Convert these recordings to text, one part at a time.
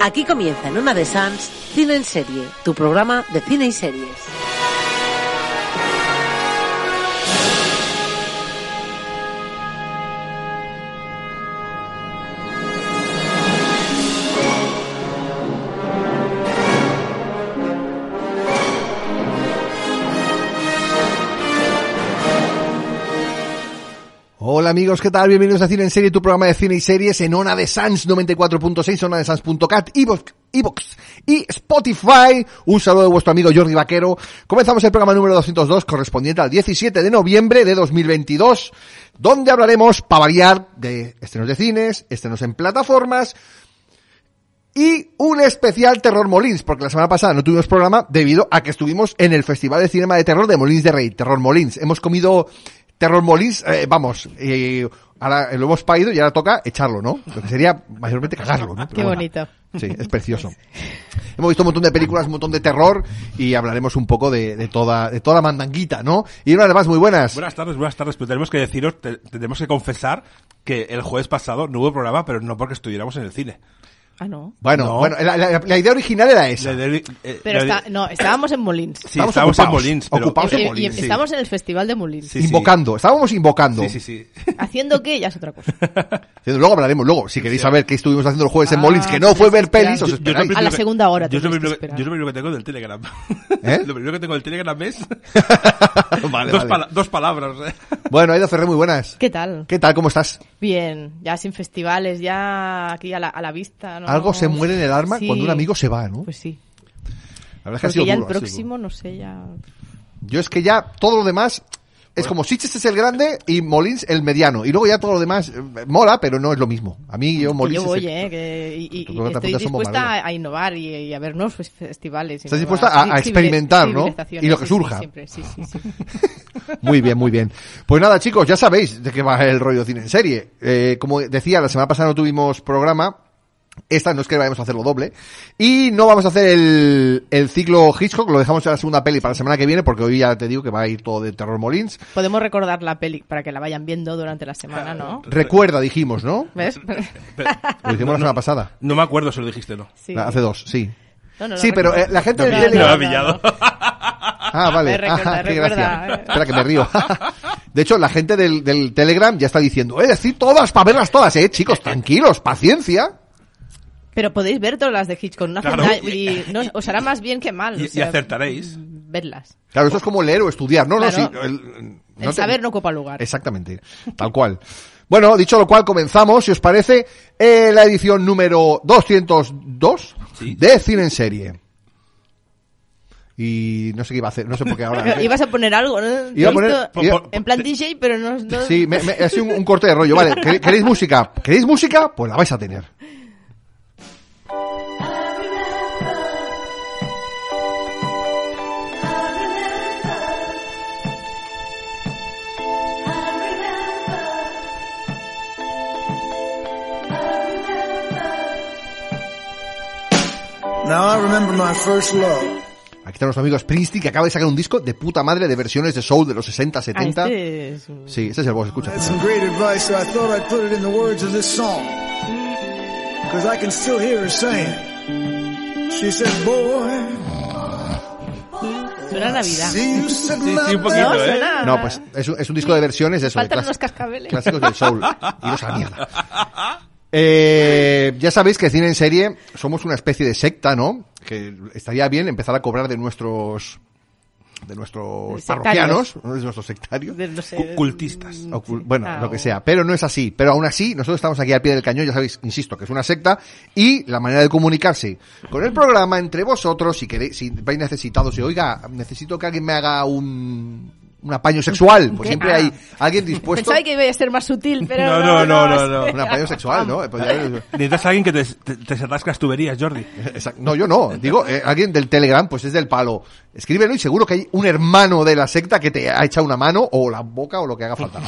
Aquí comienza en una de Sans Cine en Serie, tu programa de cine y series. Hola amigos, ¿qué tal? Bienvenidos a Cine en Serie, tu programa de cine y series en Ona de Sans 94.6, Ona de Sans.cat, iVox y Spotify. Un saludo de vuestro amigo Jordi Vaquero. Comenzamos el programa número 202 correspondiente al 17 de noviembre de 2022, donde hablaremos, para variar, de estrenos de cines, estrenos en plataformas, y un especial Terror Molins, porque la semana pasada no tuvimos programa debido a que estuvimos en el Festival de Cinema de Terror de Molins de Rey, Terror Molins. Hemos comido Terror Molins, eh, vamos, eh, ahora lo hemos paído y ahora toca echarlo, ¿no? Lo que sería mayormente cagarlo, ¿no? Pero Qué bueno. bonito. Sí, es precioso. Hemos visto un montón de películas, un montón de terror y hablaremos un poco de, de toda de toda la mandanguita, ¿no? Y una de más muy buenas. Buenas tardes, buenas tardes, pero tenemos que deciros, te- tenemos que confesar que el jueves pasado no hubo programa, pero no porque estuviéramos en el cine. Ah, no. Bueno, No. bueno, la, la- la idea original era esa. La de- eh, Pero la de- está, no, estábamos en Molins. sí, Estamos estábamos ocupados, en Molins, pero... eh, ocupados. Vamos a Y- y- Molins, y sí. Estamos en el Festival de Molins. Sí, sí. invocando, estábamos invocando. Sí, sí, sí. Haciendo qué ya es otra cosa. Luego hablaremos, luego, si queréis saber qué estuvimos haciendo los jueves en Ah, Molins, que no fue ver espera. pelis, os Yo- yo lo esperáis. primero A la que- segunda hora Yo es lo tendréis que primero que, esperar. yo es lo primero que tengo del Telegram. ¿Eh? Lo primero que tengo del Telegram es... Vale, dos, vale. pala- dos palabras. eh. Bueno, Aida Ferrer, muy buenas. ¿Qué tal? ¿Qué tal? ¿Cómo estás? Bien, ya sin festivales, ya aquí a la, a la vista. ¿no? Algo se muere en el arma Sí. cuando un amigo se va, ¿no? Pues sí. La verdad es que ha Porque sido ya el duro, ha sido duro. próximo, no sé, ya... Yo es que ya todo lo demás es como Sitges es el grande y Molins el mediano. Y luego ya todo lo demás eh, mola, pero no es lo mismo. A mí yo Que Molins... yo es voy, el- ¿eh? que- y- y- Tú y luego te estoy apuntas a un dispuesta bombardeo. a, a innovar y, y a ver nuevos fes- festivales. y Estás nuevas dispuesta a- a civili- experimentar, ¿no? civilizaciones, Y lo que sí, sí, surja. siempre, sí, sí, sí. Muy bien, muy bien. Pues nada, chicos, ya sabéis de qué va el rollo cine en serie. Eh, como decía, la semana pasada no tuvimos programa. Esta no es que vayamos a hacerlo doble. Y no vamos a hacer el, el ciclo Hitchcock, lo dejamos en la segunda peli para la semana que viene, porque hoy ya te digo que va a ir todo de Terror Molins. Podemos recordar la peli para que la vayan viendo durante la semana, ¿no? Recuerda, dijimos, ¿no? ¿Ves? Pero- Lo hicimos la semana pasada. No me acuerdo si lo dijiste, ¿no. Sí. La- Hace dos, sí. No, no, no sí, pero recuerdo. eh, la gente... No, del no, Me Telegram- lo ha no, no. pillado. Ah, vale. Recuerda, Ajá, qué recuerda. gracia. Espera que me río. De hecho, la gente del, del Telegram ya está diciendo, eh, decir todas para verlas todas, eh, chicos, tranquilos, paciencia. Pero podéis ver todas las de Hitchcock. No, hace Claro. nada, y no- os hará más bien que mal. Y- o y sea, mm, acertaréis. Verlas. Claro, eso es como leer o estudiar. No, no, Claro. sí. el- mm, El no te- saber no copa lugar. Exactamente, tal cual. Bueno, dicho lo cual, comenzamos, si os parece, eh, la edición número 202 Sí. de Cine en Serie. Y no sé qué iba a hacer, no sé por qué ahora. Ibas a poner algo, ¿no? Iba a poner- Esto- iba- En plan DJ, pero no... no- Sí, me, me- ha sido un, un corte de rollo. Vale, ¿quer- ¿queréis música? ¿Queréis música? Pues la vais a tener. Now I remember my first love. Aquí están los amigos Princeton que acaba de sacar un disco de puta madre de versiones de soul de los 60, Ah, 70. este es un- Sí, ese es el voz, escucha. That's some great advice, so I thought I'd put it in the words of this song. Cause I can still hear her saying. She said, boy, Suena a Navidad. see you sitting Sí, sí, un out poquito, No, ¿eh? suena... No, pues es un, es un disco de versiones de eso, de Ah. Faltan clas- unos cascabeles. clásicos del soul. Y los a la mierda. Eh, ya sabéis que Cine en Serie somos una especie de secta, ¿no? Que estaría bien empezar a cobrar de nuestros de nuestros Sectarios. parroquianos, de nuestros sectarios. De- no sé, Cu- Cultistas. o cul- bueno, Ah, lo que o- sea, pero no es así. Pero aún así, nosotros estamos aquí al pie del cañón, ya sabéis, insisto, que es una secta y la manera de comunicarse con el programa entre vosotros, si queréis, si vais necesitados, si oiga, necesito que alguien me haga un, un apaño sexual, pues ¿Qué? siempre Ah. hay alguien dispuesto. Pensaba que iba a ser más sutil, pero... No, no, no, no, Un apaño sexual, ¿no? Eh, podría haber- Necesitas a alguien que te, te, te se rascas tuberías, Jordi. Exacto. No, yo no. Digo, eh, alguien del Telegram, pues es del palo. Escríbelo y seguro que hay un hermano de la secta que te ha echado una mano o la boca o lo que haga falta.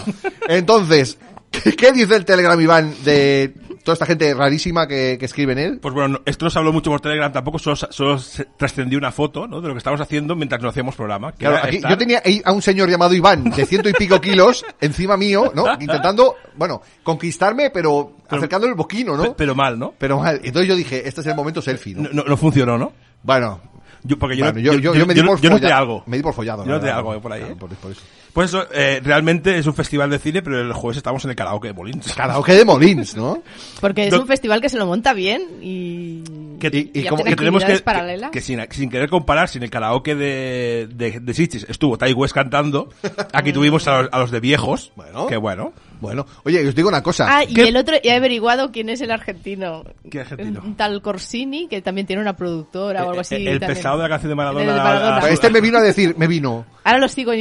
Entonces, ¿qué, qué dice el Telegram, Iván, de toda esta gente rarísima que, que escribe en él. Pues bueno, no- esto no se habló mucho por Telegram tampoco, solo, solo se trascendió una foto ¿no? de lo que estábamos haciendo mientras no hacíamos programa. que Claro, era aquí- estar- yo tenía ahí a un señor llamado Iván, de ciento y pico kilos, encima mío, ¿no? Intentando, bueno, conquistarme, pero, acercando el boquino, pe- ¿no? Pero mal, ¿no? Pero mal. Entonces yo dije, este es el momento selfie, ¿no? No, no- no funcionó, ¿no? Bueno, Yo, porque yo, bueno, no- yo, yo, yo me di yo, por yo noté follado. algo. Me di por follado. Yo la noté verdad. algo por ahí, Claro, ¿eh? por- por eso. Pues eso, eh, realmente es un festival de cine, pero el jueves estamos en el karaoke de Molins. Karaoke de Molins, ¿no? Porque es No- un festival que se lo monta bien y... Que, Y- y que- como- que tenemos que, actividades paralelas. que- que sin, sin querer comparar, sin el karaoke de, de, de Sitges estuvo Tai West cantando, aquí tuvimos a los, a los de viejos, Bueno. Pues, que bueno. Bueno, oye, os digo una cosa. Ah, y ¿Qué- el otro, he averiguado quién es el argentino. ¿Qué argentino? Un tal Corsini, que también tiene una productora o algo así. Eh, eh, el también. pesado de la canción de Maradona. El de Maradona. a- a- Este me vino a decir, me vino. Ahora lo sigo en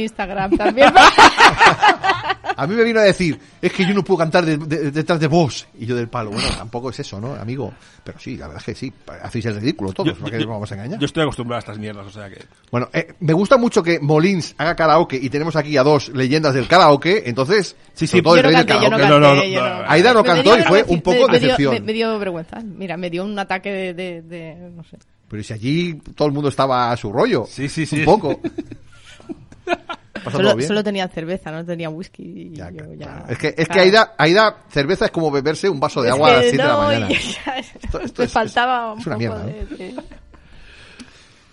Instagram también. A mí me vino a decir, es que yo no puedo cantar de- de- detrás de vos. Y yo del palo. Bueno, tampoco es eso, ¿no, amigo? Pero sí, la verdad es que sí. Hacéis el ridículo todos. ¿Para qué nos vamos a engañar? yo estoy acostumbrado a estas mierdas, o sea que... Bueno, eh, me gusta mucho que Molins haga karaoke y tenemos aquí a dos leyendas del karaoke. Entonces, Sí, sobre sí, todo el yo no rey del canté, yo no karaoke. canté, No, no, no, yo no. Aida no Me dio cantó y fue vergüenza- un poco me dio- decepción. Me, me dio vergüenza. Mira, me dio un ataque de... de- de- no sé. Pero si allí todo el mundo estaba a su rollo. Sí, sí, sí. Un poco. Pasa todo Solo, bien. solo tenían cerveza, no tenían whisky. y Ya, yo claro. ya- Es que, es que claro. Aida, Aida, cerveza es como beberse un vaso de Es agua a las que 7 de la no, mañana. y- ya- esto me es- faltaba es un una poco mierda, de- de-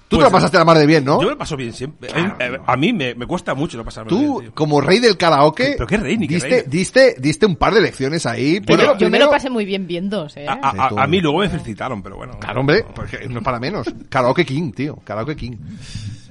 Tú te Pues- la pasaste la mar de bien, ¿no? Yo me lo paso bien siempre. Claro, Eh, eh, no. a mí me, me cuesta mucho no pasarme Ah. Tú, bien, tío. como rey del karaoke, Pero qué rey, ni qué diste, rey. diste, diste un par de lecciones ahí. Yo, Primero- yo me primero- Ah, lo pasé muy bien viendo, ¿eh? A, a- a- De todo. a mí luego me felicitaron, pero bueno. Claro, hombre, porque no es para menos. Karaoke King, tío. Karaoke King.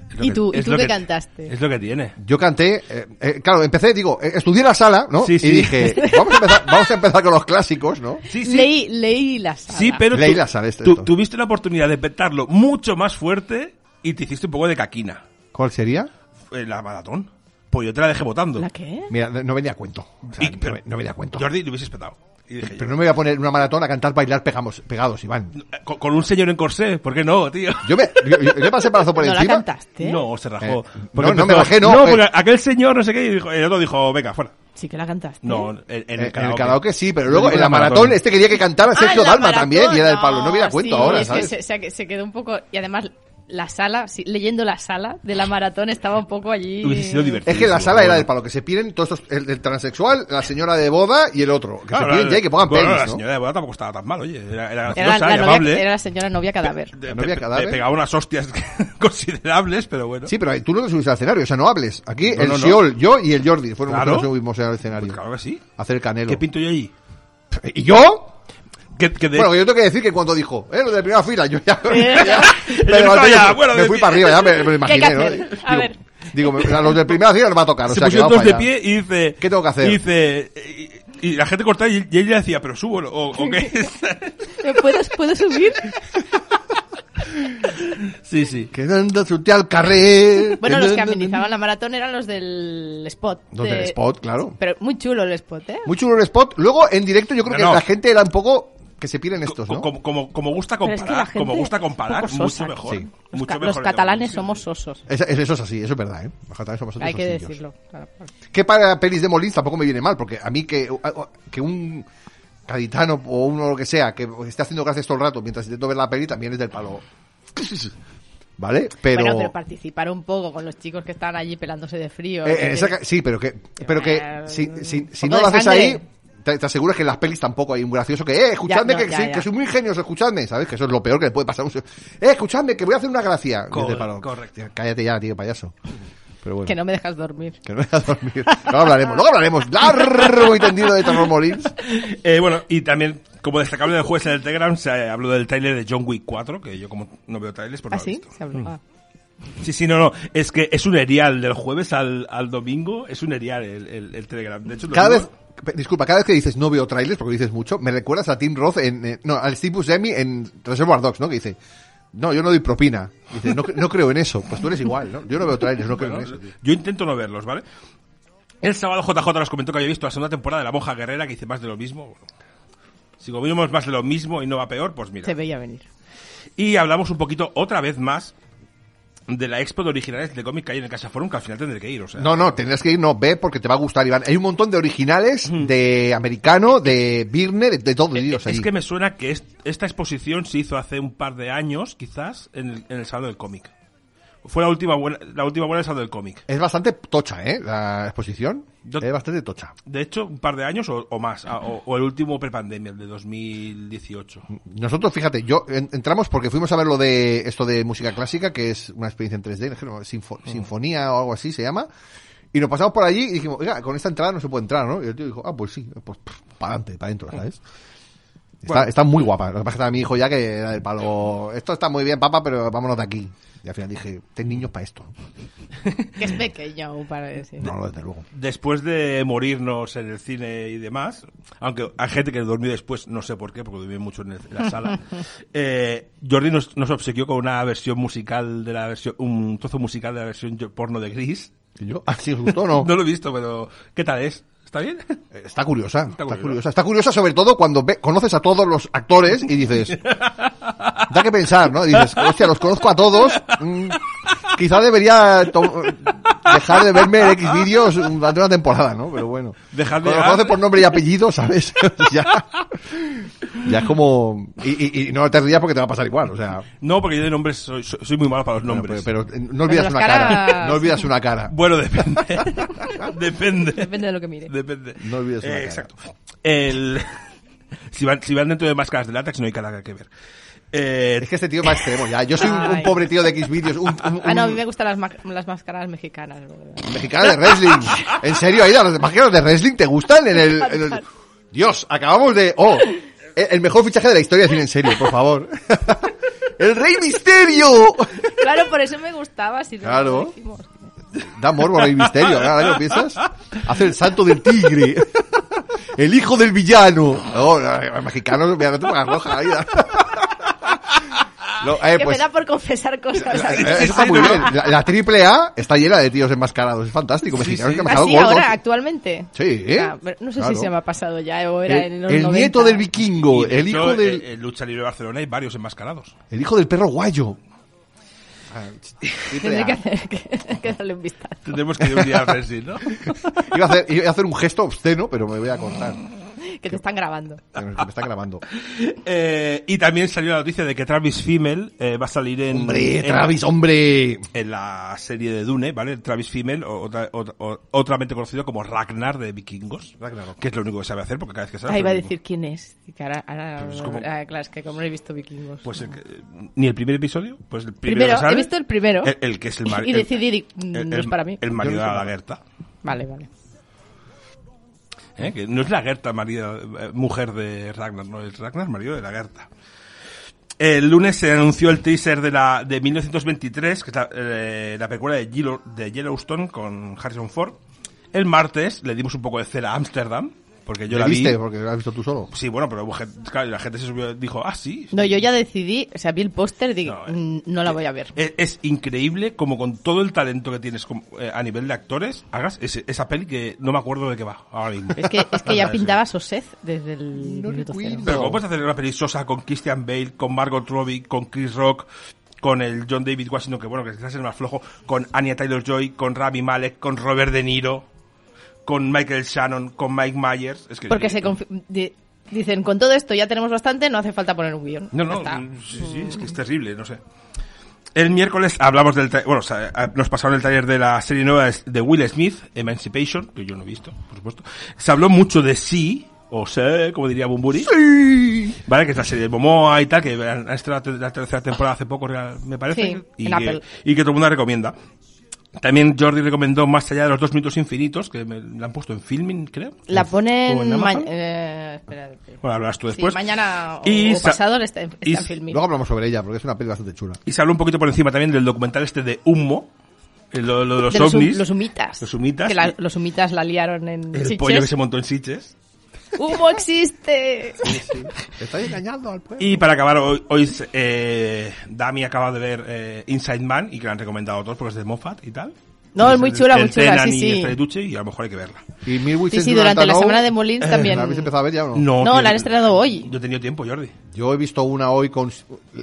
Es lo ¿Y que- tú- y es tú lo qué que- cantaste? Es lo que tiene. Yo canté, eh, eh, claro, empecé, digo, eh, estudié la sala, ¿no? Sí, Y sí. dije, vamos a, empezar, vamos a empezar con los clásicos, ¿no? Sí, sí. Leí, leí la sala. Sí, pero Leí tú, la sala, esto, tú- esto. tuviste la oportunidad de petarlo mucho más fuerte y te hiciste un poco de caquina. ¿Cuál sería? Eh, La maratón. Pues yo te la dejé votando. ¿La qué? Mira, no venía a cuento. O sea, Y- no pero- ve- no venía a cuento. Jordi, lo hubieses petado. Y dije yo, Pero no me voy a poner en una maratón a cantar, bailar pegamos, pegados, Iván. eh, con, con un señor en corsé, ¿por qué no, tío? Yo me, yo, yo- yo pasé brazo por ¿No la encima. cantaste? No, se rajó. Eh, no, no me bajé, no, eh. porque aquel señor no sé qué, y dijo- el otro dijo, venga, fuera. Sí que la cantaste. No, en, en Eh, En, el karaoke. sí, pero Yo luego digo en la maratón, este quería que cantara Ah, Sergio la Dalma maratón, Ah, también y era del Pablo. No me da cuenta sí, ahora, es que ¿sabes? se- se, se quedó un poco... Y además, la sala, sí, leyendo la sala de la maratón, estaba un poco allí... Hubiese sido divertido. Es que la Sí, sala sí, era bueno. del palo, que se piden todos estos, el, el transexual, la señora de boda y el otro. Que Claro, se piden la- ya y que pongan bueno, pelis, la ¿no? señora de boda tampoco estaba tan mal, oye. Era, era Era graciosa la, y novia- amable. era la señora novia cadáver. Te- La te- novia te- cadáver. te pegaba unas hostias considerables, pero bueno. Sí, pero eh, tú no te subiste al escenario, o sea, no hables. Aquí No, el no, no. Siol, yo y el Jordi fueron Claro. los que nos subimos al Pues escenario. claro que sí. A hacer el canelo. ¿Qué pinto yo allí? ¿Y yo? Que, que de- Bueno, que yo tengo que decir que cuando dijo, eh, lo de primera fila, yo ya. ya Yo me, levanté, estaba ya, me- bueno, me de- fui para arriba, ya me, me lo Eh, ¿Qué hay que imaginé, ¿no? hacer? A Digo, ver. Digo, me- a los de primera fila les va a tocar, o se sea, que pusieron vamos todos de para allá. pie y dice... ¿Qué tengo que hacer? Y dice... eh, Y, y la gente cortaba y, y ella decía, pero súbelo, o, o qué ¿Me ¿Puedo, ¿Puedo subir? sí, sí. Quedando frente al carrer. Bueno, los que amenizaban la maratón eran los del spot. Los del de- spot, claro. Pero muy chulo el spot, ¿eh? Muy chulo el spot. Luego, en directo, yo creo No, que no. la gente era un poco que se piden estos, Co- ¿no? como, como, como gusta Pero es comparar, que la gente como gusta es un comparar, poco mucho sosa. mejor. Sí. Los, mucho ca- mejor los el catalanes Eurovisión. somos sosos. Eso, eso es así, eso es verdad, ¿eh? Los catalanes somos Hay que sosillos. decirlo. Claro, claro. Que para pelis de Molins tampoco me viene mal, porque a mí que, que un caditano o uno lo que sea que esté haciendo gracias todo el rato mientras intento ver la peli también es del palo. ¿Vale? Pero. Bueno, pero participar un poco con los chicos que están allí pelándose de frío. Eh, ¿no? eh, esa ca- sí, pero que, pero que Bueno, si, si, un si poco no lo de haces sangre. ahí, te, te aseguras que en las pelis tampoco hay un gracioso que, eh, escuchadme, no, que, ya, sí, ya. que soy muy ingenioso, escuchadme, ¿sabes? Que eso es lo peor que le puede pasar a un se- Eh, escuchadme, que voy a hacer una gracia. Cor- Y dice, "Paro, correcto. tío, Cállate ya, tío, payaso. Pero bueno. Que no me dejas dormir. Que no voy a dormir. Luego hablaremos, luego hablaremos largo y tendido de Terror Molins. Eh, bueno, y también, como destacable del jueves en el Telegram, se eh, habló del tráiler de John Wick 4, que yo como no veo trailers, pues no ¿Ah, lo he sí? visto. Se habló. Mm. Ah. Sí, sí, no, no. Es que es un erial del jueves al, al domingo, es un erial el, el, el Telegram. De hecho, el Cada vez, domingo- disculpa, cada vez que dices no veo trailers, porque dices mucho, me recuerdas a Tim Roth en, eh, no, al Steve Buscemi en Reservoir Dogs, ¿no? Que dice, no, yo no doy propina. Dice, no, cre- no creo en eso. Pues tú eres igual, ¿no? Yo no veo trailers, no creo en eso. Bueno, yo intento no verlos, ¿vale? El sábado JJ nos comentó que había visto la segunda temporada de La Monja Guerrera, que dice más de lo mismo. Bueno, si como mínimo es más de lo mismo y no va peor, pues mira. Se veía venir. Y hablamos un poquito otra vez más de la expo de originales de cómic que hay en el Casaforum, que al final tendré que ir, o sea. No, no, tendrás que ir, no, ve porque te va a gustar, Iván. Hay un montón de originales, de americano, de Birne, de, de todo, Dios, es allí. que me suena que es- esta exposición se hizo hace un par de años, quizás, en el, en el Salón del Cómic. Fue la última buena, la última buena del Salón del Cómic. Es bastante tocha, ¿eh? La exposición. Yo- Es bastante tocha. De hecho, un par de años o, o más, a- o, o el último prepandemia, el de 2018. Nosotros, fíjate, yo en- entramos porque fuimos a ver lo de esto de música clásica, que es una experiencia en 3D, es que no, sinfo- sinfonía o algo así se llama. Y nos pasamos por allí y dijimos, oiga, con esta entrada no se puede entrar, ¿no? Y el tío dijo, ah, pues sí, pues para adelante, para adentro, ¿sabes? Está, Bueno. está muy guapa. Lo que pasa es que estaba mi hijo ya que era del palo. Esto está muy bien, papá, pero vámonos de aquí. Y al final dije, ten niños para esto. Que es pequeño aún para decir. No, no, desde luego. Después de morirnos en el cine y demás, aunque hay gente que dormió después, no sé por qué, porque dormí mucho en, el- en la sala, eh, Jordi nos, nos obsequió con una versión musical de la versión, un trozo musical de la versión yo- porno de Gris. Y yo, ah, sí, os gustó o no? No lo he visto, pero ¿qué tal es? ¿Está bien? Eh, Está curiosa, está, curiosa. curiosa. Está curiosa sobre todo cuando ve- conoces a todos los actores y dices, da que pensar, ¿no? Y dices, hostia, los conozco a todos, mm, quizá debería to- dejar de verme en X vídeos durante una temporada, ¿no? Pero bueno. Dejar Cuando de los llegar. conoces por nombre y apellido, ¿sabes? ya, ya es como, y, y- y no te rías porque te va a pasar igual, o sea. No, porque yo de nombres soy, soy- soy muy malo para los nombres. Pero, pero, eh, no olvidas las una cara, caras. no olvidas una cara. Bueno, depende. depende. Depende de lo que mire. Depende. No olvides una Eh, cara. Exacto. El... si, van, si van dentro de máscaras de látex, no hay cara que ver. Eh, Es que este tío es más extremo ya. Yo soy un, un Ay. pobre tío de X vídeos, un, un- Ah, no, a un- mí me gustan las, ma- las máscaras mexicanas. la verdad. Mexicana de wrestling. En serio, Aida, los mexicanos de wrestling te gustan en el, en el- Dios, acabamos de. Oh, el el mejor fichaje de la historia de cine en serio, por favor. ¡El Rey Misterio! Claro, por eso me gustaba. Si no, no Claro. Eh, lo dijimos. Da morbo Rey Misterio, ahora que lo piensas. Hace el salto del tigre. El hijo del villano. No, no, los mexicanos, mira, no te pongas roja, Aida. No, eh, que pues, me da por confesar cosas. eh, así. eso está muy bien. La, la triple A está llena de tíos enmascarados. Es fantástico. Mexicanos que han pasado Así gordos. Ah, ahora, actualmente. Sí, ¿eh? Ah, pero no sé Claro. si se me ha pasado ya o era el, en los Eh, el 90. nieto del vikingo, y de el hecho, hijo del eh, En Lucha Libre Barcelona hay varios enmascarados. el hijo del perro guayo. Ah, Tendré que, hacer, que, que darle un vistazo. Tendremos que ir un día a Wrestling, ¿no? Iba a, hacer, iba a hacer un gesto obsceno, pero me voy a cortar. Que te están grabando. Que Me está grabando. Eh, y también salió la noticia de que Travis Fimmel eh, va a salir en... ¡Hombre, en- Travis, hombre! en la serie de Dune, ¿vale? Travis Fimmel, o- otra, otra- o- otramente conocido como Ragnar de Vikingos, Ragnarok. que es lo único que sabe hacer porque cada vez que sale... Ahí es lo iba a mismo. decir quién es. Y que ahora- ahora- Pues es como- ah, claro, es que como no he visto vikingos. Pues el que- ni el primer episodio, pues el primero, Primero, que sale, he visto el primero. El, el que es el mari- Y el- decidí, di- no el- es para mí. El marido de la Gerta. Vale, vale. ¿eh? Que no es la Gerta, marido, eh, mujer de Ragnar, no es Ragnar, marido de la Gerta. El lunes se anunció el teaser de la de 1923, que es la, eh, la película de, Yellow- de Yellowstone con Harrison Ford. El martes le dimos un poco de cera a Ámsterdam, porque yo ¿Le la viste? vi. Porque lo has visto tú solo. Sí, bueno, pero hubo gente- claro, la gente se subió y dijo, ah, sí, No, yo ya decidí, o sea, vi el póster y digo, No, "Mm, eh. no, la voy a ver. Es, es increíble como con todo el talento que tienes como, eh, a nivel de actores hagas ese- esa peli que no me acuerdo de qué va ahora mismo. Es que, es que ya Sí. pintaba Sosez desde el No minuto recuerdo. cero. Pero ¿cómo puedes hacer una peli sosa con Christian Bale, con Margot Robbie, con Chris Rock, con el John David Washington, que bueno, que quizás es el más flojo, con Anya Taylor-Joy, con Rami Malek, con Robert De Niro, con Michael Shannon, con Mike Myers? Es que, Porque se confi- di- dicen, con todo esto ya tenemos bastante, no hace falta poner un guión. No, Ya no, está. sí, sí, es que es terrible, no sé. El miércoles hablamos del... ta- Bueno, o sea, a- nos pasaron el taller de la serie nueva de- de Will Smith, Emancipation, que yo no he visto, por supuesto. Se habló mucho de sí, o sé, como diría Bumburi. Vale, que es la serie de Momoa y tal, que han han estrenado la tercera temporada hace poco, real- me parece. Sí, y, en que, Apple. y que todo el mundo recomienda. También Jordi recomendó Más allá de los dos minutos infinitos, que me la han puesto en filming, creo. La ¿O en ponen Amazon? mañana. Eh, espera, espera. Bueno, hablarás tú Sí, después. mañana o, Y o sa- pasado está, está y en s- Filmin. Luego hablamos sobre ella, porque es una peli bastante chula. Y se habló un poquito por encima también del documental este de Humo, eh, lo, lo de los De los, ovnis. hum- los humitas. Los humitas. Que la- los humitas la liaron en el Sitges. pollo que se montó en Sitges. ¡Humo existe! Estás engañando al pueblo. Y para acabar, hoy, hoy, eh, Dami acaba de ver eh, Inside Man y que le han recomendado otros porque es de Moffat y tal. No, es muy chula, El muy chula, Tenan sí, y sí. Freddy Duche y a lo mejor hay que verla. Y 1899, Sí, sí, durante la semana de Eh, Molins también. ¿La habéis empezado a ver ya o no? No, tío, la han estrenado hoy. Yo he tenido tiempo, Jordi. Yo he visto una hoy con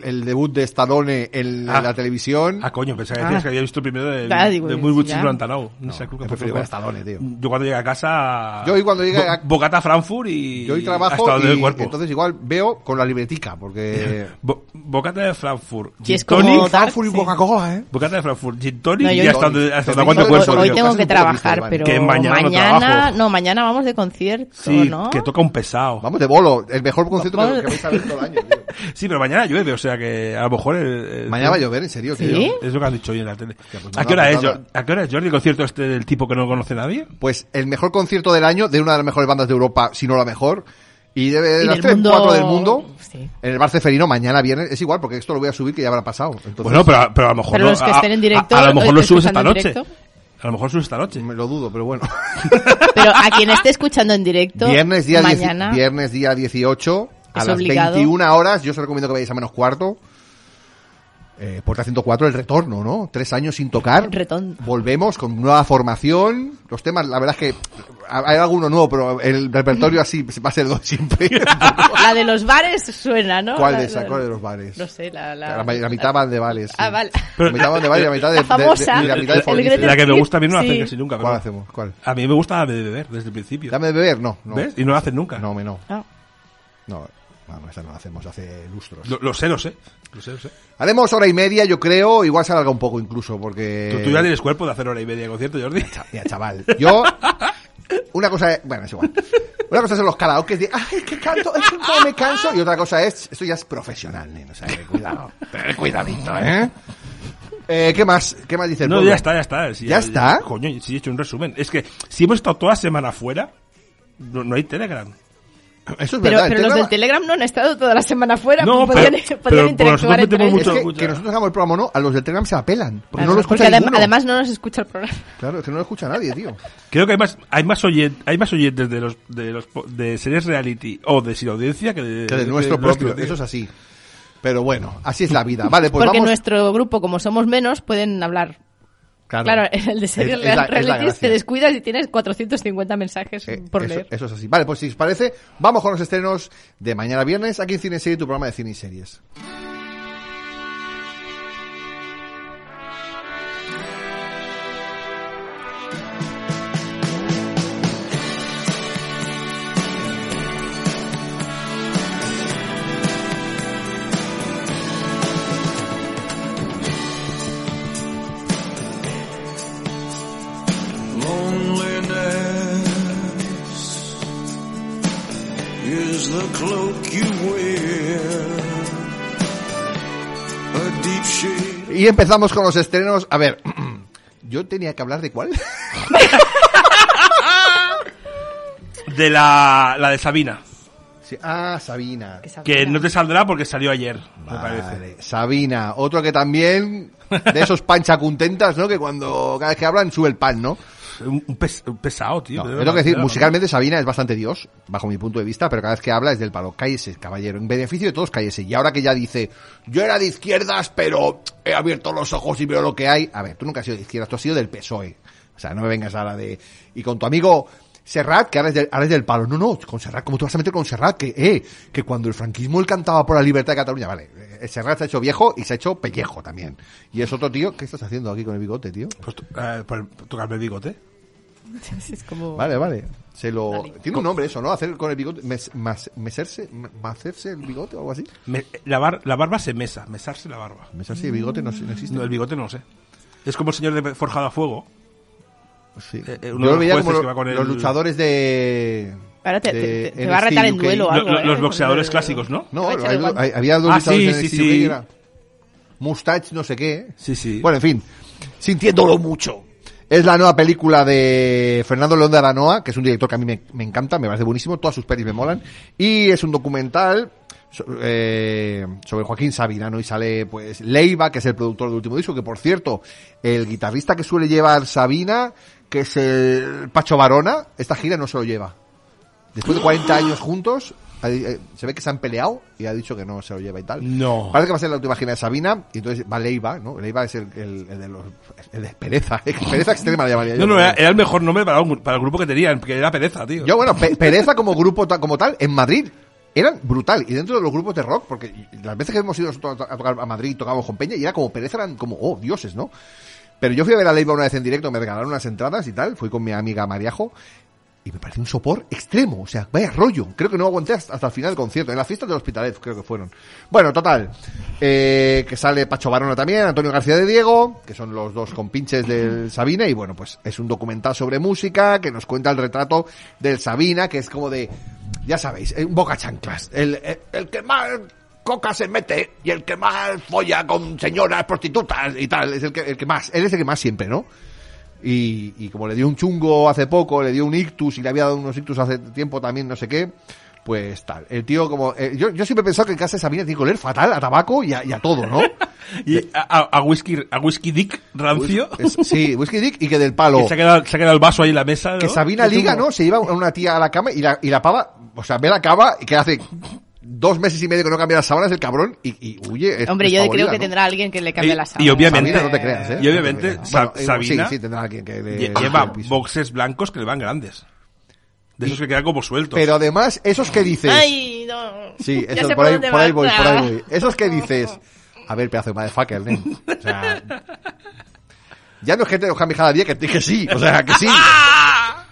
el debut de Stallone en Ah. la televisión. Ah, coño, pensaba que Ah. decías que había visto primero de, Ah, digo, de Muy Buen ya. Chino Antanao. No, sé, creo que he fue preferido ver a Bogotá. Stallone, tío. Yo cuando llegué a casa... Yo hoy cuando llegué Bo- a- Bogotá, Frankfurt y... Yo hoy Hasta trabajo donde y el cuerpo. entonces igual veo con la libretica, porque... Bo- Bogotá de Frankfurt. Sí, es gin tonic, como- Frankfurt y Coca-Cola, ¿eh? Bocata de Frankfurt, Gin Tonic No, yo- y hasta donde, hasta Te donde tengo- aguante el Hoy, cuerpo. Bueno, hoy yo- tengo estás que un poco trabajar, triste, pero Iván. Que mañana no mañana, trabajo. no, mañana vamos de concierto, Sí, ¿no? que toca un pesado. Vamos de bolo, el mejor concierto que, Vamos. que vais a ver todo el año, tío. Sí, pero mañana llueve, o sea que a lo mejor... eh, eh, Mañana va a llover, en serio, ¿Sí? tío. Es lo que han dicho hoy en la tele. pues ¿A nada, qué hora pues es, nada. Jor- ¿A qué hora es Jordi el concierto este del tipo que no conoce nadie? Pues el mejor concierto del año de una de las mejores bandas de Europa, si no la mejor. Y de, de Y las del 3, mundo- 4 del mundo. Sí. En el Barceferino, mañana viernes. Es igual, porque esto lo voy a subir que ya habrá pasado. Entonces, Bueno, pero, pero a lo mejor... Pero no- los que a- estén en directo, A, a lo hoy mejor lo estoy subes esta escuchando noche. en A lo mejor subes esta noche. me lo dudo, pero bueno. Pero a quien esté escuchando en directo, Viernes día, dieci- mañana, viernes día 18 a Es las obligado. 21 horas. Yo os recomiendo que vayáis a menos cuarto. Eh, Puerta 104, el retorno, ¿no? Tres años sin tocar. Retón. Volvemos con nueva formación. Los temas, la verdad es que ha- hay alguno nuevo, pero el repertorio así va a ser dos siempre. la de los bares suena, ¿no? ¿Cuál La- de esa? la- ¿Cuál de los bares? No sé, la... La, La, ma- la mitad van de bares. sí. Ah, vale. La mitad van de bares y la mitad de, La de- de- famosa. y la mitad de El folclore. Gretel la que me Street, gusta a mí no la hacen sí. casi nunca. ¿Cuál pero- hacemos? ¿Cuál? A mí me gusta la de beber desde el principio. ¿Dame de beber? No, no. ¿Ves? Y no la hacen nunca. No, me no. Ah, No, vamos, esa no la hacemos hace lustros. Lo, lo sé, lo sé. Lo sé, lo sé. Haremos hora y media, yo creo. Igual se alarga un poco incluso, porque... Tú, tú ya tienes cuerpo de hacer hora y media de concierto, Jordi. Mira, chaval. Yo... Una cosa es... Bueno, es igual. Una cosa son los karaoke de... ¡Ay, es que canto! ¡Es que no me canso! Y otra cosa es... Esto ya es profesional, nene. O sea, que cuidado. Ten Cuidadito, ¿eh? Eh, ¿Qué más? ¿Qué más dice el No, pueblo? ya está, ya está. Sí, ¿Ya está? Coño, sí, he hecho un resumen. Es que si hemos estado toda semana fuera, no, no hay Telegram. Eso es Pero, verdad. este el pero los del Telegram- Telegram no han estado toda la semana fuera. No, podían, podían pero- pero nosotros interactuar entre ellos. metemos mucho- Es que, mucho- que nosotros hagamos el programa o no, a los del Telegram se la pelan. Porque no Claro, lo escucha adem- ninguno. además no nos escucha el programa. Claro, es que no lo escucha nadie, tío. Creo que hay más, hay más oyentes, hay más oyentes de los, de los, po- de series reality o de sin audiencia que de, Que de nuestro propio, audiencia. eso es así. Pero bueno, así es la vida. Vale, pues Porque vamos. nuestro grupo, como somos menos, pueden hablar. Claro, en el de Serial Es- es la- es la Reality gracia. te descuidas y tienes 450 mensajes Eh, por eso, leer. eso es así. Vale, pues si os parece, vamos con los estrenos de mañana viernes aquí en Cine y Serie, tu programa de cine y series. Loneliness is the cloak you wear. A deep shade. Y empezamos con los estrenos. A ver, yo tenía que hablar de cuál. De la, la de Sabina. Sí, Ah, Sabina. Que no te saldrá porque salió ayer, me parece. Vale, Sabina, otro que también de esos panchacuntentas, ¿no? Que cuando cada vez que hablan sube el pan, ¿no? Un, un pes- un pesado, tío. No, de yo verdad, tengo que decir, de verdad. musicalmente Sabina es bastante Dios, bajo mi punto de vista, pero cada vez que habla es del palo. Cállese, caballero. En beneficio de todos, cállese. Y ahora que ya dice, yo era de izquierdas, pero he abierto los ojos y veo lo que hay. A ver, tú nunca has sido de izquierdas, tú has sido del PSOE. O sea, no me vengas ahora de... Y con tu amigo Serrat, que ahora es del, ahora es del palo. No, no, con Serrat, ¿cómo te vas a meter con Serrat? Que, eh, que cuando el franquismo él cantaba por la libertad de Cataluña, vale. eh, Serrat se ha hecho viejo y se ha hecho pellejo también. Y es otro tío, ¿qué estás haciendo aquí con el bigote, tío? Pues, to- eh, por- por tocarme el bigote. Es como... Vale, vale. Se lo... Tiene un nombre eso, ¿no? Hacer con el bigote... mes- mas- meserse... ma- Macerse el bigote o algo así. Me- la, bar- la barba se mesa, mesarse la barba. Mesarse el bigote no, sé- no existe. No, el bigote no lo sé. Es como el señor de Forjado a Fuego. Sí. eh, eh, Yo uno de lo los veía jueces como que va con el- los luchadores de... Ahora te- de te- te va a NXT retar en UK. duelo o Lo- algo, lo- ¿eh? los boxeadores Porque- clásicos, ¿no? No, Te va a echar hay- el guante. hay- había dos Ah, luchadores sí, en NXT sí, sí. UK que era Mustache no sé qué. Sí, sí. Bueno, en fin. Sintiéndolo mucho. Es la nueva película de Fernando León de Aranoa, que es un director que a mí me, me encanta, me parece buenísimo, todas sus pelis me molan. Y es un documental so- eh, sobre Joaquín Sabina, ¿no? Y sale, pues, Leiva, que es el productor del último disco, que por cierto, el guitarrista que suele llevar Sabina, que es el Pacho Barona, esta gira no se lo lleva. Después de 40 años juntos, ha di- eh, se ve que se han peleado y ha dicho que no se lo lleva y tal. No. Parece que va a ser la última gira de Sabina y entonces va Leiva, ¿no? Leiva es el, el- el de los, el de pereza, pereza extrema le llamaría No, yo. no, era, era el mejor nombre para, un- para el grupo que tenían, que era pereza, tío. Yo, bueno, pe- Pereza como grupo ta- como tal, en Madrid, eran brutal. Y dentro de los grupos de rock, porque las veces que hemos ido nosotros a to- a tocar a Madrid, tocábamos con Peña, y era como Pereza, eran como, oh, dioses, ¿no? Pero yo fui a ver a Leiva una vez en directo, me regalaron unas entradas y tal, fui con mi amiga Mariajo, y me pareció un sopor extremo, o sea, vaya rollo. Creo que no aguanté hasta, hasta el final del concierto, en las fiestas del Hospitalet, creo que fueron. Bueno, total, eh, que sale Pacho Barona también, Antonio García de Diego, que son los dos compinches del Sabina, y bueno, pues es un documental sobre música que nos cuenta el retrato del Sabina, que es como de, ya sabéis, eh, un boca chanclas, el, el- el que más coca se mete y el que más folla con señoras prostitutas y tal, es el que, el que más, él es el que más siempre, ¿no? Y, y como le dio un chungo hace poco, le dio un ictus y le había dado unos ictus hace tiempo también, no sé qué, pues tal. El tío como... eh, yo, yo siempre he pensado que en casa de Sabina tiene que oler fatal a tabaco y a, y a todo, ¿no? Y a, a, a whisky, a whisky Dick rancio. Es- sí, eh, Whisky eh, Dick y que del palo... que se, ha quedado, se ha quedado el vaso ahí en la mesa. ¿no? Que Sabina Es como- Liga, ¿no? Se lleva a una tía a la cama y la, y la pava, o sea, ve la cama y que hace dos meses y medio que no cambia las sábanas el cabrón y, y huye. es- Hombre, es yo favorita, creo que ¿no? tendrá alguien que le cambie Y- la y sala. obviamente- Sabina, no te creas, ¿eh? Y obviamente, No te creas. Sa- Bueno, eh, Sabina- Sí, sí, tendrá alguien que... le- Lle- Lleva le pise. boxes blancos que le van grandes. De esos que quedan como sueltos. Pero además, esos que dices... Ay, no. Sí, Ya eso, sé por, ahí, dónde por ahí voy, vas. por ahí voy. Esos que dices, a ver, pedazo de motherfucker, nen. O sea, ya no es que te lo Javi Javier, que te dije sí, o sea, que sí.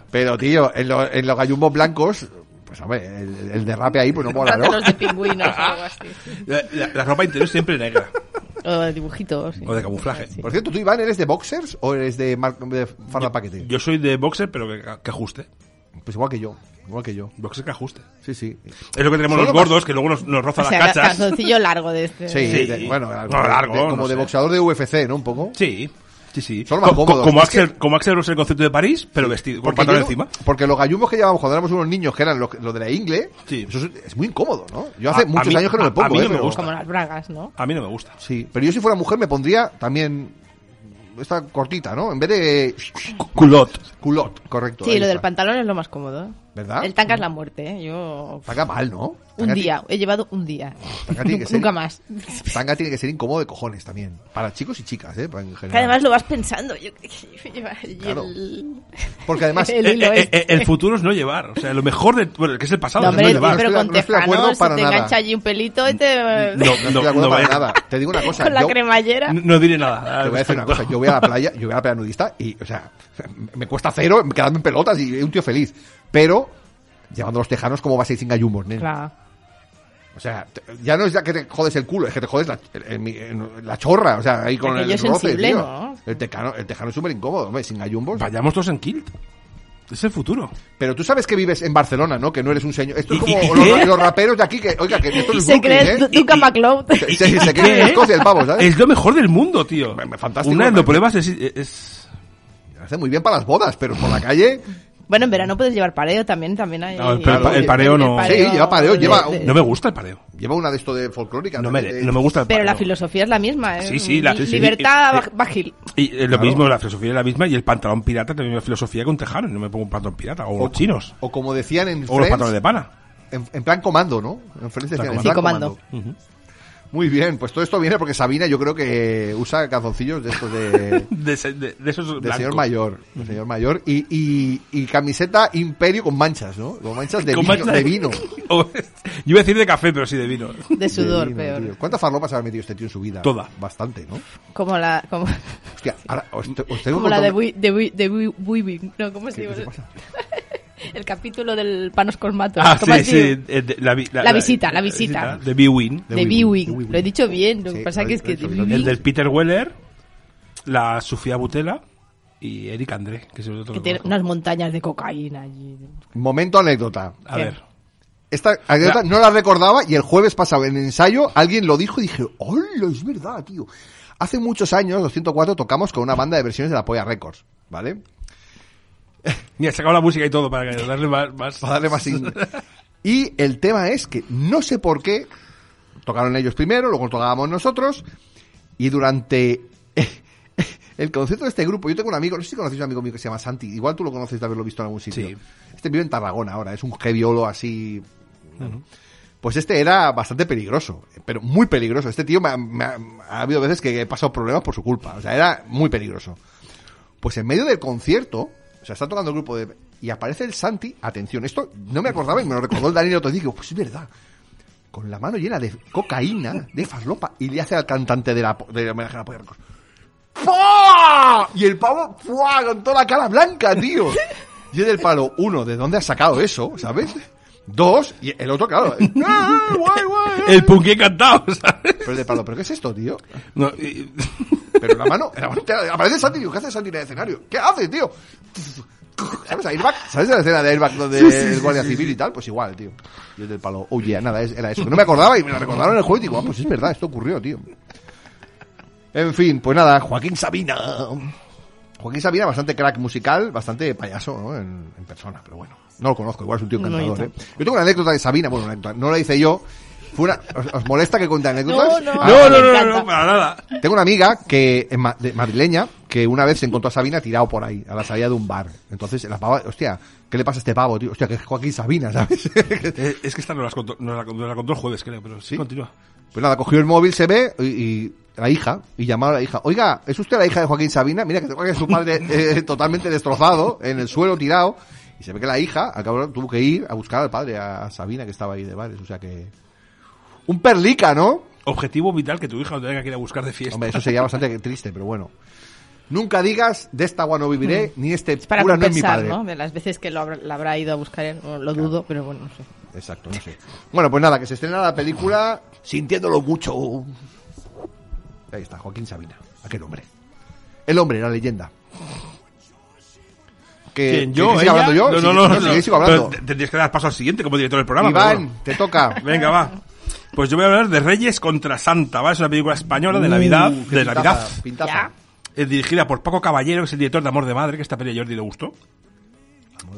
Pero, tío, en, lo- en los gallumbos blancos, pues, hombre, el, el derrape ahí, pues no mola, ¿no? Los de pingüinos o algo así. La, la- la ropa interior siempre negra. O de dibujitos. sí. o de camuflaje. Sí. Por cierto, ¿tú, Iván, eres de boxers o eres de, mar- de farda paquete? Yo soy de boxer, pero que, que ajuste. Pues igual que yo, igual que yo. Boxer que ajuste. Sí, sí. Es lo que tenemos Solo los gordos, que luego nos, nos roza O sea, las ca- cachas. calzoncillo largo de este. Sí, Sí. de- bueno, No, como, largo, de, como no de sé. boxeador de UFC, ¿no? Un poco. Sí, sí, sí. Son más Co- co- cómodos. como, Es que- Axel, como Axel Rose en el concierto de París, pero vestido, con pantalón yo no- encima. porque los gallumbos que llevábamos cuando éramos unos niños, que eran los lo de la ingle, Sí. eso es, es muy incómodo, ¿no? Yo hace A- a muchos mí- años que no a- me pongo, a mí no ¿eh? me Pero- gusta. Como las bragas, ¿no? A mí no me gusta. Sí, pero yo si fuera mujer me pondría también esta cortita, ¿no? En vez de Culot. culot, correcto. Sí, ahí lo del está. pantalón es lo más cómodo. ¿Verdad? El tanca es la muerte, ¿eh? Yo... Tanga mal, ¿no? Un Tanga ti- día. He llevado un día. Tanga tiene que ser- Nunca más. Tanga tiene que ser incómodo de cojones también. Para chicos y chicas, ¿eh? Para en general. Que además lo vas pensando. Yo- y Claro. el- Porque además... El Eh, hilo eh, este. eh, el futuro es no llevar. O sea, lo mejor de. Bueno, el que es el pasado No, es no hombre, le va. llevar. pero No estoy- con no estoy de tejano, acuerdo se para te nada. engancha allí un pelito y te... No, No, estoy de acuerdo no, para eh, nada. Te digo una cosa. con la yo- cremallera. No diré nada. Te voy a decir una cosa, yo voy a la playa, yo voy a la playa nudista y, o sea, me cuesta cero quedarme en pelotas y un tío feliz. Pero, llevando los tejanos, ¿cómo vas a ir sin gallumos, nen? Claro. O sea, te- ya no es ya que te jodes el culo, es que te jodes la, en mi- en la chorra, o sea, ahí con Aquello el es roce, sensible, tío. ¿no? El tejano, el tejano es súper incómodo, hombre, sin gallumbos. Vayamos todos en kilt. Es el futuro. Pero tú sabes que vives en Barcelona, ¿no? Que no eres un señor. Esto es ¿Y- y como los, qué? los raperos de aquí que, oiga, que esto no Y es se Brooklyn, cree ¿eh? Duncan MacLeod. Se, se- se cree en ¿Qué? Escocia el pavo, Pues, ¿sabes? Es lo mejor del mundo, tío. Me- me- fantástico, Una de me- las pruebas es, es- Hace muy bien para las bodas, pero por la calle... Bueno, en verano puedes llevar pareo también, también hay... No, el pa- el pa- el pareo no. Sí, lleva pareo, lleva un- No me gusta el pareo. Lleva una de esto de folclórica. No ¿no? me, De- no me gusta el pareo. Pero la filosofía es la misma, ¿eh? Sí, sí, la- Li- sí, sí. Libertad Eh, eh, bajil. Y eh, lo Claro. mismo, la filosofía es la misma y el pantalón pirata también es una filosofía con tejanos. No me pongo un pantalón pirata. O, los chinos. O como decían en O los pantalones Friends, de pana. en, en plan comando, ¿no? En Friends decían, Plan en comando. plan Sí, comando. Muy bien, pues todo esto viene porque Sabina yo creo que usa calzoncillos de estos de... De, ese- de- de esos De blancos. señor mayor, de señor mayor y, y, y camiseta imperio con manchas, ¿no? Con manchas de Con vino. mancha- de vino. O- Yo iba a decir de café, pero sí de vino. De sudor, De vino, peor. tío. ¿Cuántas farlopas habrá metido este tío en su vida? Toda. Bastante, ¿no? Como la... Como... Hostia, ahora os, te- os tengo Como un la montón- de Wee- de Wee- de Wee- Wee Wing. No, ¿cómo se ¿Qué- llama? qué se pasa? El capítulo del Panos Colmatos. Ah, ¿Cómo sí, ha sido? sí. eh, de- la, vi- La visita, la visita. De B-Win. De De Wee Wing, B-Wing. de Wee Wing. Lo he dicho bien, lo Sí, que pasa lo que he es que de dicho bien, Wee lo he El Wing, del Peter Weller, la Sofía Butela y Eric André, que es el otro que que tiene conozco. unas montañas de cocaína allí. Momento anécdota. A ver. Esta anécdota Ya. no la recordaba y el jueves pasado en el ensayo alguien lo dijo y dije, ¡hola! Es verdad, tío. Hace muchos años, los 104, tocamos con una banda de versiones de la Polla Records, ¿vale? Mira, he sacado la música y todo para que- darle más. más- Para darle más... in- y el tema es que no sé por qué tocaron ellos primero, luego tocábamos nosotros y durante el concierto de este grupo, yo tengo un amigo, no sé si conocéis a un amigo mío que se llama Santi, igual tú lo conoces de haberlo visto en algún sitio. Sí. Este vive en Tarragona ahora, es un geviolo así Pues este era bastante peligroso, pero muy peligroso. Este tío me ha, me ha- ha habido veces que he pasado problemas por su culpa. O sea, era muy peligroso. Pues en medio del concierto, o sea, está tocando el grupo de... Y aparece el Santi, atención, esto no me acordaba y me lo recordó el Daniel otro día. y Digo, pues es verdad. Con la mano llena de cocaína, de faslopa, y le hace al cantante de la po- de homenaje a la Polla Records. ¡Fua! Y el pavo, ¡fua! Con toda la cara blanca, tío. Y es del palo, uno, ¿de dónde has sacado eso? ¿Sabes? Dos, y el otro, claro. ¡Ah, guay, guay! El punky cantado, ¿sabes? Pero el del palo, ¿pero qué es esto, tío? No, y- Pero la mano, la mano entera- aparece Santi y digo, ¿qué hace Santi en el escenario? ¿Qué hace, tío? ¿Sabes? Airbag, ¿Sabes la escena de Airbag donde el guardia civil y tal? Pues igual, tío. Y el del palo, oye, nada, es- era eso. Que No me acordaba y me lo recordaron en el juego y digo, ah, pues es verdad, esto ocurrió, tío. En fin, pues nada, Joaquín Sabina. Joaquín Sabina, bastante crack musical, bastante payaso, ¿no? En, en persona, pero bueno. No lo conozco, igual es un tío No, yo encantador, ¿eh? tampoco. Yo tengo una anécdota de Sabina, bueno, una anécdota, no la hice yo. Fue una- ¿os, os molesta que cuente anécdotas? No, Ah, no, vale. no, no, no, encanta. no, para nada. Tengo una amiga que es ma- de- madrileña que una vez se encontró a Sabina tirado por ahí, a la salida de un bar. Entonces, la pava, hostia, ¿qué le pasa a este pavo, tío? Hostia, que es Joaquín Sabina, ¿sabes? pues Eh, es que esta nos, las contó- nos la, nos la contó el jueves, creo, pero sí, continúa. Pues nada, cogió el móvil, se ve, y, y la hija, y llamaba a la hija, oiga, ¿es usted la hija de Joaquín Sabina? Mira que tengo aquí a su padre eh, totalmente destrozado, en el suelo tirado. Y se ve que la hija, al cabo, tuvo que ir a buscar al padre, a, a Sabina, que estaba ahí de bares. O sea que... Un perlica, ¿no? Objetivo vital que tu hija no tenga que ir a buscar de fiesta. Hombre, eso sería bastante triste, pero bueno. Nunca digas, de esta agua no viviré, ni este Mm. Es para cura no es mi compensar, padre. ¿no? De las veces que lo habrá, la habrá ido a buscar, él, bueno, lo dudo, pero bueno, no sé. Exacto, no sé. Bueno, pues nada, que se estrena la película sintiéndolo mucho. Ahí está, Joaquín Sabina. Aquel hombre. El hombre, la leyenda. Que, ¿Quién, yo? que siga ¿Ella? hablando yo? No, Sí, no, no. no, sigue- sigo Pero hablando. te- Tendrías que dar paso al siguiente como director del programa. pero bueno. Iván, te toca. Venga, va. Pues yo voy a hablar de Reyes contra Santa, ¿vale? Es una película española de Uh, Navidad, qué de pintaza, Navidad, pintaza. Ya. eh, dirigida por Paco Caballero, que es el director de Amor de Madre, que esta peli a Jordi le gustó.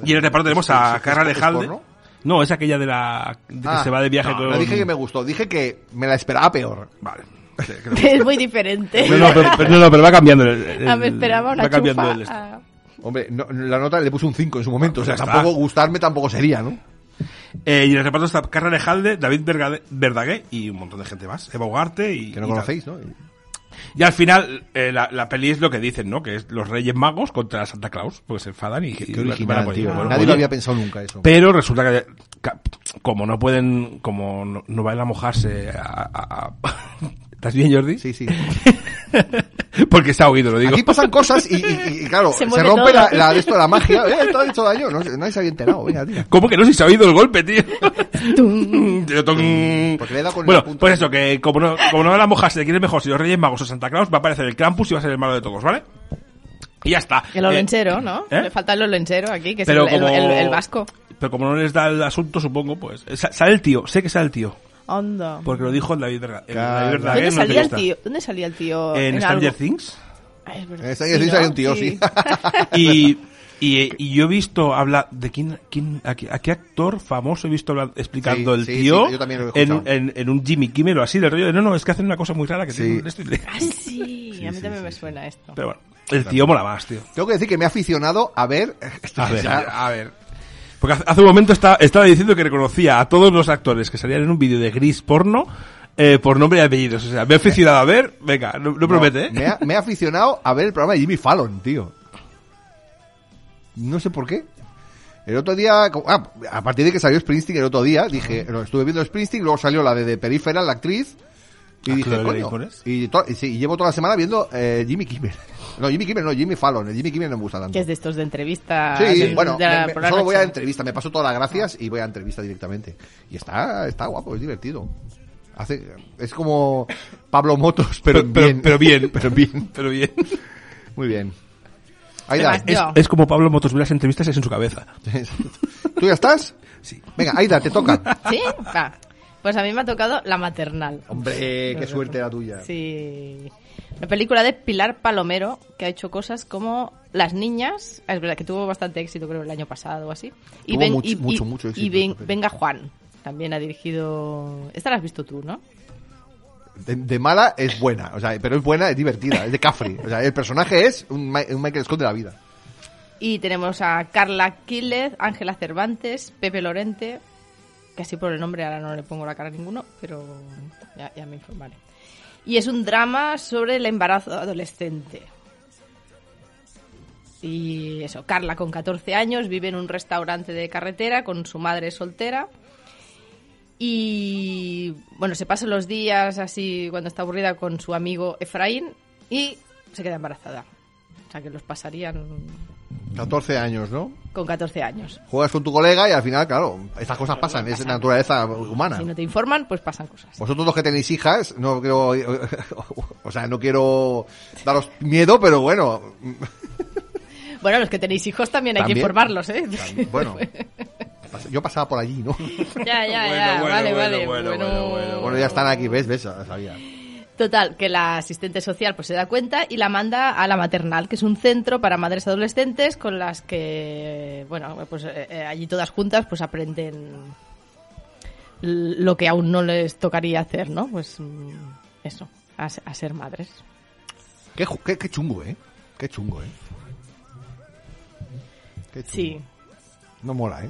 Y en el reparto tenemos ¿Es- a es- Carla es Alejalde. porno? No, es aquella de la de que Ah, se va de viaje no, con No dije que me gustó, dije que me la esperaba peor. Vale. Sí, creo que- Es muy diferente. No, no, pero, pero- no, no, pero va cambiando. el- el- Ah, me esperaba va una cambiando chufa. el este. ah. Hombre, no- la nota le puse un 5 en su momento, o sea, Pues ya tampoco está. gustarme tampoco sería, ¿no? Eh, y en el reparto está Carla Alejalde, David Verga- Verdaguer y un montón de gente más. Eva Ugarte y... Que no y tal. conocéis, ¿no? Y al final, eh, la, la peli es lo que dicen, ¿no? Que es los Reyes Magos contra Santa Claus, porque se enfadan y... y Qué van a original, por ahí. tío. Bueno, Nadie oye, lo había pensado nunca eso. Pero resulta que, ca- como no pueden, como no, no van a mojarse a... a- a- ¿Estás bien, Jordi? Sí, sí. Porque se ha oído, lo digo. Aquí pasan cosas y, y- y, claro, se, Se mueve rompe todo. la, la- de esto la magia. Eh, esto ha hecho daño. No, nadie se había enterado. Venga, tío. ¿Cómo que no? Si se ha oído el golpe, tío. Porque Mm, le he dado con la bueno, punta. pues eso, que como no, como no la mojarse de quién es mejor, si los Reyes Magos o Santa Claus, va a aparecer el Krampus y va a ser el malo de todos, ¿vale? Y ya está. El Eh, olenchero, ¿no? ¿eh? Le falta el olenchero aquí, que es el, Pero el- como- el- el vasco. Pero como no les da el asunto, supongo, pues. eh, sa- Sale el tío, sé que sale el tío. Anda. Porque lo dijo el David Verga- el Claro. David ¿Dónde Verdaguer. en una salía el entrevista. tío? ¿Dónde salía el tío? En algo? Stranger Things. Ah, es verdad. Eh, sí, sí, ¿no? Ah, salió un tío, sí. Y, y, y yo he visto hablar de quién, quién a, qué, a qué actor famoso he visto hablar- explicando Sí, el sí, tío sí, yo también lo he en, escuchado. en, en un Jimmy Kimmel o así, del rollo de no, no, es que hacen una cosa muy rara que Sí. tienen un esto y le-". Ah, sí. a mí también me suena esto. Pero bueno, el tío mola más, tío. Tengo que decir que me he aficionado a ver. A ver, Ya, a ver. Porque hace, hace un momento esta- estaba diciendo que reconocía a todos los actores que salían en un vídeo de gris porno eh, por nombre y apellidos. O sea, me he aficionado a ver, venga, no, no promete, ¿eh? Me, ha- me he aficionado a ver el programa de Jimmy Fallon, tío. No sé por qué. El otro día, como- ah, a partir de que salió Springsteen el otro día, dije, lo estuve viendo Springsteen, luego salió la de, de Perífera, la actriz, y Ah, dije, claro, coño, Rincones. y, to- y sí, y llevo toda la semana viendo eh, Jimmy Kimmel. No, Jimmy Kimmel no, Jimmy Fallon, el Jimmy Kimmel no me gusta tanto. Que es de estos de entrevista. Sí, de- bueno, de la- me- me- por la solo voy a noche. entrevista, me paso todas las gracias y voy a entrevista directamente. Y está, está guapo, es divertido. Hace, es como Pablo Motos, pero, Pero- bien. pero bien. pero bien. Pero bien. Muy bien. Aida, Sebastián. Es, Yo. es como Pablo Motos ve las entrevistas y es en su cabeza. ¿tú ya estás? Sí. Venga, Aida, te toca. ¿Sí? Va. Pues a mí me ha tocado La Maternal. Hombre, qué suerte la tuya. Sí. La película de Pilar Palomero, que ha hecho cosas como Las Niñas, ah, es verdad que tuvo bastante éxito creo el año pasado o así. Tuvo mucho- mucho, mucho éxito y Ven- esa peli. Venga Juan, también ha dirigido... Esta la has visto tú, ¿no? De, de mala es buena, o sea, pero es buena, es divertida, es de Cafri. O sea, el personaje es un, Ma- un Michael Scott de la vida. Y tenemos a Carla Quílez, Ángela Cervantes, Pepe Lorente, que así por el nombre ahora no le pongo la cara a ninguno, pero ya, ya me informaré. Y es un drama sobre el embarazo adolescente. Y eso, Carla con 14 años vive en un restaurante de carretera con su madre soltera. Y bueno, se pasa los días así cuando está aburrida con su amigo Efraín y se queda embarazada. O sea que los pasarían 14 años, ¿no? con 14 años. Juegas con tu colega y al final, claro, estas cosas pasan, es naturaleza humana. Si no te informan, pues pasan cosas. Vosotros los que tenéis hijas, no quiero, o sea, no quiero daros miedo, pero bueno, Bueno, los que tenéis hijos también hay También. que informarlos, ¿eh? bueno. Yo pasaba por allí, ¿no? ya, ya, Bueno, ya. bueno, vale, bueno, vale. bueno, bueno, bueno, Bueno, ya están aquí, ¿ves? ¿Ves? Sabía. Total, que la asistente social pues se da cuenta y la manda a la maternal, que es un centro para madres adolescentes con las que, bueno, pues eh, eh, allí todas juntas pues aprenden l- lo que aún no les tocaría hacer, ¿no? Pues mm, eso, a, se- a ser madres. Qué, ju- qué, qué chungo, ¿eh? Qué chungo, ¿eh? Qué chungo. Sí, No mola, ¿eh?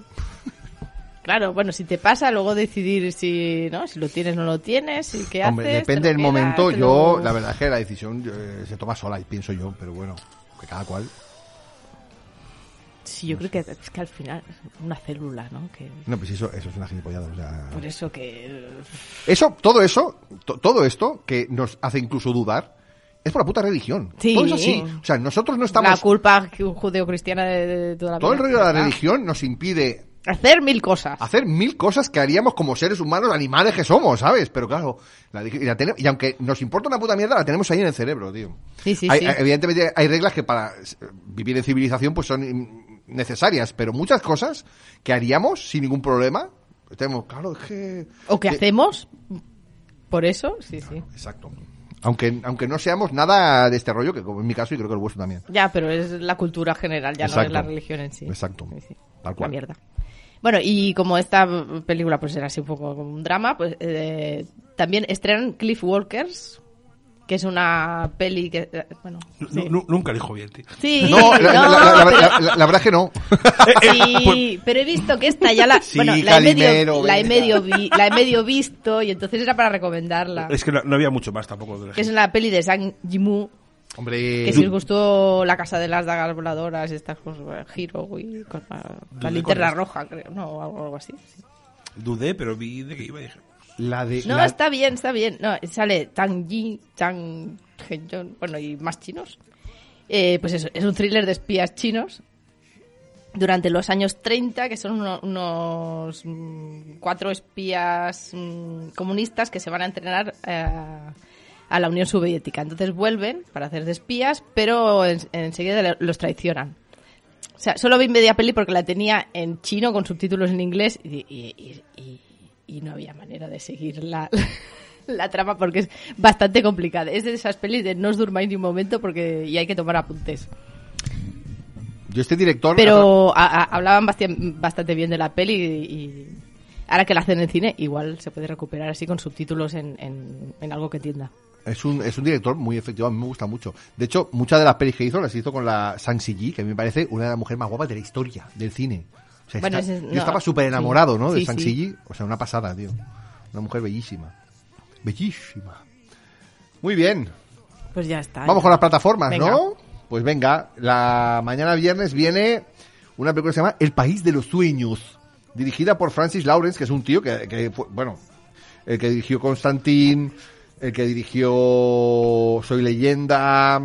claro, bueno, si te pasa luego decidir si, ¿no? Si lo tienes o no lo tienes y qué Hombre, haces. te depende lo del quedas, momento. te Yo, lo- la verdad es que la decisión eh, se toma sola, y pienso yo, pero bueno, que cada cual. Sí, yo creo que es que al final es una célula, ¿no? Que No, pues eso, eso es una gilipollada. O sea, por eso que eso, todo eso, to- todo esto que nos hace incluso dudar, es por la puta religión. Sí. Todo eso sí. O sea, nosotros no la estamos. culpa judeocristiana de, de toda la Todo el vida. rollo de la Ah, religión Ah, nos impide Hacer mil cosas. hacer mil cosas que haríamos como seres humanos, animales que somos, ¿sabes? Pero claro, la dij- y, la tenemos- y aunque nos importa una puta mierda, la tenemos ahí en el cerebro, tío. Sí, sí, Hay- sí. hay- evidentemente hay reglas que para eh, vivir en civilización pues son mm, necesarias, pero muchas cosas que haríamos sin ningún problema, pues tenemos, claro, es que... ¿O qué que- hacemos? Por eso, sí, sí. Exacto. Aunque, aunque no seamos nada de este rollo, que como en mi caso y creo que el vuestro también. Ya, pero es la cultura general, ya no Exacto. es la religión en sí. Exacto. Sí, sí. Tal cual. Una mierda. Bueno, y como esta película pues era así un poco como un drama, pues eh, también estrenan Cliff Walkers, que es una peli que... eh, Bueno, Nu- sí. nu- Nunca dijo bien, tío. Sí, No, la, la- la- no, la- pero- la- la- la verdad es que no. Sí, pero he visto que esta ya la, Sí, bueno, la, he, Calimero, medio, la, he venga. medio vi- la he medio visto y entonces era para recomendarla. Es que no, no había mucho más tampoco de la Que es gente. la peli de Zhang Yimou, Hombre, que si os gustó La Casa de las Dagas Voladoras, estas cosas, Giro y con la, la Dudé linterna con roja, creo, no, algo, algo así. sí. Dudé, pero vi de qué iba y dije. la de... No, la- está bien, está bien. No, sale Tang Yi, Tang Hengyong, bueno, y más chinos. Eh, pues eso, es un thriller de espías chinos durante los años 30, que son uno- unos mm, cuatro espías mm, comunistas que se van a entrenar eh, a la Unión Soviética. Entonces vuelven para hacer de espías, pero en- enseguida le- los traicionan. O sea, solo vi media peli porque la tenía en chino con subtítulos en inglés y, y- y- y- y no había manera de seguir la, la trama porque es bastante complicada. Es de esas pelis de no os durmáis ni un momento porque y hay que tomar apuntes. Yo este director... Pero a- a- hablaban bastia- bastante bien de la peli y, y ahora que la hacen en cine igual se puede recuperar así con subtítulos en, en- en algo que entienda. Es un, es un director muy efectivo, a mí me gusta mucho. De hecho, muchas de las pelis que hizo las hizo con la Sang Siji, que a mí me parece una de las mujeres más guapas de la historia del cine. O sea, Bueno, está- ese- yo no, estaba súper enamorado, sí, ¿no? De sí, Sang sí. Siji. O sea, una pasada, tío. Una mujer bellísima. Bellísima. Muy bien. Pues ya está. Vamos con las plataformas, Venga. ¿no? Pues venga, la mañana viernes viene una película que se llama El País de los Sueños, dirigida por Francis Lawrence, que es un tío que, que fue- bueno, el que dirigió Constantine, el que dirigió Soy Leyenda,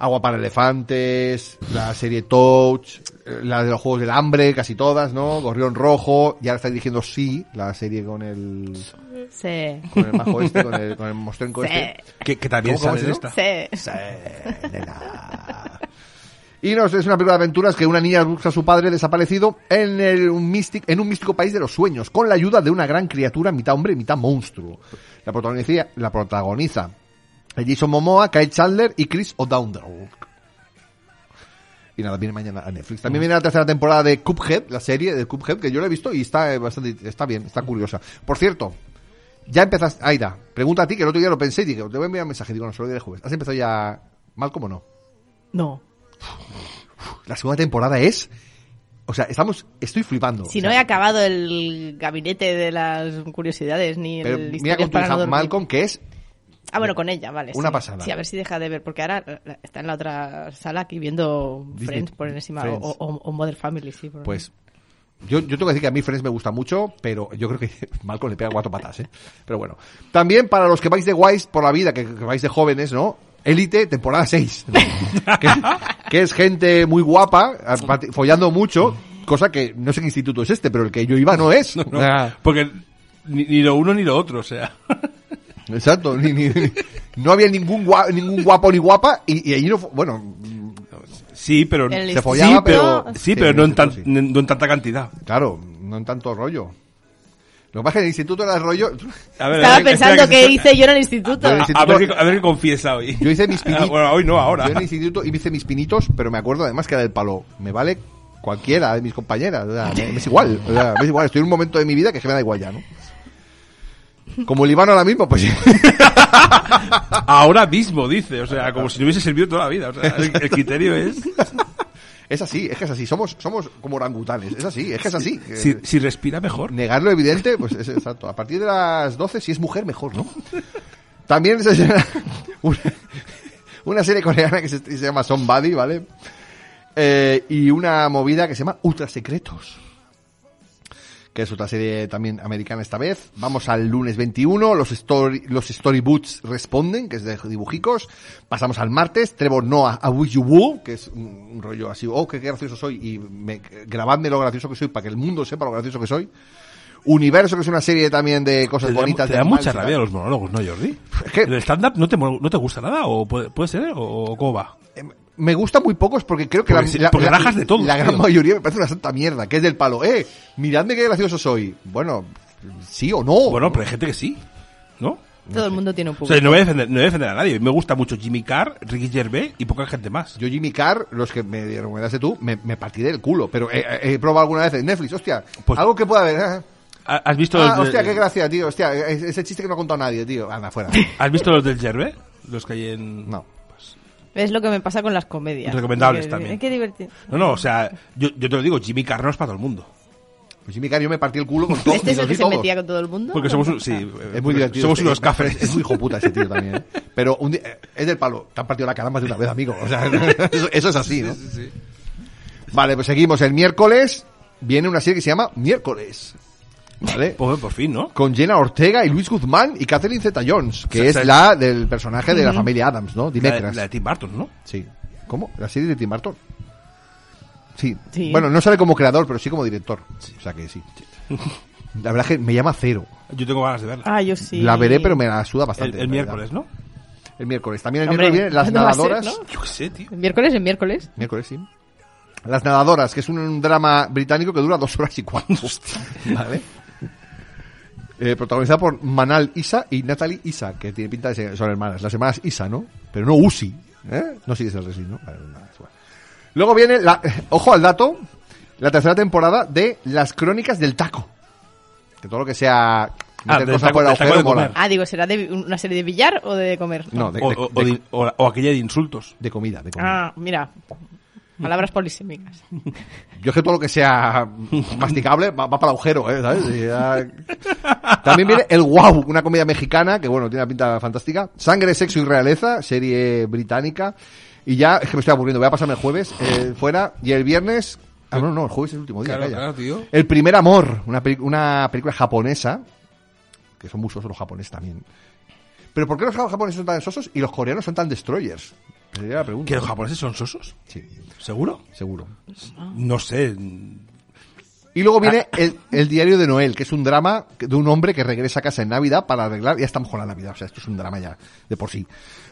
Agua para Elefantes, la serie Touch, eh, la de los Juegos del Hambre, casi todas, ¿no? Gorrión Rojo, y ahora está dirigiendo Sí, la serie con el, Sí. con el majo este, con el, con el mostrenco este. Sí. Que, que también ¿Cómo- cómo sale de es eso? esta. Sí. Sí, nena. Y nos es una película de aventuras que una niña busca a su padre desaparecido en, el- un místico, en un místico país de los sueños, con la ayuda de una gran criatura mitad hombre y mitad monstruo. La protagoniza, la protagoniza Jason Momoa, Kyle Chandler y Chris O'Donnell. Y nada, viene mañana a Netflix. También viene la tercera temporada de Cuphead, la serie de Cuphead, que yo la he visto y está eh, bastante, está bien, está curiosa. Por cierto, ya empezaste, Aida, pregunta a ti, que el otro día lo pensé y dije, te voy a enviar un mensaje, digo, no, solo el jueves. ¿Has empezado ya mal como no? No. La segunda temporada es O sea, estamos, estoy flipando. Si O no he sea, acabado el gabinete de las curiosidades ni pero el mira con historias tu para no hija dormir. Malcolm, que es Ah, bueno, con ella, vale. Una sí. pasada. Sí, a ver si deja de ver, porque ahora eh, está en la otra sala aquí viendo Disney Friends por encima Friends. O, o- o Mother Family, sí. por- Pues yo, yo tengo que decir que a mí Friends me gusta mucho, pero yo creo que Malcolm le pega cuatro patas, ¿eh? Pero bueno. También para los que vais de guays por la vida, que, que vais de jóvenes, ¿no? Élite, temporada 6. que, que es gente muy guapa, a- pati- follando mucho, cosa que no sé qué instituto es este, pero el que yo iba no es. No, Porque ni, ni lo uno ni lo otro, o sea. Exacto. ni- ni- ni- no había ningún, gua- ningún guapo ni guapa y, y ahí no... fu- Bueno, Sí, pero. El se follaba, sí, pero, pero- sí, pero no, en tan- sí. no en tanta cantidad. claro, no en tanto rollo. Lo que pasa es que en el instituto era rollo... A ver, a Estaba ver, pensando espera qué se- hice yo en el instituto. Ah, yo- A, a ver, qué- a ver qué confiesa hoy. Ah, Yo hice mis pinitos. bueno, hoy no, ahora. Yo en el instituto y me hice mis pinitos, pero me acuerdo además que era del palo. Me vale cualquiera de mis compañeras. o sea, me, me es igual. o sea, me es igual. Estoy en un momento de mi vida que es que me da igual ya, ¿no? Como el Iván ahora mismo, pues. Ahora mismo, dice. O sea, como si le hubiese servido toda la vida. O sea, el, el criterio es. es así, es que es así. Somos, somos como orangutanes. Es así, es que es así. Si, Eh, si respira mejor. Negar lo evidente, pues es exacto. A partir de las 12, si es mujer, mejor, ¿no? También se llama una, una serie coreana que se, se llama Somebody, ¿vale? Eh, y una movida que se llama Ultra Secretos. Que es otra serie también americana esta vez. Vamos al lunes 21. Los story, los storybooks responden, que es de dibujicos. Pasamos al martes. Trevor Noah a Will You Woo, que es un, un rollo así. Oh, qué gracioso soy. Y me, grabadme lo gracioso que soy para que el mundo sepa lo gracioso que soy. Universo, que es una serie también de cosas Te da, bonitas. te de da animales mucha y tal. rabia los monólogos, ¿no, Jordi? Es que- ¿El stand-up no te, mol- no te gusta nada? ¿O puede, puede ser? ¿O, o cómo va? Me gusta muy pocos porque creo que Porque sí, porque rajas de todos, la gran tío. mayoría me parece una santa mierda, que es del palo. Eh, miradme qué gracioso soy. Bueno, sí o no. Bueno, pero hay gente que sí. ¿No? Ah, Todo el mundo tiene un O público. sea, no voy a defender, no voy a, defender a nadie. Me gusta mucho Jimmy Carr, Ricky Gervais y poca gente más. Yo Jimmy Carr, los que me recomendaste tú, me, me partí del culo. Pero he, he- he probado alguna vez en Netflix, hostia. Pues- algo que pueda haber. ah. ¿Ha- ¿Has visto, Ah, los, de- hostia, qué gracia, tío. Hostia, es- ese chiste que no ha contado nadie, tío. Anda, fuera. ¿Has visto los del Gervais? Los que hay en... No. Es lo que me pasa con las comedias. Recomendables Que- también. Qué divertido. No, no, o sea, yo, yo te lo digo, Jimmy Carr no es para todo el mundo. Pues Jimmy Carr, yo me partí el culo con todos. Este es el con que se todos. metía con todo el mundo. Porque somos, un- sí, Ah. Es muy divertido. somos este. unos cafres. Es muy hijo puta ese tío también. ¿eh? Pero un di- eh, es del palo. Te han partido la cara más de una vez, amigo. O sea, eso, eso es así, ¿no? Vale, pues seguimos. El miércoles viene una serie que se llama Miércoles. ¿Vale? Pues, por fin, ¿no? Con Jenna Ortega y Luis Guzmán y Catherine Zeta-Jones, que Sí, es sí. la del personaje de la familia Adams, ¿no? La, Dimetras. la de Tim Burton, ¿no? Sí. ¿Cómo? ¿La serie de Tim Burton? Sí. Sí. Bueno, no sale como creador, pero sí como director. O sea que sí. La verdad es que me llama cero. Yo tengo ganas de verla. Ah, yo sí. La veré, pero me la suda bastante. el la el verdad. miércoles, ¿no? El miércoles. También el Hombre, miércoles vienen las ¿cuándo va a ser, nadadoras. no? Yo qué sé, tío. ¿Miércoles en miércoles? Miércoles, sí. Las nadadoras, que es un, un drama británico que dura dos horas y cuatro. ¿Vale? Eh, protagonizada por Manal Isa y Natalie Isa, que tiene pinta de ser son hermanas. Las hermanas Isa, ¿no? Pero no Usi. ¿eh? No sigues el wrestling, ¿no? Vale, nada, es igual. Luego viene, la, eh, ojo al dato, la tercera temporada de Las Crónicas del Taco. Que todo lo que sea meter Ah, del cosas taco- por el del taco agujero de comer. mola. Ah, digo, ¿será de vi- una serie de billar o de comer? No, de, O, de- o- de- o di- o la- o aquella de insultos. de comida, de comida. Ah, mira. Palabras polisémicas. Yo es que todo lo que sea masticable va, va para el agujero, ¿eh? ¿Sabes? Y ya- También viene El Wow, una comedia mexicana que, bueno, tiene una pinta fantástica. Sangre, Sexo y Realeza, serie británica. Y ya, es que me estoy aburriendo, voy a pasarme el jueves eh, fuera y el viernes... Ah, no, no, el jueves es el último día, Claro, calla. claro, tío. El Primer Amor, una, peli- una película japonesa, que son muy sosos los japoneses también. Pero ¿por qué los japoneses son tan sosos y los coreanos son tan destroyers? Sería la pregunta. ¿Que los japoneses son sosos? Sí, ¿Seguro? seguro. Ah. No sé. Y luego viene Ah. el, el diario de Noel, que es un drama de un hombre que regresa a casa en Navidad para arreglar, ya estamos con la Navidad, o sea, esto es un drama ya de por sí,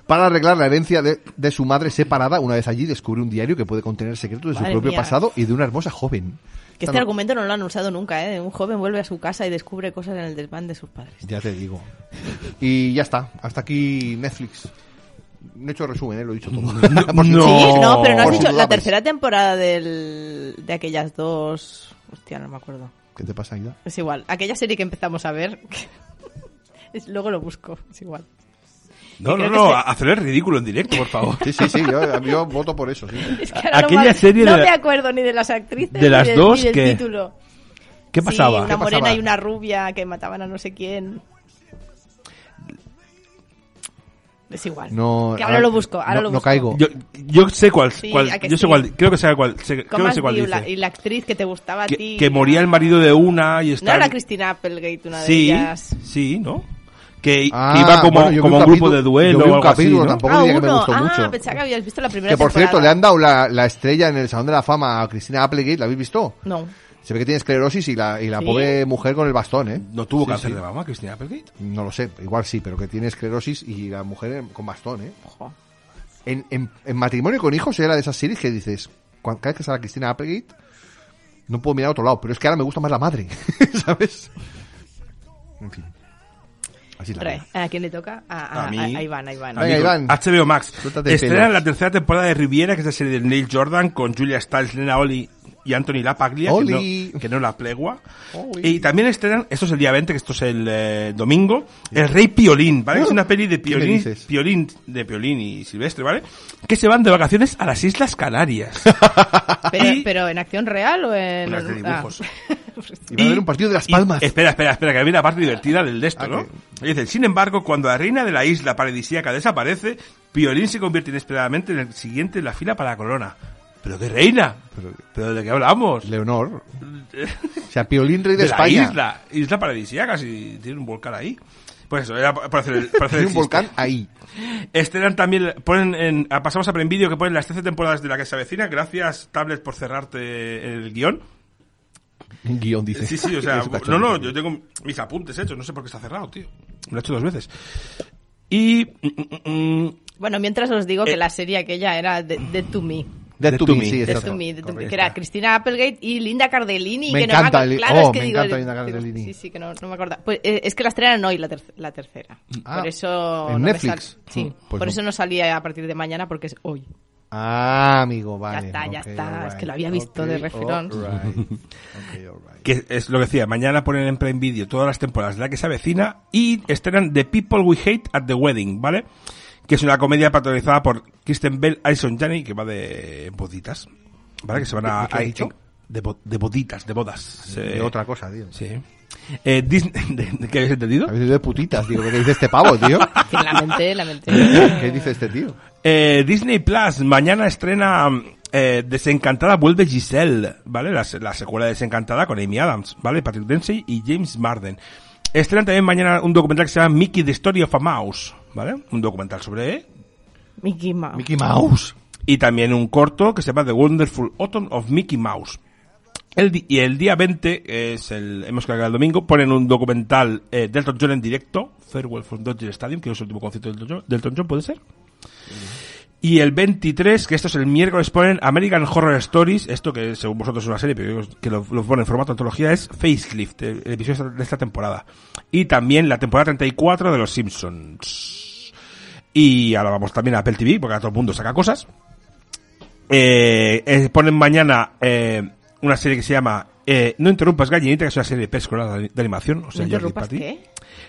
para arreglar la herencia de, de su madre separada. Una vez allí descubre un diario que puede contener secretos de su Madre propio mía. pasado y de una hermosa joven. Que Esta este no- argumento no lo han usado nunca, ¿eh? Un joven vuelve a su casa y descubre cosas en el desván de sus padres. Ya te digo. Y ya está, hasta aquí Netflix. No he hecho resumen, ¿eh? lo he dicho todo. Por si- No. Sí, no, pero no has por si dicho la dudabais. tercera temporada del, de aquellas dos... Hostia, no me acuerdo. ¿Qué te pasa, Aida? Es igual. Aquella serie que empezamos a ver... es- Luego lo busco, es igual. No, que no, creo no, que se- hacer el ridículo en directo, por favor. Sí, sí, sí, yo, yo voto por eso, sí. Es que ahora Aquella no, me- serie no de- me acuerdo ni de las actrices de ni las del- dos ni del que- título. ¿Qué Sí, pasaba? una morena pasaba? y una rubia que mataban a no sé quién. Es igual. No, ah, que ahora lo busco, ahora no, lo no busco. caigo. Yo, yo sé cuál, Sí, cuál- ¿a que yo sí? sé cuál, creo que sé cuál, sé- creo que Comas sé cuál y, la, dice. y la actriz que te gustaba a que, ti. que moría el marido de una y No estaba era Christina Applegate, una sí, de ellas. sí, ¿no? Que, Ah, que iba como, bueno, yo vi como un un grupo capítulo- de duelo yo vi o un algo así, capítulo, ¿no? tampoco diría que me gustó ah, mucho. pensaba que habías visto la primera Que por temporada. cierto, le han dado la, la estrella en el Salón de la Fama a Cristina Applegate, ¿la habéis visto? No. Se ve que tiene esclerosis y la, y la ¿Sí? pobre mujer con el bastón, ¿eh? No tuvo Sí, cáncer sí. de mamá, Cristina Applegate. No lo sé, igual sí, pero que tiene esclerosis y la mujer con bastón, ¿eh? Ojo. En, en, en Matrimonio con Hijos era de esas series que dices, cuan- cada vez que sale Cristina Applegate, no puedo mirar a otro lado, pero es que ahora me gusta más la madre, ¿sabes? En fin. Así es la Re, vida. ¿A quién le toca? A, a- A mí. a- a Iván, a Iván. A Venga, mí. Amigo, Iván. HBO Max. Suéltate Estrena pelos. la tercera temporada de Riviera, que es la serie de Neil Jordan, con Julia Stiles, Lena Oli y Anthony Lapaglia, que Oli. no, que no la plegua. Oli. Y también estrenan, esto es el día 20, que esto es el eh, domingo, El Rey Piolín, ¿vale? Es una peli de ¿Qué me Piolín, dices? Piolín, de Piolín y Silvestre, ¿vale? Que se van de vacaciones a las Islas Canarias. Pero, Y- pero en acción real o en. Las de dibujos. Y va a haber un partido de Las y- Palmas. espera, espera, espera, que viene la parte divertida del de esto, Ah, ¿no? que- Y Dice, sin embargo, cuando la reina de la isla paradisíaca desaparece, Piolín se convierte inesperadamente en el siguiente en la fila para la corona. ¿Pero qué reina? ¿Pero, pero de qué hablamos? Leonor. O sea, Piolín Rey de, de la España. isla. Isla paradisíaca, si tiene un volcán ahí. Pues eso, era para hacer el, para hacer Tiene el un chiste. volcán ahí. Estrenan también, ponen en, a- pasamos a Prime Video que ponen las 13 temporadas de la que se avecina. Gracias, Tablet, por cerrarte el guión. Guión dice. Sí, sí, o sea, Eso no, cachondeo. no, yo tengo mis apuntes hechos, no sé por qué está cerrado, tío. Lo he hecho dos veces. Y... mm, mm, mm, Bueno, mientras os digo Eh. que la serie aquella era de, de To Me. Dead Dead to, to me, Me. sí, Dead Dead exacto. to Me, Dead to Me, correcto. que era Cristina Applegate y Linda Cardellini. Me que encanta no Li- me acu- claro, oh, es que me digo, encanta Linda Cardellini. Sí, sí, que no, no me acordaba. Pues, eh, es que la estrenan hoy, la, ter- la tercera. Ah, por eso. en no me Netflix. sal- sí, Mm, pues por no. eso no salía a partir de mañana porque es hoy. Ah, amigo, vale. está, ya ok, está, alright, es que lo había visto de ok, refilón. alright, ok, alright. que es lo que decía, mañana ponen en Prime Video todas las temporadas de la que se avecina y estrenan The People We Hate at the Wedding, ¿vale? Que es una comedia protagonizada por Kristen Bell, Alison Janney, que va de boditas, ¿vale? Que se van a... ¿De qué has a- dicho? De, bo- de boditas, de bodas. De Eh, otra cosa, tío. Sí. Eh, Disney, de- ¿Qué habéis entendido? A veces de putitas, digo, ¿qué dice este pavo, tío? Que la menté, la menté. ¿Qué dice este tío? Eh, Disney Plus, mañana estrena mm, eh, Desencantada vuelve Giselle, ¿vale? La, se- la secuela de Desencantada con Amy Adams, ¿vale? Patrick Dempsey y James Marden. Estrenan también mañana un documental que se llama Mickey, The Story of a Mouse, ¿vale? Un documental sobre... Mickey Mouse. Mickey Mouse. Y también un corto que se llama The Wonderful Autumn of Mickey Mouse. El di- y el día 20, es el, hemos cargado el domingo, ponen un documental eh, de Elton John en directo, Farewell from Dodger Stadium, que es el último concierto de Elton John, de Elton John, ¿puede ser? Y el 23, que esto es el miércoles, ponen American Horror Stories, esto que según vosotros es una serie, pero yo- que lo, lo ponen en formato antología, es Facelift, el, el episodio de esta- de esta temporada. Y también la temporada 34 de Los Simpsons. Y ahora vamos también a Apple TV, porque a todo el mundo saca cosas. Eh, eh, ponen mañana eh, una serie que se llama eh, No interrumpas gallinita, que es una serie de pescola de animación. O sea, ¿No Jordi, interrumpas para ti. qué?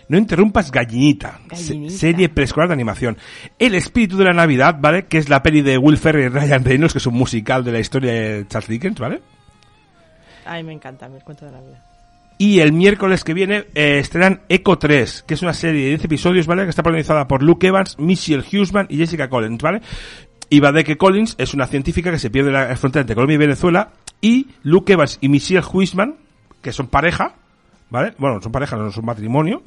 No interrumpas gallinita. se- Gallinita. serie preescolar de animación. El espíritu de la Navidad, ¿vale? Que es la peli de Will Ferrell y Ryan Reynolds, que es un musical de la historia de Charles Dickens, ¿vale? Ay, me encanta, me cuento de la vida. Y el miércoles que viene eh, estrenan Echo 3, que es una serie de 10 episodios, ¿vale? Que está protagonizada por Luke Evans, Michelle Huseman y Jessica Collins, ¿vale? Y va de que Collins es una científica que se pierde en la frontera entre Colombia y Venezuela y Luke Evans y Michelle Huseman, que son pareja, ¿vale? Bueno, son pareja, no son matrimonio.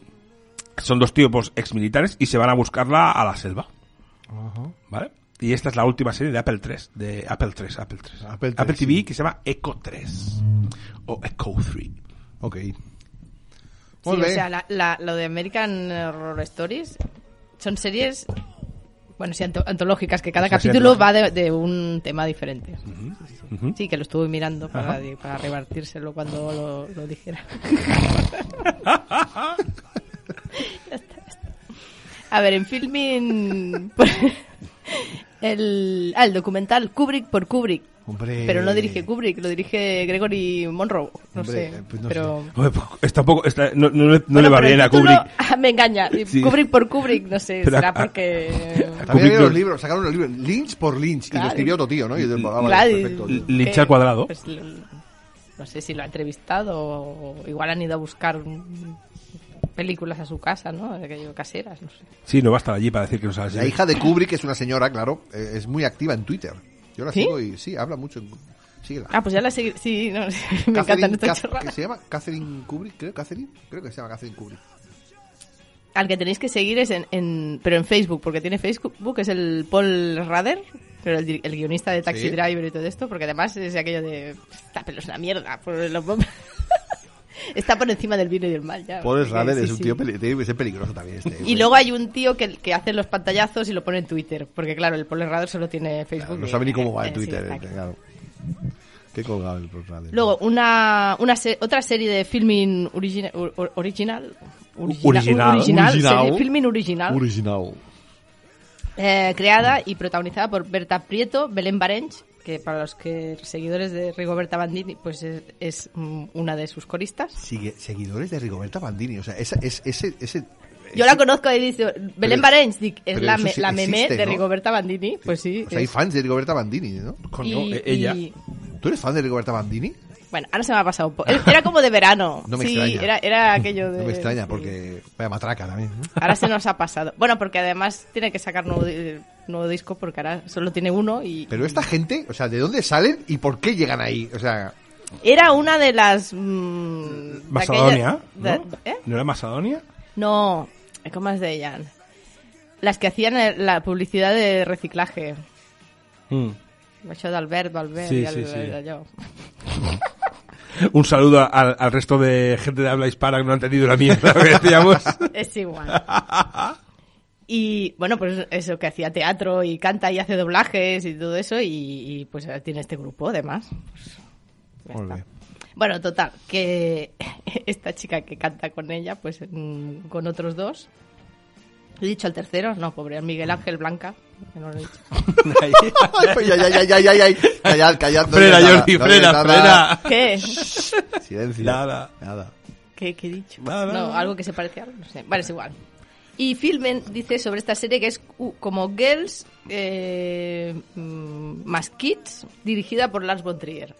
Son dos tipos exmilitares y se van a buscarla a la selva, ¿vale? Y esta es la última serie de Apple 3, de Apple 3, Apple 3. Apple Apple, 3, TV sí. que se llama Echo 3 o Echo 3. Ok. Sí, Muy o bien. sea, la- la- lo de American Horror Stories son series, bueno, sí, anto- antológicas, que cada Sí, sí, capítulo va antológicas. de, de un tema diferente. Ujú. Sí, que lo estuve mirando para, di- para rebatírselo cuando lo, lo dijera. Ya está, ya está. A ver, en pues, filming... El, ah, el documental Kubrick por Kubrick, Hombre. Pero no dirige Kubrick, lo dirige Gregory Monroe. No Hombre, sé. eh, pues no pero... sé. Hombre, pues, está un poco, está- no, no le- no Bueno, le va pero el bien a título- Kubrick. me engaña. Sí. Kubrick por Kubrick, no sé. Pero será a- porque. También Kubrick había lo- los libros, sacaron los libros, Lynch por Lynch, y Claro. lo escribió otro tío, ¿no? Y yo, ah, vale, Claro, y- perfecto. L- que- Lynch al cuadrado. pues, lo- no sé si lo ha entrevistado o igual han ido a buscar mm, películas a su casa, ¿no? Aquello, caseras, no sé. Sí, no va a estar allí para decir que no sabe. La hija de Kubrick es una señora, claro, eh, es muy activa en Twitter. Yo la ¿Sí? sigo y sí, habla mucho. en- Síguela. Ah, pues ya la seguí. Sí, no, me encantan estas Cath- ¿Qué chorradas. se llama? Catherine Kubrick, creo, Catherine, creo que se llama Catherine Kubrick. Al que tenéis que seguir es en, en- pero en Facebook, porque tiene Facebook, es el Paul Rader, pero el, dir- el guionista de Taxi Sí. Driver y todo esto, porque además es aquello de esta pelo es una mierda, por lo- está por encima del bien y del mal ya. Paul porque Schrader sí, es un sí. tío peli- tiene que ser peligroso también. Este, Y güey. luego hay un tío que, que hace los pantallazos y lo pone en Twitter, porque claro, el Paul Rader solo tiene Facebook. Claro, no y- sabe ni cómo va eh, en sí, Twitter, está eh, aquí. claro. Qué colgado el Paul Schrader. Luego, una, una se- otra serie de filming origina- or- or- original. Origina- Original. original, Original. serie- filming original. Original. Eh, creada y protagonizada por Berta Prieto, Belén Barench, que para los que seguidores de Rigoberta Bandini, pues es, es, mm, una de sus coristas. Sigue, seguidores de Rigoberta Bandini. O sea, esa, es, ese, ese. Yo la conozco y dice, Belén Pero- Barench dic, es pero la, eso me- sí la meme existe, de ¿no? Rigoberta Bandini, pues sí. O sea, eh, hay es- fans de Rigoberta Bandini, ¿no? Coño, y- e- ella. y- ¿Tú eres fan de Rigoberta Bandini? bueno, ahora se me ha pasado un poco. Era como de verano. No me sí, extraña. Era, era aquello de... No me extraña, sí. porque. Vaya matraca también. ¿no? Ahora se nos ha pasado. Bueno, porque además tiene que sacar nuevo, di- nuevo disco porque ahora solo tiene uno y... Pero esta gente, o sea, ¿de dónde salen y por qué llegan ahí? O sea, Era una de las... mm, de Macedonia. aquella- ¿no? de- ¿eh? ¿No era Macedonia? No, ¿cómo es de ellas? Las que hacían el- la publicidad de reciclaje. Mm. Això d'Albert, Valverde, Sí, al- sí, sí. allò. Un saludo al, al resto de gente de habla hispana que no ha entendido la mierda que decíamos. Es igual. Y bueno, pues eso que hacía teatro y canta y hace doblajes y todo eso. Y, y, pues ahora tiene este grupo, además. Pues, ya Muy está. bien. Bueno, total, que esta chica que canta con ella, pues mm, con otros dos. He dicho al tercero, no, pobre, al Miguel Ángel Blanca. que no lo he dicho. Ay, pues ya, ya, ya, ya, ya, ya. Callad, callad. no frena, digas Jordi, nada, no frena, digas nada. frena. ¿Qué? Silencio. Nada. Nada. ¿Qué, qué he dicho? Nada. No, algo que se parece a algo, no sé. Bueno, es igual. Y Filmen dice sobre esta serie que es cu- como Girls eh, mm, más Kids, dirigida por Lars von Trier.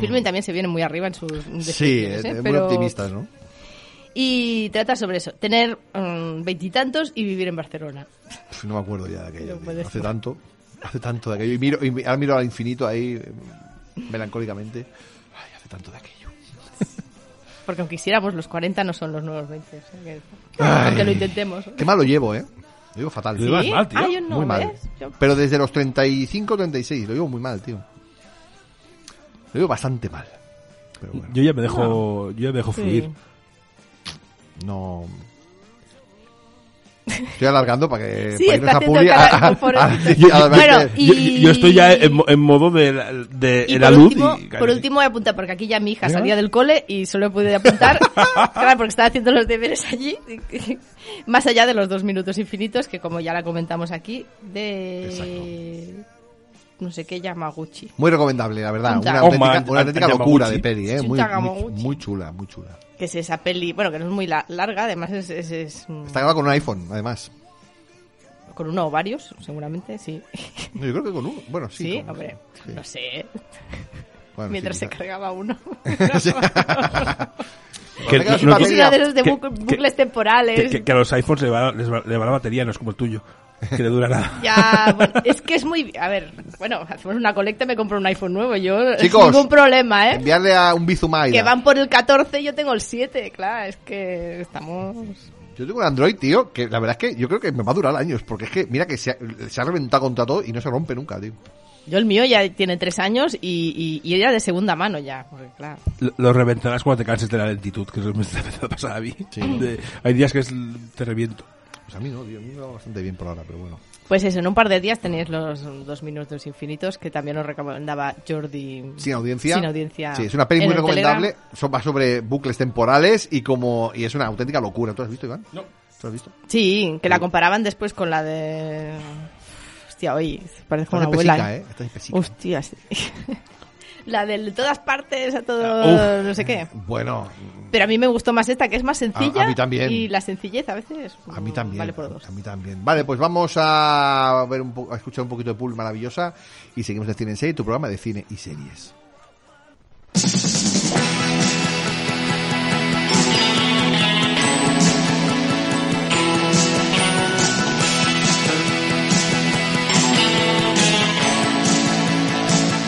Filmen también se viene muy arriba en sus Mm. Sí, definiciones, eh, ¿eh? muy Pero- optimistas, ¿no? Y trata sobre eso, tener mm, veintitantos y, vivir en Barcelona. Pf, no me acuerdo ya de aquello. No tío. puede hace tanto. Hace tanto de aquello. Y, miro, y mi- ahora miro al infinito ahí, eh, melancólicamente. Ay, hace tanto de aquello. Porque aunque quisiéramos, los 40 no son los nuevos 20. o sea que- Ay. aunque lo intentemos. ¿eh? Qué mal lo llevo, ¿eh? Lo llevo fatal. Lo llevas mal, tío. Ah, yo no, muy mal. ¿ves? Yo- Pero desde los 35, 36. Lo llevo muy mal, tío. Lo llevo bastante mal. Pero bueno. Yo ya me dejo, yo ya me dejo fluir. Sí. No. Estoy alargando para que. Sí, para está haciendo publi- cara de a- a- conformista. a- y a- Bueno, Yo, Y- yo estoy ya en, en modo de, la- de Y en por, la luz. último, y- por último voy a apuntar, porque aquí ya mi hija Venga. salía del cole y solo he podido apuntar, claro, porque estaba haciendo los deberes allí, más allá de los dos minutos infinitos, que como ya la comentamos aquí, de... No sé qué, Yamaguchi. Muy recomendable, la verdad. Punta. Una Oh, auténtica, man, una auténtica Yamaguchi. locura de peli, ¿eh? Sí, Muy, Yamaguchi. muy, muy chula, muy chula. Que es esa peli, bueno, que no es muy la- larga, además es, es- es, mm, Está grabada con un iPhone, además. con uno o varios, seguramente, sí. No, Yo creo que con uno. Bueno, sí. Sí, con- hombre, sí. no sé, Bueno, mientras sí, se quizá. cargaba uno. Sí. Que Me quedas no- una que- Es una batería. de los de que- bucle- que- bucles temporales. Que, que- que a los iPhones le va, les va- le va la batería, no es como el tuyo. Que le dura nada. Ya, bueno, es que es muy... A ver, bueno, hacemos una colecta y me compro un iPhone nuevo. Yo, Chicos, ningún problema, ¿eh? Enviarle a un Bizumay. Que van por el 14 y yo tengo el 7, claro, es que estamos... Yo tengo un Android, tío, que la verdad es que yo creo que me va a durar años, porque es que mira que se ha, se ha reventado contra todo y no se rompe nunca, tío. Yo el mío ya tiene 3 años y, y, y era de segunda mano ya, porque claro... Lo, lo reventarás cuando te canses de la lentitud, que eso me está empezando a pasar a mí. De- hay días que es, te reviento. Pues a mí no, tío, a mí me va bastante bien por ahora, pero bueno. Pues eso, en un par de días tenéis los dos minutos infinitos que también os recomendaba Jordi... Sin audiencia. Sin audiencia. Sí, es una peli en muy el recomendable. Telegram. Son, va sobre bucles temporales y como y es una auténtica locura. ¿Tú has visto, Iván? No. ¿Tú has visto? Sí, que la comparaban después con la de... Hostia, oye, parece Estás una de abuela. pesica, ¿eh? ¿eh? Estás de pesica. Hostia, sí. La de todas partes a todo Uf. Eh, no sé qué. Bueno, Pero a mí me gustó más esta, que es más sencilla. Ah, A- a mí también. Y la sencillez a veces a mí mm, también. vale por dos. A mí también. Vale, pues vamos a ver un po- a escuchar un poquito de Pool maravillosa y seguimos de Cine en Serie, tu programa de cine y series.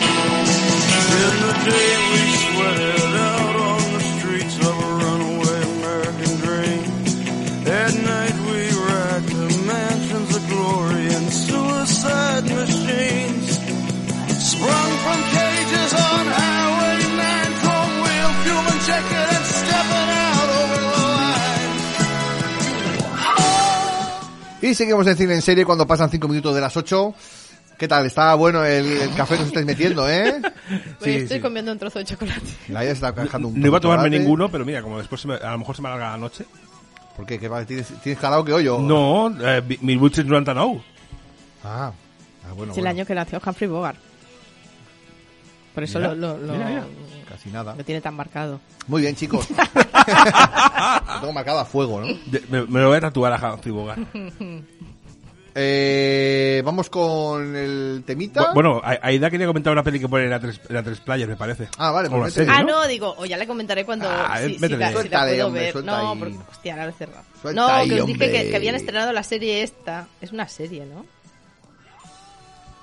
In the day we sweated out on the streets of a runaway American dream. At night we racked the mansions of glory and suicide machines. Sprung from cages on Highway 9, chrome wheel, fuel injected and stepping out over the line. Y seguimos en Cine en Serie cuando pasan 5 minutos de las 8. ¿Qué tal? Está bueno el, el café que os estáis metiendo, ¿eh? Oye, Sí, estoy sí. comiendo un trozo de chocolate. La vida se está cajando un No iba a tomarme chocolate. ninguno, pero mira, como después se me- a lo mejor se me alarga la noche. ¿Por qué? ¿Qué va? ¿Tienes, ¿Tienes karaoke hoy o...? No, eh, mi- mis buches no han tan au. Ah, ah, bueno, es el bueno. año que nació Humphrey Bogart. Por eso Mira, lo, lo- lo- mira, mira. Casi nada. lo tiene tan marcado. Muy bien, chicos. Lo tengo marcado a fuego, ¿no? De- me, me lo voy a tatuar a Humphrey Bogart. Eh, vamos con el temita. Bu- Bueno, A- Aida quería comentar una peli que pone en la tres, en la tres playas, me parece. Ah, vale, O pues la vete. serie, Ah, ¿no? no, digo, o ya le comentaré cuando. Ah, si, si métele. la, si la Suéltale, puedo hombre, ver. suelta No, ahí. porque, hostia, ahora lo he cerrado. Suelta No, ahí, que os dije hombre. que, que habían estrenado la serie esta. Es una serie, ¿no?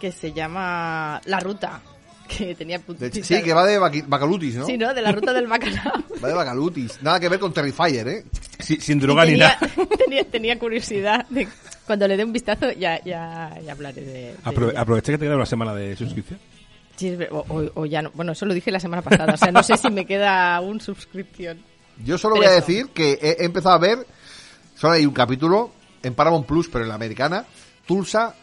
Que se llama La Ruta. Que tenía De puntita. hecho, sí, que va de baqui- bacalutis, ¿no? Sí, ¿no? De la ruta del bacalao. Va de bacalutis. Nada que ver con Terrifier, ¿eh? Si- sin droga ni tenía, nada. tenía, tenía curiosidad. de- cuando le dé un vistazo, ya, ya, ya hablaré de. de Aprove- ella. aproveché que te queda una semana de suscripción. Sí, es ver- o, o- o ya no. Bueno, eso lo dije la semana pasada. O sea, no sé si me queda aún suscripción. Yo solo Pero voy a eso. decir que he, he empezado a ver, solo hay un capítulo, en Paramount Plus, pero en la americana, Tulsa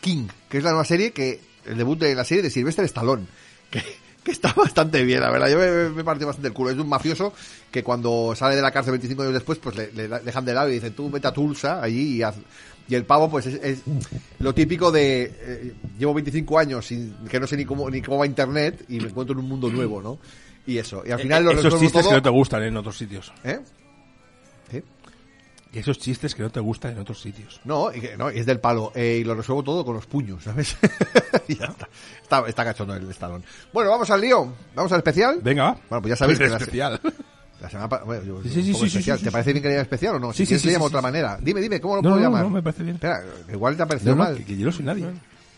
King, que es la nueva serie, que el debut de la serie de Sylvester Stallone, que, que está bastante bien, la verdad, yo me, me partí bastante el culo. Es de un mafioso que cuando sale de la cárcel 25 años después, pues le, le da- dejan de lado y dicen, tú vete a Tulsa allí y haz... Y el pavo, pues, es, es lo típico de... eh, llevo 25 años sin, que no sé ni cómo, ni cómo va Internet y me encuentro en un mundo nuevo, ¿no? Y eso. Y al final lo Eh, Esos resuelvo chistes todo- que no te gustan en otros sitios. ¿Eh? ¿Eh? Y esos chistes que no te gustan en otros sitios. No, y que- no, y es del palo. Eh, y lo resuelvo todo con los puños, ¿sabes? y ya está. Está, está cachondo el estalón. Bueno, vamos al lío. Vamos al especial. Venga, va. Bueno, pues ya sabéis que Es la, especial. la semana pasada. Bueno, yo- Sí, sí, un sí, poco sí, sí, especial. sí, ¿Te sí. parece bien que le llame especial o no? si Sí, sí, quieres, sí, le llamo sí, de otra sí. manera. Dime, dime, ¿cómo lo No, puedo no, llamar? no, me parece bien. Espera, igual te ha parecido No, no, mal. que, que yo no soy nadie.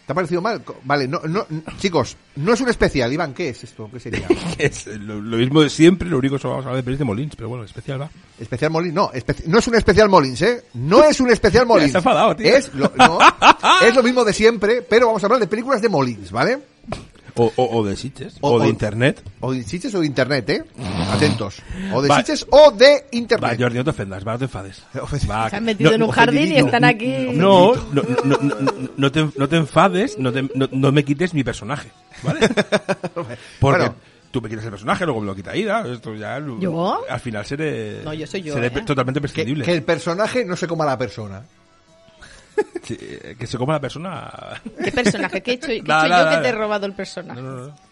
¿Te ha parecido mal? Co- Vale, no, no, chicos, no es un especial, Iván, ¿qué es esto? ¿Qué sería? Es lo, lo mismo de siempre, lo único que solo vamos a hablar de pelis de Molins, pero bueno, especial va. Especial Molins, no, espe- no es un especial Molins, ¿eh? No es un especial Molins. se ha enfadado, tío. Es lo, no, es lo mismo de siempre, pero vamos a hablar de películas de Molins, ¿vale? O, o, o de sitches, o, de internet. O de sitches o de internet, ¿eh? Atentos. O de Va. sitches o de internet. Va, Jordi, no te ofendas, va, no te enfades. Ofensivo. Va, Se que- han metido en un jardín y ofendidito. están aquí. No, no, no, no, no, no te, no te enfades, no, te- no, no me quites mi personaje, ¿vale? Porque Bueno. tú me quitas el personaje, luego me lo quita Ida, esto ya... ¿Yo? Al final seré... No, yo soy yo, seré ¿eh? pe- totalmente Que, prescindible. que el personaje no se coma a la persona. Sí, eh, que se coma la persona... ¿Qué personaje? ¿Qué he hecho, qué he hecho Nada, yo nada, que nada. te he robado el personaje?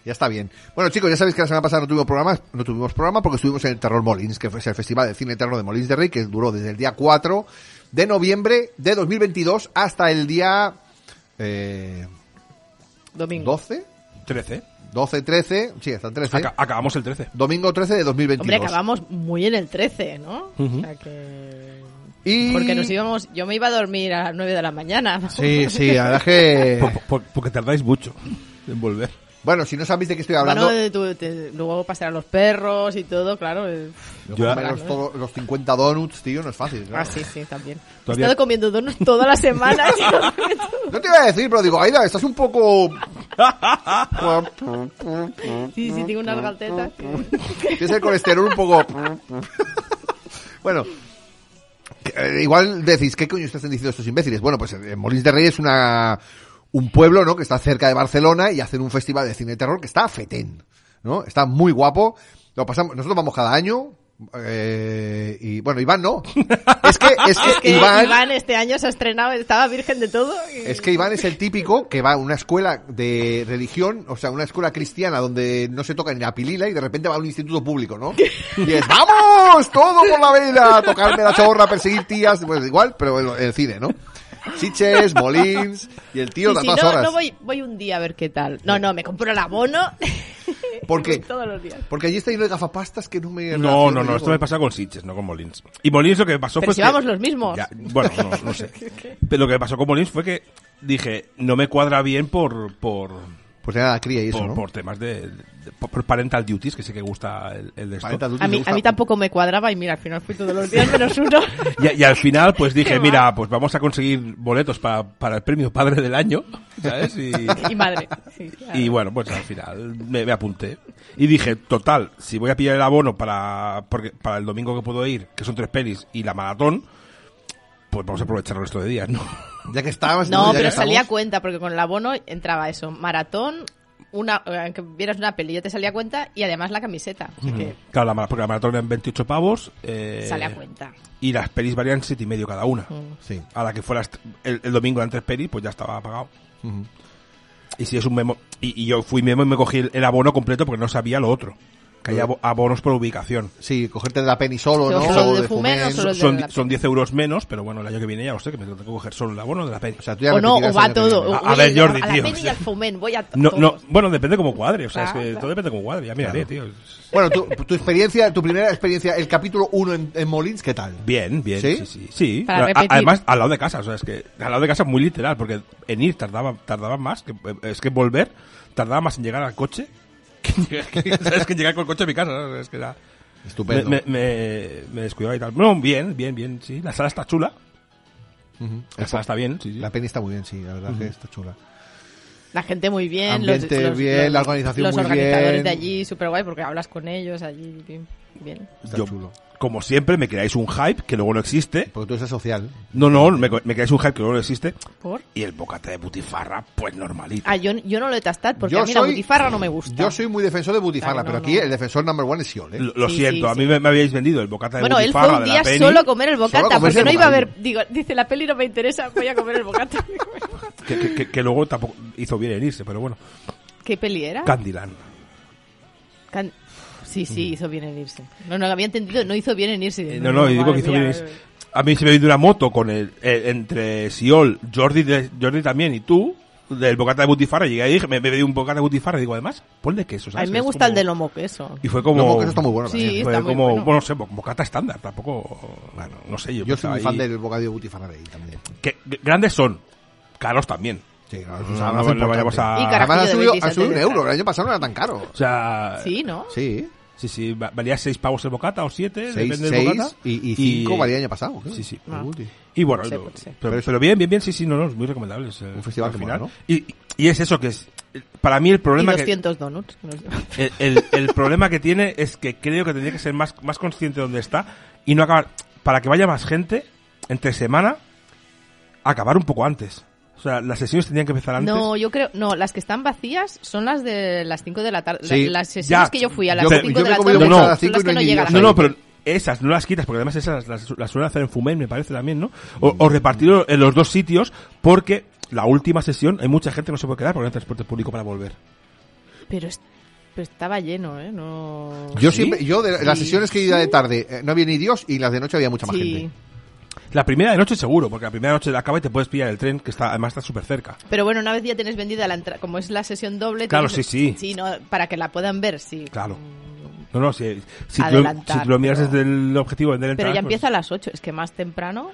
Ya está bien. Bueno, chicos, ya sabéis que la semana pasada no tuvimos programa, no tuvimos programa porque estuvimos en el Terror Molins, que fue el Festival de Cine Eterno de Molins de Rey, que duró desde el día 4 de noviembre de 2022 hasta el día eh, Domingo. 12, 13. 12, 13, sí, hasta el 13. ¿eh? Aca- acabamos el 13. Domingo 13 de 2022. Hombre, acabamos muy en el 13, ¿no? O sea que... Y... Porque nos íbamos... Yo me iba a dormir a las 9 de la mañana. Sí, sí, la verdad es Eh. que... Por- por- porque tardáis mucho en volver. Bueno, si no sabéis de qué estoy hablando, Bueno, eh, tú- te- luego pasar a los perros y todo, claro. eh. yo Yo- comeros todo- los 50 donuts, tío, no es fácil. claro. Ah, sí, sí, también. He Todavía- estado comiendo donuts toda la semana. No te iba a decir, pero digo, Aida, estás un poco... sí, sí, tengo unas galtetas. Tienes el colesterol un poco. bueno. que, eh, Igual decís, ¿qué coño están diciendo estos imbéciles? Bueno, pues eh, Molins de Rey es una, un pueblo, ¿no? Que está cerca de Barcelona y hacen un festival de cine de terror que está fetén, ¿no? Está muy guapo. Lo pasamos, nosotros vamos cada año, Eh, y bueno, Iván no. Es que, es que Que Ah, Iván, Iván... este año se ha estrenado, estaba virgen de todo. es que Iván es el típico que va a una escuela de religión, o sea, una escuela cristiana donde no se toca ni la pilila y de repente va a un instituto público, ¿no? Y es, ¡vamos! Todo por la vela, tocarme la chorra, perseguir tías, pues igual, pero en el cine, ¿no? Chiches, Molins, y el tío Y da si todas no, horas. no voy, voy un día a ver qué tal. No, no, me compro el abono. ¿Por qué? Todos los días. Porque allí está lleno de gafapastas que no me... No, relaciono no, yo no, esto con- me pasa con Sitches, no con Molins. Y Molins lo que pasó Pero fue si que- vamos los mismos. Ya, bueno, no, no sé. Pero lo que pasó con Molins fue que dije, no me cuadra bien por por Pues nada, cría y eso, por, ¿no? por temas de, de- por parental duties, que sé que gusta el, el de esto. Parental duties A Pues me mí, gusta. a mí tampoco me cuadraba y mira, al final fui todos los días menos uno. Y, y al final, pues dije, Qué mira, pues vamos a conseguir boletos para, para el premio Padre del Año, ¿sabes? Y, y madre. sí, claro. y bueno, pues al final me, me apunté. Y dije, total, si voy a pillar el abono para, porque, para el domingo que puedo ir, que son tres pelis, y la maratón, pues vamos a aprovechar el resto de días, ¿no? Ya que estabas... No, Ya que pero estamos. salía a cuenta, porque con el abono entraba eso, maratón, una, aunque vieras una peli, yo te salía a cuenta y además la camiseta. así que Claro, la, mara- porque la maratón en 28 pavos. eh, sale a cuenta. Mm. Y las pelis varían siete y medio cada una. Sí. A la que fueras t- el, el domingo eran tres pelis, pues ya estaba pagado. Y si es un memo. Y, y yo fui memo y me cogí el, el abono completo porque no sabía lo otro. Que hay abo- abonos por ubicación. Sí, cogerte de la penny solo, Solo ¿no? de O Fumen, Fumen. o solo- Pero el de Son, la di- son 10 euros menos, pero bueno, el año que viene ya lo sé, que me tengo que coger solo el abono de la peli. O sea, tú ya O no, repetirás o el va año que todo. viene. A- o a voy ver, ir Jordi, a la tío, peli y sí. al fumen, voy a to- no, no, todos. bueno, depende como cuadre, o sea, es Claro, que claro. todo depende como cuadre, ya mírale, tío. Bueno, tu, tu experiencia, tu primera experiencia, el capítulo 1 en, en Molins, ¿qué tal? Bien, bien, ¿Sí? sí, sí. sí. Para A- repetir. además, al lado de casa, o sea, es que al lado de casa muy literal, porque en ir tardaba, tardaba más, que, es que volver tardaba más en llegar al coche que, en llegar- que- ¿sabes? que en llegar con el coche a mi casa, ¿no? es que era- me, Estupendo. me, me- me descuidaba y tal. No, bien, bien, bien, sí. La sala está chula, Ujú. la sala está bien, sí, sí. La penny está muy bien, sí, la verdad que está chula. La gente muy bien, Ambiente los, los- bien, los- la organización los muy organizadores bien. de allí, súper guay, porque hablas con ellos allí. bien, Bien. Está Yo, chulo. como siempre, me creáis un hype que luego no existe. Porque tú eres social. No, no, me, me creáis un hype que luego no existe. ¿Por? Y el bocata de butifarra, pues normalito. Ah, yo, yo no lo he tastado porque Yo a mí la soy- butifarra no me gusta. Yo soy muy defensor de Butifarra, Claro, no, pero aquí no. el defensor number one es Siol, ¿eh? Lo, lo Sí, siento, sí, a mí sí. me, me habéis vendido el bocata de Bueno, él butifarra fue un de la día Penny. solo a comer el Solo bocata, comerse porque el no iba a bocata. ver, digo, dice la peli no me interesa, voy a comer el bocata. Que, que- que- que luego tampoco hizo bien en irse, pero bueno. ¿Qué peli era? Candyland. Can- Sí, sí, hizo bien en irse. No, no lo había entendido, no hizo bien en irse. Mm. Eh, no, no, yo digo que madre hizo mía, bien en irse. A mí se me vino una moto con el, eh, entre Siol, Jordi, de- Jordi también y tú, del bocata de butifarra. Llegué ahí y dije, me, me pedí un bocata de butifarra. Y digo, además, ponle queso, A ¿sabes? mí me Es gusta el como- de lomo queso. Y eh, fue como... Luego que eso está muy bueno Sí. también. Fue está muy como, bueno. bueno. no sé, bo- bocata estándar, tampoco... Bueno, no sé, yo, Yo soy pensaba muy fan ahí- del bocadillo Butifarra de ahí también. que- que grandes son, caros también. Sí, claro, No, es un no, abrazo no vayamos importante. a- Y Además carajillo ha de subido, Betis ¿eh? ha antes subido un de euro, el entrar. año pasado no era tan caro. O sea... Sí, ¿no? Sí, Sí, sí, va- valía 6 pavos el bocata o 7, seis, depende del seis bocata. y, y cinco valía el año pasado. creo. Sí, sí. Ah. El Buti. Y bueno, Sí, lo- pues sí. pero, Pero es- pero bien, bien, bien, sí, sí, no, no, es muy recomendable. es, eh, Un festival al que final. mola, Y, y es eso que es, eh, para mí el Y problema que, 200 donuts. que nos llevamos. el, el- el problema que tiene es que creo que tendría que ser más, más consciente de dónde está y no acabar, para que vaya más gente, entre semana, acabar un poco antes. O sea, las sesiones tendrían que empezar antes. No, yo creo, no, las que están vacías son las de las 5 de la tarde. Sí, La- las sesiones ya. que yo fui a las Yo- 5 yo de me la he comido tarde muchas a son las cinco las y no que no hay ni llegan a diez. No, las no, seis. pero esas no las quitas porque además esas las, las suelen hacer en Fumen, me parece también, ¿no? O, o repartirlo en los dos sitios porque la última sesión hay mucha gente que no se puede quedar porque no hay transporte público para volver. Pero, es- pero estaba lleno, ¿eh? No... Yo ¿Sí? siempre, yo de las Sí. sesiones que iba de tarde eh, no había ni Dios y las de noche había mucha más Sí. gente. La primera de noche seguro, porque la primera noche acaba y te puedes pillar el tren que está además está súper cerca. Pero bueno, una vez ya tenés vendida la entrada, como es la sesión doble... Claro, tienes- sí, sí. Sí, no, para que la puedan ver, sí. Claro. No, no, si, si, tú, lo- Adelantar, si tú lo miras pero- desde el objetivo de vender Pero ya entradas, pues, empieza a las 8, es que más temprano...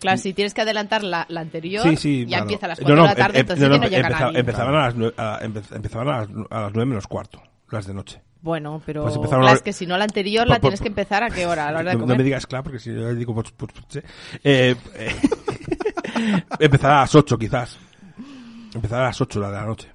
Claro, si tienes que adelantar la, la anterior, Sí, sí, ya claro. empieza a las No, 4 no, de la tarde, em- em- entonces no, ya no, no llega empeza- nadie. Empezaban, a las, nue- a- empe- empezaban a, las, nu- a las nueve menos cuarto, las de noche. Bueno, pero Pues las empezaron a- que si no la anterior Por- la por- tienes que empezar a qué hora, a la hora de no, no comer. me digas claro, porque si yo digo pues, pues, pues, eh, eh, eh, empezará a las 8 quizás. Empezará a las 8 la de la noche.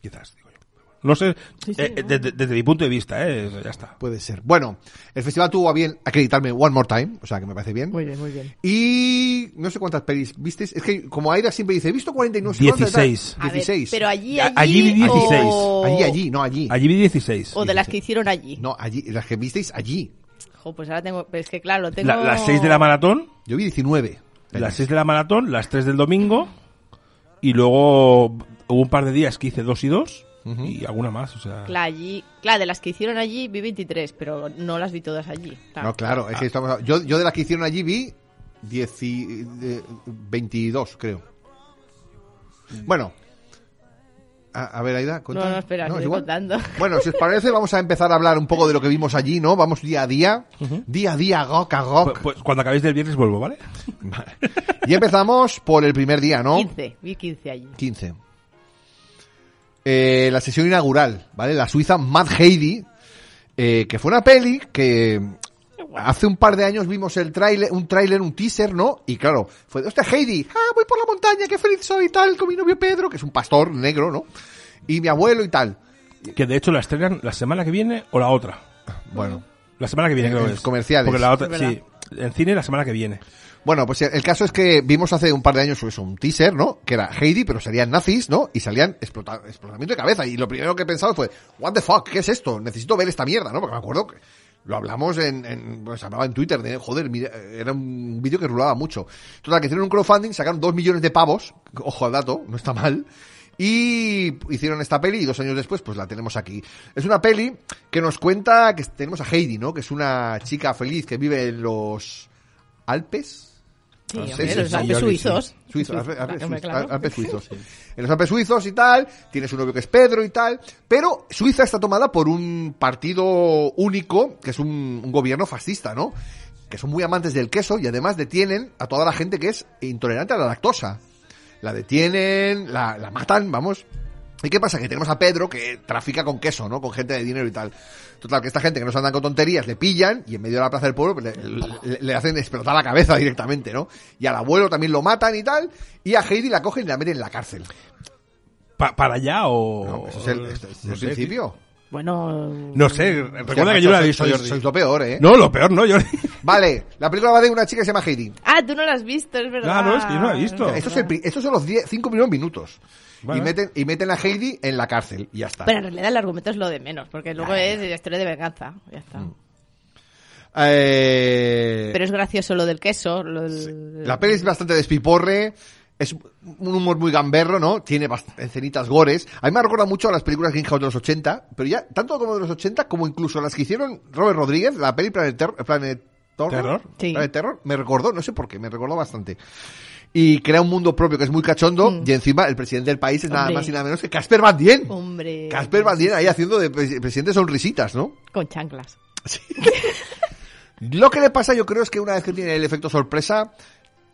Quizás, digo yo. No sé, eh, eh, desde, desde mi punto de vista, eh, eso ya está. Puede ser. Bueno, el festival tuvo a bien acreditarme One More Time, o sea que me parece bien. Muy bien, muy bien. Y no sé cuántas pelis visteis. Es que como Aira siempre dice, he visto 49. sé 16. cuántas, tal. A ver, 16. pero allí, A- allí, allí vi o- 16. allí, allí, no allí. Allí vi 16. O de las que hicieron allí. No, allí, las que visteis allí. Jo, pues ahora tengo. Es que claro, lo tengo. La- las 6 de la maratón, Yo vi 19. las 6 de la maratón, las 3 del domingo y luego hubo un par de días que hice 2 y 2 y alguna más, o sea... Claro, allí, claro, de las que hicieron allí vi 23, pero no las vi todas allí. Claro. No, claro, Ah. es que estamos... Yo, yo de las que hicieron allí vi 10 y- eh, 22, creo. Bueno. A, a ver, Aida, cuenta. Mm. No, no, espera, es sigue igual. contando. Bueno, si os parece, vamos a empezar a hablar un poco de lo que vimos allí, ¿no? Vamos día a día, día a día, rock a Pues, rock. pues cuando acabéis del viernes vuelvo, ¿vale? pues. Y empezamos por el primer día, ¿no? 15, vi 15 allí. 15. Eh, la sesión inaugural, ¿vale? La suiza Mad Heidi, eh, que fue una peli que hace un par de años vimos el tráiler, un tráiler, un teaser, ¿no? Y claro, fue, hostia, Heidi, ah, voy por la montaña, qué feliz soy y tal, con mi novio Pedro, que es un pastor negro, ¿no? Y mi abuelo y tal. Que de hecho la estrenan la semana que viene o la otra. Bueno. La semana que viene En creo que los es. comerciales. Porque la otra, Es verdad. sí, en cine la semana que viene. Bueno, pues el caso es que vimos hace un par de años eso, un teaser, ¿no? Que era Heidi, pero salían nazis, ¿no? Y salían explota- explotamiento de cabeza. Y lo primero que pensaba fue, what the fuck, ¿qué es esto? Necesito ver esta mierda, ¿no? Porque me acuerdo que lo hablamos en, en- pues hablaba en Twitter de, joder, mira, era un vídeo que rulaba mucho. Total, que hicieron un crowdfunding, sacaron dos millones de pavos, ojo al dato, no está mal. Y hicieron esta peli y dos años después pues la tenemos aquí. Es una peli que nos cuenta que tenemos a Heidi, ¿no? Que es una chica feliz que vive en los Alpes. Sí, Ah, sí, hombre, sí, los sí, Alpes sí. suizos. Suizos, Suizos, Alpes, Alpes hombre, suizos, claro. Alpes suizos. En los Alpes suizos y tal, tiene su novio que es Pedro y tal, pero Suiza está tomada por un partido único, que es un, un gobierno fascista, ¿no? Que son muy amantes del queso y además detienen a toda la gente que es intolerante a la lactosa. La detienen, la, la matan, vamos. ¿Y qué pasa? Que tenemos a Pedro que trafica con queso, ¿no? Con gente de dinero y tal. Total, que esta gente que nos andan con tonterías le pillan y en medio de la plaza del pueblo pues, le, le- le hacen explotar la cabeza directamente, ¿no? Y al abuelo también lo matan y tal. Y a Heidi la cogen y la meten en la cárcel. Pa- ¿Para allá o...? No, pues, eso es el, es- es Oh, no el sé, principio. Mm, Bueno, tío. No sé, recuerda que yo la he visto, Sois- Jordi. sois lo peor, ¿eh? No, lo peor no, Jordi. Vale, la película va de una chica que se llama Heidi. Ah, tú no lo has visto, es verdad. Claro, es que yo no la he visto. Estos, son- estos son los 5 primeros minutos. Vale. Y, meten, y meten a Heidi en la cárcel. Y ya está. Pero en realidad el argumento es lo de menos, porque luego es la historia de venganza. Ya está. Mm. Eh, Pero es gracioso lo del queso. Lo del... La peli es bastante despiporre. Es un humor muy gamberro, ¿no? Tiene bast- escenitas gores. A mí me recuerda mucho a las películas Green House de los 80, pero ya, tanto como de los 80, como incluso las que hicieron Robert Rodríguez, la peli Planet, Ter- Planet Terror, Terror. Sí. Planet Terror, me recordó, no sé por qué, me recordó bastante. Y crea un mundo propio que es muy cachondo, y encima el presidente del país es nada Mm. Hombre. más y nada menos que Casper Van Dien. Hombre. Casper Van Dien ahí haciendo de pre- presidente sonrisitas, ¿no? Con chanclas. Lo que le pasa, yo creo, es que una vez que tiene el efecto sorpresa,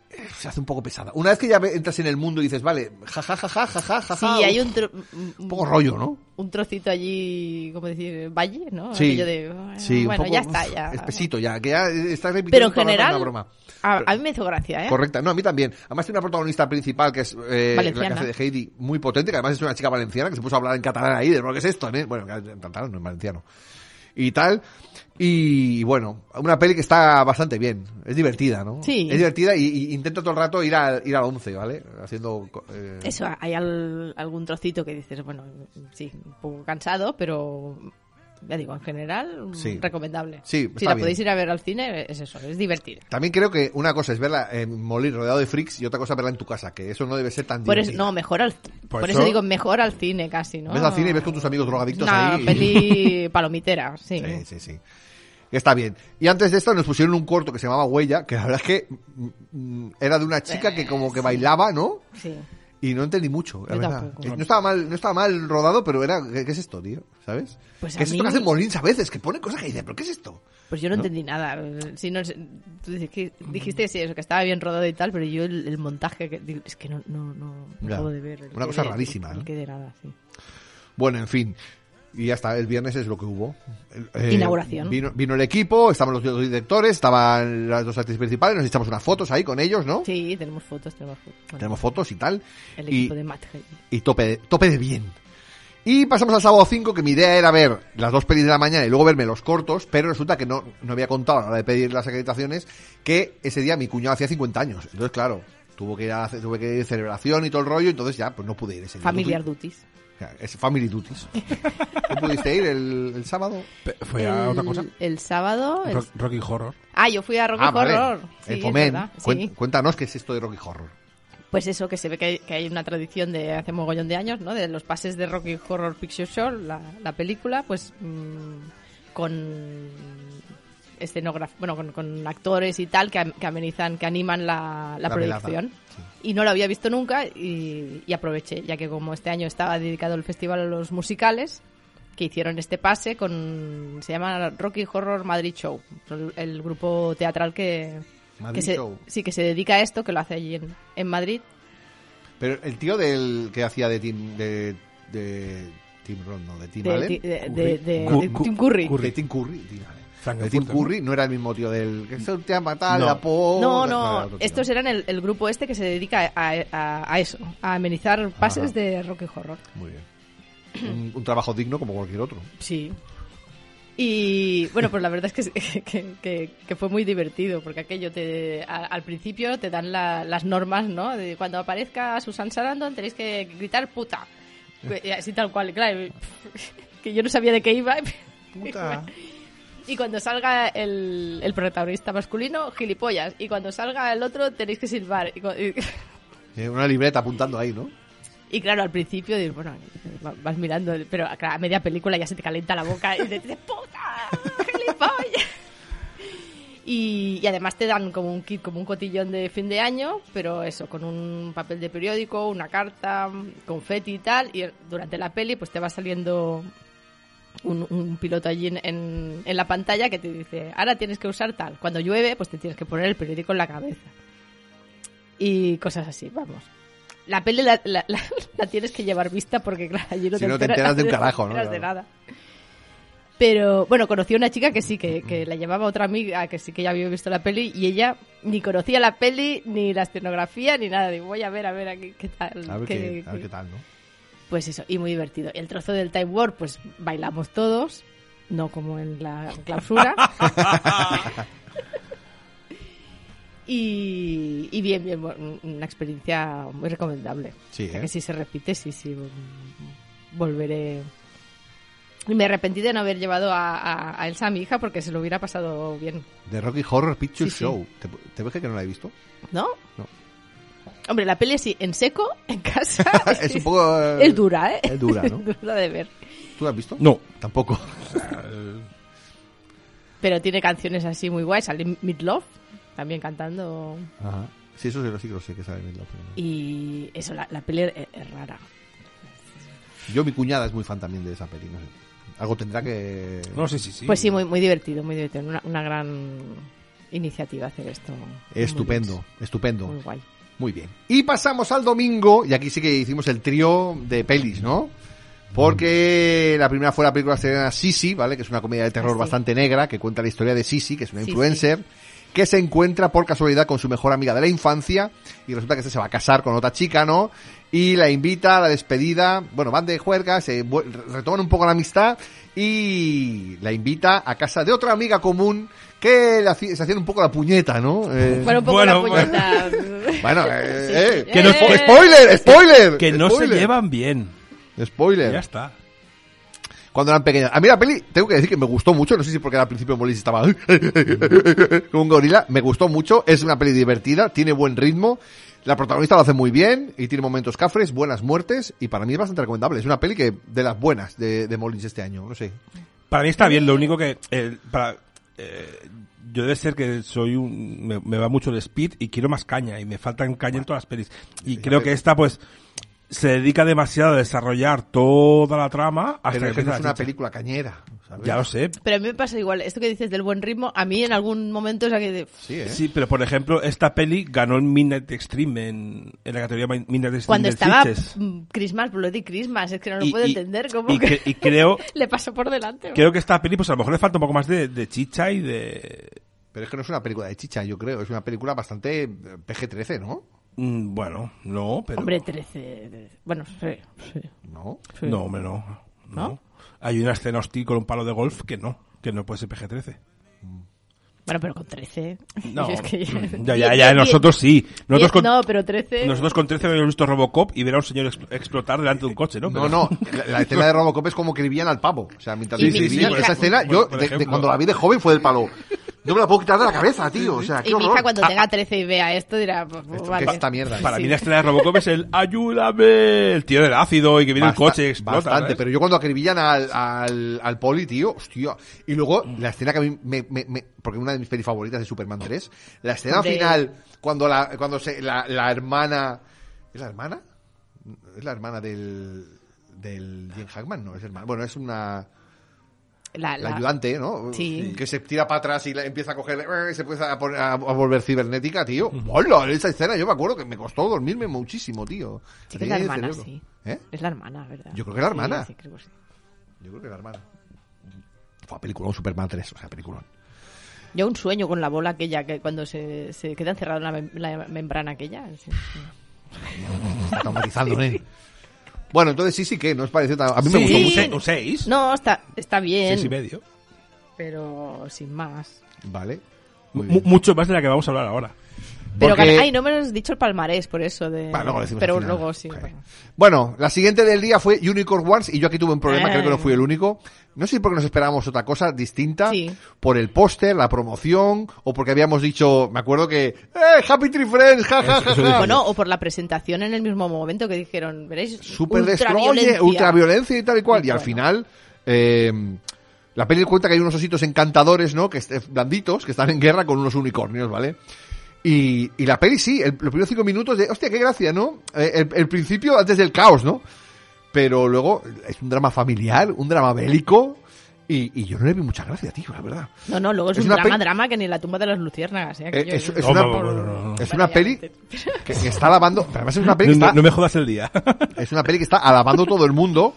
eh, se hace un poco pesada. Una vez que ya ve- entras en el mundo y dices, vale, ja, ja, ja, ja, ja, ja, ja, Sí, ja, hay uf, un, tro- un poco rollo, ¿no? un trocito allí, ¿cómo decir? Valle, ¿no? Sí, Aquello de, bueno, sí, un bueno, poco ya está, uf, ya. espesito ya, que ya eh, estás repitiendo Pero en toda la general, misma broma. A, a mí me hizo gracia, ¿eh? Correcta, no, a mí también. Además tiene una protagonista principal que es eh, la Valenciana. que hace de Heidi, muy potente, que además es una chica valenciana que se puso a hablar en catalán ahí, de "Bueno, ¿qué es esto? eh?". Bueno, en catalán, no en valenciano. Y tal. Y bueno, una peli que está bastante bien. Es divertida, ¿no? Sí. Es divertida y, y intenta todo el rato ir al, ir al 11, ¿vale? Haciendo... co- eh, Eso, hay al- algún trocito que dices, bueno, sí, un poco cansado, pero ya digo, en general, mm, Sí. recomendable. Sí, está si la bien. podéis ir a ver al cine, es eso, es divertida. También creo que una cosa es verla en Molir rodeado de freaks y otra cosa verla en tu casa, que eso no debe ser tan Por eso, divertido. no, mejor al, por, eso, eso- digo, mejor al cine casi, ¿no? Pues Ves al cine y ves con tus amigos drogadictos Una ahí. y- peli palomitera, sí. Sí, sí, sí. Está bien. Y antes de esto nos pusieron un corto que se llamaba Huella, que la verdad es que mm, mm, era de una chica que como que bailaba, ¿no? sí. Y no entendí mucho, la Yo verdad. tampoco. Eh, No estaba mal, no estaba mal rodado, pero era ¿qué, qué es esto, tío? ¿Sabes? Pues ¿Qué a es esto mí- que hacen Molins a veces? Que pone cosas que dice, ¿pero qué es esto? Pues yo no, entendí nada. Si no, es- tú dices que- dijiste que sí, eso, que estaba bien rodado y tal, pero yo el, el montaje, que, digo, es que no, no, no, no Ya. acabo de ver. el Una que cosa de- rarísima, el ¿no? que de nada, sí. Bueno, en fin. Y ya está, el viernes es lo que hubo. El- Inauguración. Vino, vino el equipo, estaban los dos directores, estaban las dos actrices principales, nos echamos unas fotos ahí con ellos, ¿no? Sí, tenemos fotos, tenemos fotos. Bueno, Tenemos fotos y tal. el Y- equipo de Matt Heidi. y tope de, tope de bien. Y pasamos al sábado 5, que mi idea era ver las dos pelis de la mañana y luego verme los cortos, pero resulta que no, no había contado a la hora de pedir las acreditaciones que ese día mi cuñado hacía 50 años. Entonces, claro, tuvo que ir a, tuve que ir a celebración y todo el rollo, entonces ya, pues no pude ir ese día. Familiar No tuve- Duties. sea, Es Family Duties. ¿No pudiste ir el, el sábado? ¿Fue a otra cosa? El sábado. el- Rock- Rocky Horror. Ah, yo fui a Rocky vale. Horror. Sí, el es Fomen. verdad, sí. Cuen- Cuéntanos qué es esto de Rocky Horror. Pues eso, que se ve que hay, que hay una tradición de hace mogollón de años, ¿no? De los pases de Rocky Horror Picture Show, la, la película, pues mm, con escenógrafo, bueno, con, con actores y tal que, am- que amenizan, que animan la, la La velada, proyección. sí. Y no lo había visto nunca y, y aproveché, ya que como este año estaba dedicado el festival a los musicales, que hicieron este pase con, se llama Rocky Horror Madrid Show, el, el grupo teatral que... Madrid que se- Show. sí, que se dedica a esto, que lo hace allí en- en Madrid Pero el tío del que hacía de Tim de, de Tim Ron, no, de Tim de, Allen. de- Curry. de- de- Cu- de cu- Tim Curry. Curry. De Tim Curry. Tim Allen. Frank De Tim Furter, ¿no? Curry no era el mismo tío del que se te ha matado, No. Oh, la po- No, era no, otro tío. estos eran el, el grupo este que se dedica a, a- a eso, a amenizar pases Ajá. de Rocky Horror. Muy bien. Un, un trabajo digno como cualquier otro. Sí. Y bueno, pues la verdad es que, que, que- que fue muy divertido, porque aquello te, a- al principio te dan la- las normas, ¿no? De cuando aparezca Susan Sarandon tenéis que gritar puta. Y Así tal cual, claro. Que yo no sabía de qué iba. Puta. Y cuando salga el, el protagonista masculino, gilipollas. Y cuando salga el otro, tenéis que silbar. Y, cu- y- Eh, Una libreta apuntando ahí, ¿no? y claro, al principio, dices, bueno, va- vas mirando, el- pero claro, a media película ya se te calienta la boca y te dices, ¡puta! ¡Gilipollas! Y, y además te dan como un kit, como un cotillón de fin de año, pero eso, con un papel de periódico, una carta, confeti y tal. Y durante la peli, pues te va saliendo un, un piloto allí en, en- en la pantalla que te dice, ahora tienes que usar tal. Cuando llueve, pues te tienes que poner el periódico en la cabeza. Y cosas así, vamos. La peli la, la- la- la tienes que llevar vista porque, claro, allí no Si te, no te enteras de un carajo, ¿no? te enteras de Claro. nada. Pero bueno, conocí a una chica que sí, que, que la llamaba otra amiga, que sí que ya había visto la peli, y ella ni conocía la peli, ni la escenografía, ni nada. Digo, voy a ver, a ver, a qué, qué tal. A ver qué- qué, a ver qué tal, ¿no? Pues eso, y muy divertido. El trozo del Time War, pues bailamos todos, no como en la clausura. y, y bien, bien, bu- una experiencia muy recomendable. Sí, O sea ¿eh? que si se repite, sí, sí, mm, volveré. Y me arrepentí de no haber llevado a, a- a Elsa, mi hija, porque se lo hubiera pasado bien, The Rocky Horror Picture Sí, sí. Show. ¿Te, te ves que no la he visto? ¿no? No. Hombre, la peli sí, en seco, en casa. es un poco. eh, Es dura, ¿eh? Es dura, ¿no? dura de ver. ¿Tú la has visto? No. Tampoco. Pero tiene canciones así muy guays. Sale Midlove también cantando. Ajá. Sí, eso sí lo sí que lo sé que sabe Midlothian. Y eso, la, la peli es, es rara. Yo, mi cuñada es muy fan también de esa peli, no sé. Algo tendrá que. No, sí, sí, sí. Pues sí, muy, muy divertido, muy divertido. Una, una gran iniciativa hacer esto. Estupendo, Muy, estupendo. bien, muy guay. Muy bien. Y pasamos al domingo, y aquí sí que hicimos el trío de pelis, ¿no? Porque la primera fue la película estrellada Sisi, ¿vale? Que es una comedia de terror Mm. Ah, sí. bastante negra, que cuenta la historia de Sisi, que es una Sí, influencer, que se encuentra por casualidad con su mejor amiga de la infancia, y resulta que este se va a casar con otra chica, ¿no? Y la invita a la despedida, bueno, van de juerga, se vu- retoman un poco la amistad, y la invita a casa de otra amiga común, que le hacía- se hacían un poco la puñeta, ¿no? Eh, Bueno, un poco Bueno, la bueno. puñeta. bueno, eh, eh, Que no- ¡Eh! spoiler, spoiler. Que no se Eh, spoiler, llevan bien. Ya Spoiler. está. Cuando eran pequeñas. A mí la peli, tengo que decir que me gustó mucho. No sé si porque al principio Molise estaba como un gorila. Me gustó mucho. Es una peli divertida, tiene buen ritmo. La protagonista lo hace muy bien y tiene momentos cafres, buenas muertes y para mí es bastante recomendable. Es una peli que de las buenas de, de Molins este año. No sé. Para mí está bien, lo único que... eh, para, eh, yo debe ser que soy un... Me, me va mucho el speed y quiero más caña, y me faltan caña en todas las pelis. Y creo que esta, pues, se dedica demasiado a desarrollar toda la trama hasta Pero es que que no empieza es la una chicha. película cañera. ¿sabes? Ya lo sé. Pero a mí me pasa igual. Esto que dices del buen ritmo, a mí en algún momento es que... de- Sí, ¿eh? Sí, pero por ejemplo, esta peli ganó el Midnight Extreme en, en la categoría Min- Midnight Extreme Cuando del estaba Sitges. mm, Christmas, Bloody Christmas, es que no lo Y- puedo y- entender. ¿Cómo y que cre- y creo- le pasó por delante? Creo que esta peli, pues a lo mejor le falta un poco más de, de chicha y de... Pero es que no es una película de chicha, yo creo. Es una película bastante eh, PG-13, ¿no? mm, Bueno, no, pero... Hombre, 13... de- Bueno, sí, sí. No. sí. No, hombre, no. no. Hay una escena hostil con un palo de golf que no, que no puede ser PG-13. Bueno, pero con 13. No, Es que- ya, ya, ya, nosotros sí. Nosotros Diez- con, No, eh. pero 13. nosotros con 13 habíamos visto Robocop y ver a un señor ex- explotar delante de un coche, ¿no? No, Pero- no, la- la escena de Robocop es como que vivían al pavo. O sea, mientras Sí, le sí, sí, escribían, por esa ejemplo, escena, por- yo por de- de- ejemplo. cuando la vi de joven fue del palo. No me la puedo quitar de la cabeza, tío. O sea, qué y mi hija horror. cuando tenga 13 y vea esto dirá, pues, Esto- ¿qué vale. es esta mierda? Para Sí. mí la escena de Robocop es el ¡Ayúdame! El tío del ácido y que viene Basta- un coche y explota. Bastante, ¿sabes? pero yo cuando acribillan al, al, al poli, tío, hostia. Y luego la escena que a mí me, me- me- Porque una de mis pelis favoritas es Superman 3. La escena De- final, cuando la, cuando se, la, la hermana. ¿Es la hermana? Es la hermana del. Del Jim Hackman, no, es hermana. Bueno, es una. La, la la- ayudante, ¿no? Sí. Que se tira para atrás y la- empieza a coger, eh, se empieza a, poner- a- a volver cibernética, tío. Hola, esa escena yo me acuerdo que me costó dormirme muchísimo, tío. Sí que es Tenía la el hermana, cerebro. sí. ¿Eh? Es la hermana, ¿verdad? Yo creo que es la Sí, hermana. sí, creo que sí. Yo creo que la hermana. Fue peliculón Superman 3, o sea, peliculón. Yo un sueño con la bola aquella que cuando se, se queda encerrada en la, mem- la membrana aquella. sí. Está traumatizando, ¿eh? Bueno, entonces sí, sí que no os parece tan... A mí me Sí, gustó un mucho. se- un 6. No, está, está bien, Seis y medio. pero sin más. Vale. Muy Mu- bien. Mucho más de la que vamos a hablar ahora. Pero Porque- gan- ay, no me lo has dicho el palmarés por eso de Bueno, luego lo decimos Pero al final. luego sí. Ok. bueno. Bueno, la siguiente del día fue Unicorn Wars y yo aquí tuve un problema, creo que no fui el único. No sé si porque nos esperábamos otra cosa distinta, Sí. por el póster, la promoción, o porque habíamos dicho, me acuerdo que, ¡eh, Happy Tree Friends! ¡Ja, ja, ja, ja! Bueno, o por la presentación en el mismo momento que dijeron, veréis, Super destroyer, ultraviolencia. ultraviolencia y tal y cual. Y, Y al bueno. final, eh, la peli cuenta que hay unos ositos encantadores, ¿no? Que est- eh, blanditos, que están en guerra con unos unicornios, ¿vale? Y, y la peli sí, el- los primeros cinco minutos de, hostia, qué gracia, ¿no? Eh, El, el principio antes del caos, ¿no? Pero luego es un drama familiar, un drama bélico. Y, y yo no le vi mucha gracia, tío, la verdad. No, no, luego es, Es un una drama, pe- drama que ni la tumba de las luciérnagas. ¿eh? Eh, Aquello- es, es No, una, no, no, no, no. es una Vaya, peli te- que, que está lavando. pero Además, es una peli No, que está no- no me jodas el día. Es una peli que está alabando todo el mundo.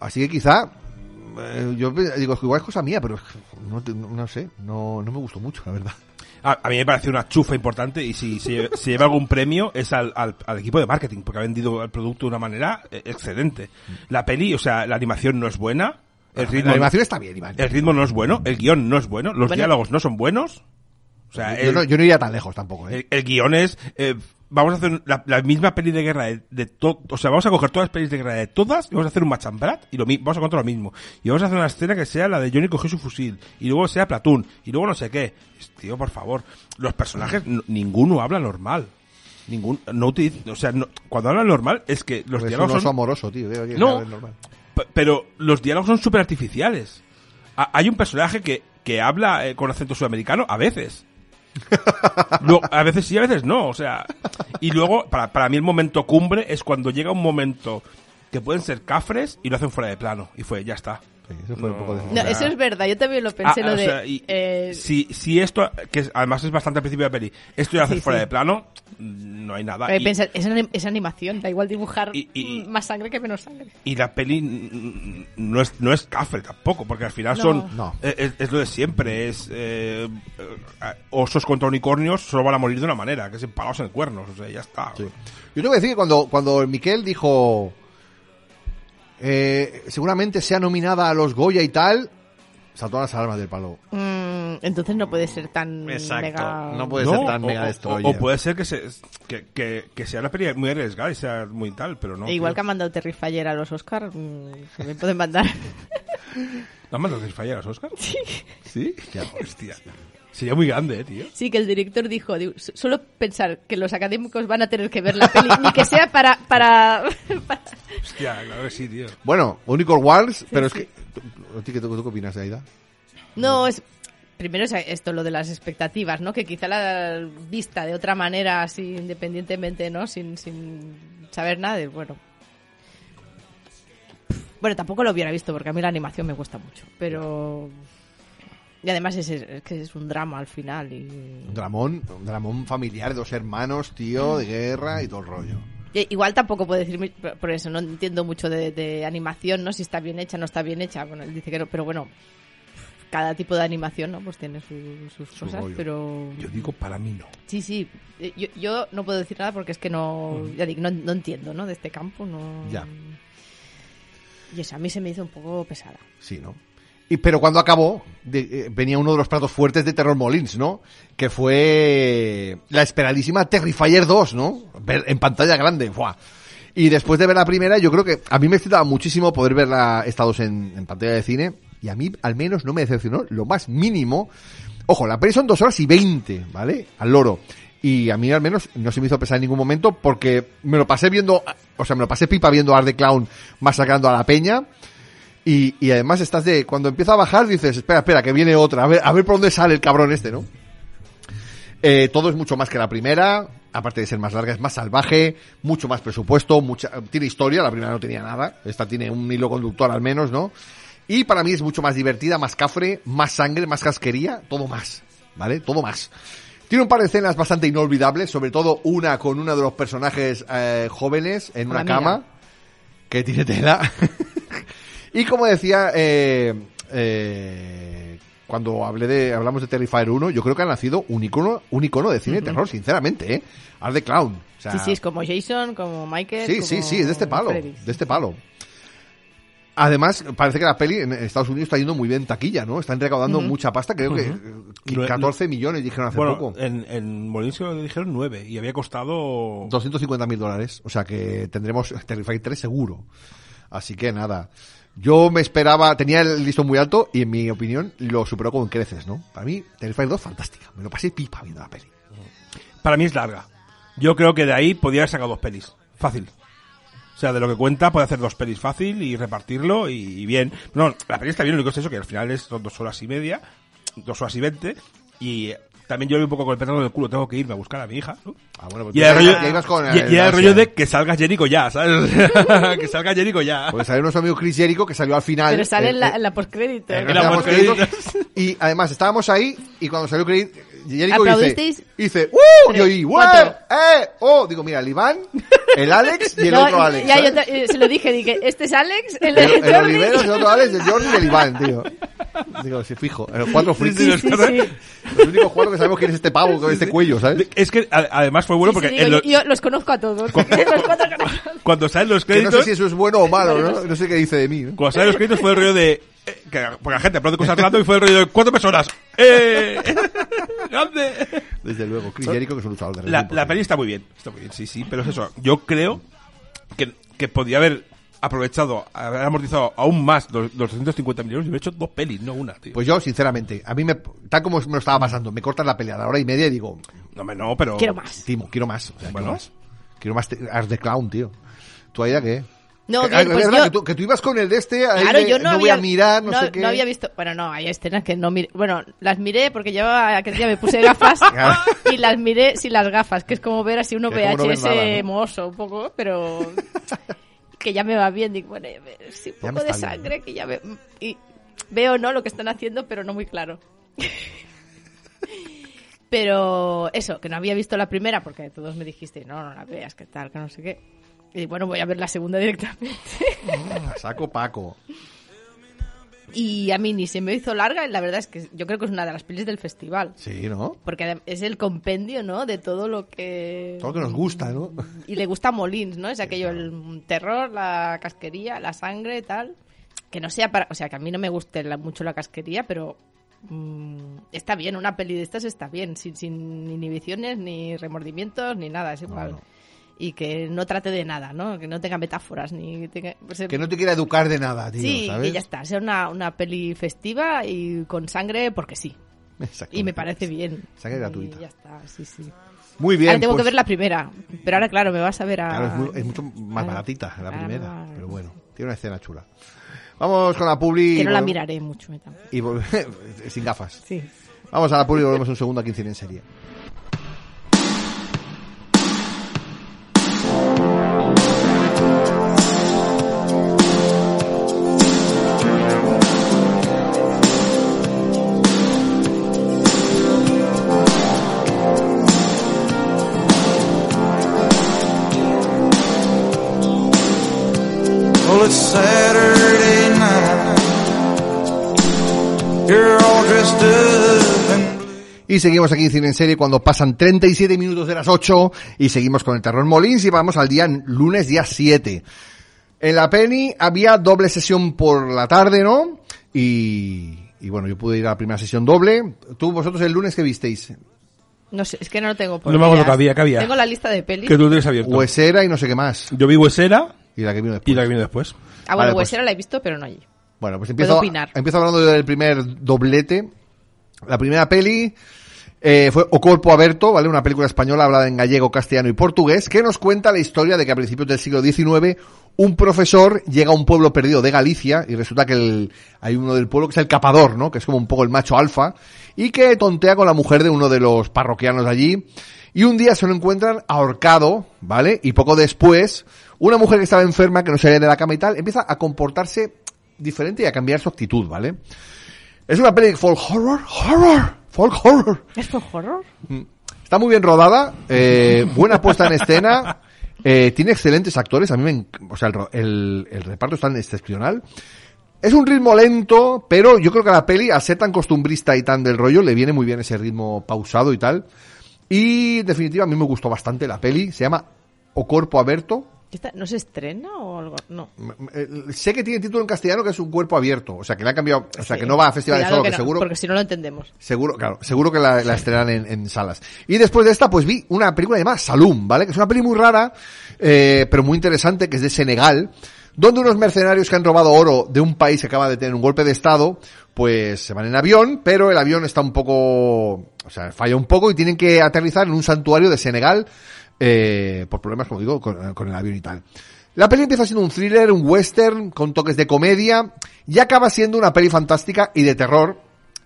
Así que quizá. eh, Yo pe- digo, igual es cosa mía, pero no, te- no- no sé, no, no me gustó mucho, la verdad. A, a mí me parece una chufa importante y si se, se lleva algún premio es al, al, al equipo de marketing porque ha vendido el producto de una manera eh, excelente. La peli, o sea, la animación no es buena, el ritmo, la animación está bien, Iván. el ritmo no es bueno, el guión no es bueno, los Bueno. diálogos no son buenos. O sea, yo, el, no, yo no iría tan lejos tampoco, ¿eh? el- el guión es... eh, vamos a hacer la, la misma peli de guerra de, de todo... O sea, vamos a coger todas las pelis de guerra de todas y vamos a hacer un machambrat y lo mi- vamos a contar lo mismo. Y vamos a hacer una escena que sea la de Johnny cogió su fusil y luego sea Platoon y luego no sé qué. Tío, por favor. Los personajes, n- ninguno habla normal. Ningún... No utiliza... O sea, no- cuando hablan normal es que Pues es los un diálogos oso son... amoroso, tío. eh, oye, No. es normal. P- Pero los diálogos son súper artificiales. Ha- Hay un personaje que, que habla eh, con acento sudamericano a veces. Lo- a veces sí, a veces no. O sea, y luego, para, para mí el momento cumbre es cuando llega un momento que pueden ser cafres y lo hacen fuera de plano. Y fue, ya está. Sí, eso fue un poco de- No, eso es verdad, yo también lo pensé, Ah, lo o de... sea, y- eh, si, si esto, que es- además es bastante al principio de la peli, esto ya lo haces Sí, fuera sí. de plano, no hay nada. eh, Y- pensar, es, anim- es animación, da igual dibujar Y- y- mm, más sangre que menos sangre. Y la peli mm, no es, no es cafre tampoco, porque al final No. son. No. eh, Es, es lo de siempre: es. eh, eh, osos contra unicornios solo van a morir de una manera, que es empalados en cuernos, o sea, ya está. Sí. Yo tengo que decir que cuando, cuando el Miquel dijo. eh, seguramente sea nominada a los Goya y tal. Saltó las alarmas del palo. Mm, entonces no puede ser tan Exacto, mega... no puede No, ser tan o- mega o- destroyer. O, puede ser que, se, que, que, que sea una peli muy arriesgada y sea muy tal, pero no. E Igual que tío. han mandado Terrifier a los Oscars, mm, también pueden mandar... ¿No han mandado a fallar a los Oscar? Sí. ¿Sí? Ya, hostia. Sería muy grande, eh, tío. Sí, que el director dijo, digo, "S- solo pensar que los académicos van a tener que ver la peli, ni que sea para... para, para- Hostia, claro que sí, tío. Bueno, Unicorn Wars, pero es que. ¿Tú, tú- tú- tú qué opinas, Aida? No, es... Primero es esto, lo de las expectativas, ¿no? Que quizá la vista de otra manera, así independientemente, ¿no? Sin, sin saber nada, de- bueno... Bueno, tampoco lo hubiera visto porque a mí la animación me gusta mucho, pero... Y además es, es que es un drama al final y... Un dramón, un dramón familiar, dos hermanos, tío, de guerra y todo el rollo. Eh, Igual tampoco puedo decirme por por eso, no entiendo mucho de, de animación, ¿no? Si está bien hecha, no está bien hecha. Bueno, él dice que no, pero bueno, cada tipo de animación, ¿no? Pues tiene su- sus Su cosas, rollo. pero... Yo digo para mí no. Sí, sí, eh, yo, yo no puedo decir nada porque es que no, ya digo, no, no entiendo, ¿no? De este campo, no... Ya. Y eso a mí se me hizo un poco pesada. Sí, ¿no? Y, pero cuando acabó, de- eh, venía uno de los platos fuertes de Terror Molins, ¿no? Que fue la esperadísima Terrifier 2, ¿no? Ver en pantalla grande, ¡buah! Y después de ver la primera, yo creo que a mí me excitaba muchísimo poder verla estados en, en pantalla de cine. Y a mí, al menos, no me decepcionó lo más mínimo. Ojo, la peli son dos horas y veinte, ¿vale? Al loro. Y a mí, al menos, no se me hizo pesar en ningún momento porque me lo pasé viendo, o sea, me lo pasé pipa viendo a Art the Clown masacrando a la peña. Y, y además estás de, cuando empieza a bajar dices, espera, espera, que viene otra, a ver, a ver por dónde sale el cabrón este, ¿no? Eh, todo es mucho más que la primera, aparte de ser más larga, es más salvaje, mucho más presupuesto, mucha, tiene historia, la primera no tenía nada, esta tiene un hilo conductor al menos, ¿no? Y para mí es mucho más divertida, más cafre, más sangre, más casquería, todo más, ¿vale? Todo más. Tiene un par de escenas bastante inolvidables, sobre todo una con uno de los personajes eh, jóvenes en Con la una amiga. cama que tiene tela. y como decía, eh, eh, cuando hablé de, hablamos de Terrifier 1, yo creo que ha nacido un icono, un icono de cine de terror, sinceramente, ¿eh? Art the Clown. O sea, Sí, sí, es como Jason, como Michael. sí, sí, como sí, es de este palo, Freddy. de este palo. Además, parece que la peli en Estados Unidos está yendo muy bien en taquilla, ¿no? Están recaudando mucha pasta, creo que Lo- eh, lo- 14 millones dijeron hace Bueno, poco. en, en Molincio le dijeron nueve y había costado... 250 mil dólares. O sea que tendremos Terrify 3 seguro. Así que nada. Yo me esperaba, tenía el listón muy alto y en mi opinión lo superó con creces, ¿no? Para mí, Terrify 2, fantástica. Me lo pasé pipa viendo la peli. Para mí es larga. Yo creo que de ahí podía haber sacado dos pelis. Fácil. O sea, de lo que cuenta, puede hacer dos pelis fácil y repartirlo y, y bien. No, la peli está bien, lo único es eso, que al final es, son dos horas y media, dos horas y veinte, y eh, también yo voy un poco con el pétalo del culo, tengo que irme a buscar a mi hija, ¿no? Ah, bueno, pues Y tú el ya- rollo, ya ibas con y- el y el ansia. rollo de que salga Jericho ya, ¿sabes? que salga Jericho ya. Porque salió nuestro amigo Chris Jericho que salió al final. Pero sale eh, en la, eh, en la postcrédito. eh, en la no teníamos postcréditos. créditos. Y además estábamos ahí y cuando salió Chris Jericho dice, ¿Aplaudisteis? dice, ¡Uh! Tres, Yo oí, "Ué, cuatro. ¡Eh! ¡Oh! Digo, mira, el Iván, el Alex y el No, otro Alex. ya ¿eh? yo te- eh, se lo dije, dije, este es Alex, el de El, el Jordi. Olivero, el otro Alex, el Jordi y el Iván, tío. Digo, sí, fijo. Los cuatro frikis. sí, sí, sí. Los únicos cuatro que sabemos quién es este pavo con este cuello, ¿sabes? Es que a- además fue bueno Sí, sí, porque digo, en yo- lo- yo, los conozco a todos. los cuatro conozco. cuando salen los Que no créditos, sé si eso es bueno o malo, ¿no? No sé qué dice de mí. ¿no? Cuando salen los créditos fue el rollo de... eh, que- porque la gente habló de cosas random y fue el rollo de cuatro personas. ¡Eh! ¡Grande! Desde luego, Chris Jericho, que es un luchador de La, wrestling, la por peli está muy bien. Está muy bien, sí, sí. Pero es eso. Yo creo que, que podía haber aprovechado, haber amortizado aún más los, los 250 millones y haber hecho dos pelis, no una, tío. Pues yo, sinceramente, a mí me, tal como me lo estaba pasando, me cortan la pelea a la hora y media y digo, no, me no, pero... Quiero más. Timo, quiero más. o sea, quiero Bueno. más. Quiero más te- Art the Clown, tío. ¿Tú ahí qué? No, Que- bien, ah, pues ¿verdad? yo- que, tú, que tú ibas con el de este, ahí Claro, de, yo no, voy había, a mirar, no, sé qué. no había visto. Bueno, no, hay escenas que no miré. Bueno, las miré porque yo aquel día me puse gafas Ya. y las miré sin las gafas, que es como ver así un Que es como no ver VHS nada, ¿no? mohoso un poco, pero que ya me va bien. Digo, bueno, eh, sí, un Ya me poco de está bien, sangre que ya ve- y veo, ¿no? Lo que están haciendo, pero no muy claro. Pero eso, que no había visto la primera porque todos me dijisteis, no, no la veas, que tal, que no sé qué. Y bueno, voy a ver la segunda directamente. Ah, Saco Paco. Y a mí ni se me hizo larga, y la verdad es que yo creo que es una de las pelis del festival. Sí, ¿no? Porque adem- es el compendio, ¿no? De todo lo que... Todo lo que nos gusta, ¿no? Y le gusta a Molins, ¿no? Es aquello, el terror, la casquería, la sangre, tal. Que no sea para... O sea, que a mí no me guste la- mucho la casquería, pero... mm, está bien, una peli de estas está bien. Sin, sin inhibiciones, ni remordimientos, ni nada. Es igual. no. Y que no trate de nada, ¿no? Que no tenga metáforas, ni... que tenga- pues, Que no te quiera educar de nada, tío, Sí, ¿sabes? y ya está, sea una, una peli festiva y con sangre porque sí. Exacto. Y me parece bien. Sangre gratuita. Y ya está, sí, sí. Muy bien. ahora tengo pues, que ver la primera, pero ahora claro, me vas a ver a... Claro, es, mu- es mucho más Claro, baratita la claro, primera, claro. pero bueno, tiene una escena chula. Vamos con la publi. Que y no la volve- miraré mucho. eh, tampoco. Y volve- sin gafas. Sí. Vamos a la publi y volvemos un segundo aquí en Cine en Serie. Well, it's Saturday night. You're all dressed up and blue. Y seguimos aquí en Cine en Serie cuando pasan 37 minutos de las 8 y seguimos con el terror Molins y vamos al día lunes, día 7. En la Penny había doble sesión por la tarde, ¿no? Y, y bueno, yo pude ir a la primera sesión doble. ¿Tú vosotros el lunes que visteis? No sé, es que no lo tengo por No me acuerdo días. qué había, qué había. Tengo la lista de pelis. Que tú tienes abierto. Huesera y no sé qué más. Yo vi Huesera Y la que vino después. y la que vino después. Ah, Vale, bueno, pues- Huesera la he visto, pero no allí. Bueno, pues empiezo, opinar. empiezo hablando del primer doblete. La primera peli eh, fue O Corpo Aberto, ¿vale? Una película española hablada en gallego, castellano y portugués que nos cuenta la historia de que a principios del siglo XIX un profesor llega a un pueblo perdido de Galicia y resulta que el- hay uno del pueblo que es el capador, ¿no? Que es como un poco el macho alfa y que tontea con la mujer de uno de los parroquianos de allí. Y un día se lo encuentran ahorcado, ¿vale? Y poco después, una mujer que estaba enferma, que no salía de la cama y tal, empieza a comportarse diferente y a cambiar su actitud, ¿vale? Es una peli de folk horror, horror, folk horror. ¿Es por horror? Está muy bien rodada, eh, buena puesta en escena, eh, tiene excelentes actores, a mí me, enc- o sea, el, ro- el- el reparto está excepcional. Es un ritmo lento, pero yo creo que a la peli, al ser tan costumbrista y tan del rollo, le viene muy bien ese ritmo pausado y tal. Y, en definitiva, a mí me gustó bastante la peli, se llama O Corpo Aberto, ¿Esta ¿No se estrena o algo? No. M- m- eh, Sé que tiene título en castellano que es un cuerpo abierto, o sea que le ha cambiado, o sea Sí. que no va a festivales Cuidado solo, que, no, seguro, Porque si no lo entendemos. seguro, claro, seguro que la, la estrenan en, en salas. Y después de esta, pues vi una película llamada Salum, ¿vale? Que es una peli muy rara, eh, pero muy interesante, que es de Senegal, donde unos mercenarios que han robado oro de un país que acaba de tener un golpe de estado, pues se van en avión, pero el avión está un poco, o sea, falla un poco y tienen que aterrizar en un santuario de Senegal, eh, por problemas, como digo, con, con el avión y tal. La peli empieza siendo un thriller, un western, con toques de comedia, y acaba siendo una peli fantástica y de terror.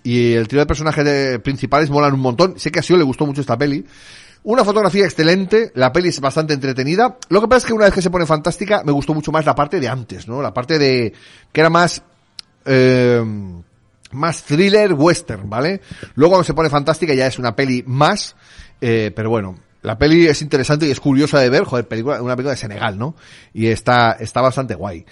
Y el trío de personajes de- principales molan un montón. Sé que a Sio le gustó mucho esta peli. Una fotografía excelente, la peli es bastante entretenida. Lo que pasa es que una vez que se pone fantástica, me gustó mucho más la parte de antes, ¿no? La parte de... que era más... eh, más thriller western, ¿vale? Luego cuando se pone fantástica ya es una peli más, eh, pero bueno, la peli es interesante y es curiosa de ver, joder, película, una película de Senegal, ¿no? Y está, está bastante guay.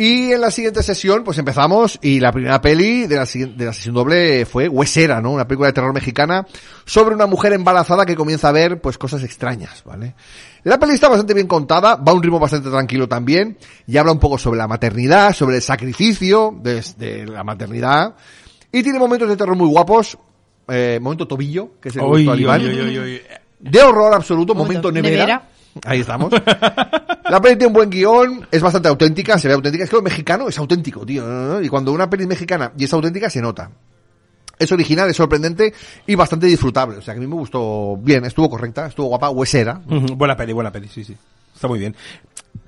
Y en la siguiente sesión, pues empezamos, y la primera peli de la, sigui- de la sesión doble fue Huesera, ¿no? Una película de terror mexicana sobre una mujer embarazada que comienza a ver, pues, cosas extrañas, ¿vale? La peli está bastante bien contada, va a un ritmo bastante tranquilo también, y habla un poco sobre la maternidad, sobre el sacrificio de, de la maternidad, y tiene momentos de terror muy guapos, eh, momento tobillo, que es el Oy, momento oy, animal. oy, oy, oy. De horror absoluto, momento, Momento, nevera. nevera. Ahí estamos. La peli tiene un buen guión, es bastante auténtica, se ve auténtica. Es que lo mexicano es auténtico, tío. ¿no? Y cuando una peli es mexicana y es auténtica, se nota. Es original, es sorprendente y bastante disfrutable. O sea, que a mí me gustó bien, estuvo correcta, estuvo guapa, huesera. Ujú, Buena peli, buena peli, sí, sí. Está muy bien.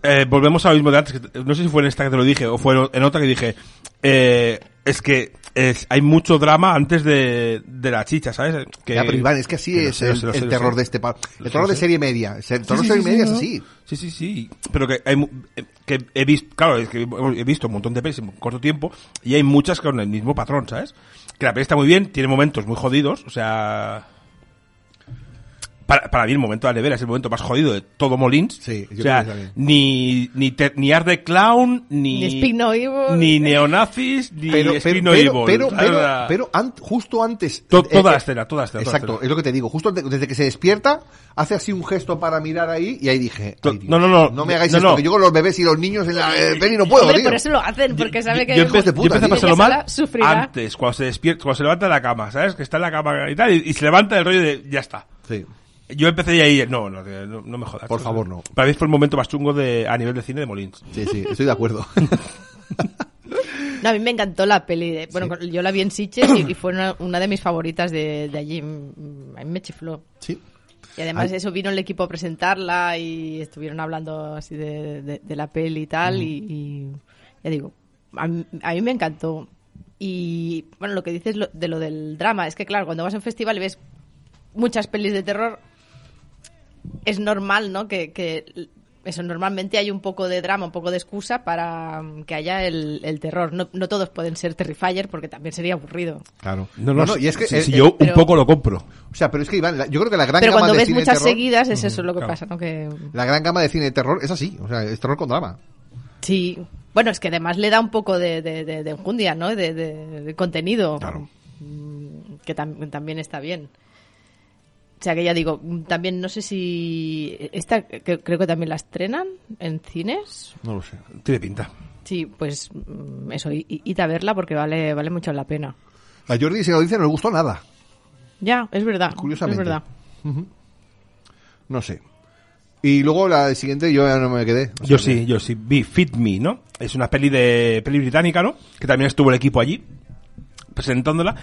Eh, volvemos a lo mismo de antes. que te- No sé si fue en esta que te lo dije o fue en otra que dije. eh, es que es- hay mucho drama antes de, de la chicha, ¿sabes? Que, Ya, pero Iván, es que así que lo es sé, lo el, sé, lo el sé, lo terror sé. de este pa- Lo El terror sé, de lo sé. serie media. El terror Sí, de sí, serie media sí, es ¿no? así. Sí, sí, sí. Pero que hay. mu- eh, Que he visto. Claro, es que he visto un montón de pelis en corto tiempo. Y hay muchas con el mismo patrón, ¿sabes? Que la peli está muy bien, tiene momentos muy jodidos. O sea. Para, para mí, el momento de la nevera es el momento más jodido de todo Molins. Sí, yo o creo sea, que también. ni, ni, te- ni Art de Clown, ni. Ni Speak No Evil. Ni Neonazis, ni Pero, Speak pero, No pero, Evil, pero, ¿sabes? pero- O sea, pero an- justo antes. To- eh, toda eh, la escena, toda la escena, toda la Exacto, escena. es lo que te digo. Justo ante- desde que se despierta, hace así un gesto para mirar ahí y ahí dije. To- "Ay, Dios, no, no, no. No me hagáis No, esto, no. que yo con los bebés y los niños en la eh, peli no puedo, Hombre, tío. por eso lo hacen, porque sabe que... yo, hijos de empecé, puta, yo empecé a tío. pasarlo mal Ella sola sufrirá. antes, cuando se despierta, cuando se levanta de la cama, ¿sabes? Que está en la cama y tal, y, y se levanta el rollo de ya está. Sí. Yo empecé ya ahí, no, no, tío, no, no me jodas. Por tío. favor, no. Para mí fue el momento más chungo de, a nivel de cine de Molins. Sí, sí, estoy de acuerdo. No, a mí me encantó la peli. de- bueno, yo la vi en Sitges y, y fue una, una de mis favoritas de, de allí. Mm, A mí me chifló. sí. Y además Ay. eso vino el equipo a presentarla y estuvieron hablando así de, de- de la peli y tal y, y ya digo, a mí, a mí me encantó. Y bueno, lo que dices lo- de lo del drama, es que claro, cuando vas a un festival y ves muchas pelis de terror, es normal, ¿no? Que, que eso, normalmente hay un poco de drama, un poco de excusa para mm, que haya el, el terror. No, no todos pueden ser Terrifier porque también sería aburrido. Claro. No, no, y es que. si, eh, si eh, yo pero- un poco lo compro. O sea, pero es que Iván, la- yo creo que la gran Pero gama cuando de ves cine de muchas terror- seguidas es eso lo que pasa, ¿no? Que... La gran gama de cine de terror es así. O sea, es terror con drama. Sí. Bueno, es que además le da un poco de, de, de- de enjundia, ¿no? De, de- de contenido. Claro. Mm, Que tam- también está bien. O sea, que ya digo, mm, también no sé si... Esta que- creo que también la estrenan en cines. No lo sé. Tiene pinta. Sí, pues mm, eso, y, y- id a verla porque vale, vale mucho la pena. A Jordi, si lo dice, no le gustó nada. Ya, es verdad. Curiosamente. Es verdad. No sé. Y luego la siguiente yo ya no me quedé. O sea Yo que- sí, yo sí. Vi Fit Me, ¿no? Es una peli de peli británica, ¿no? Que también estuvo el equipo allí presentándola.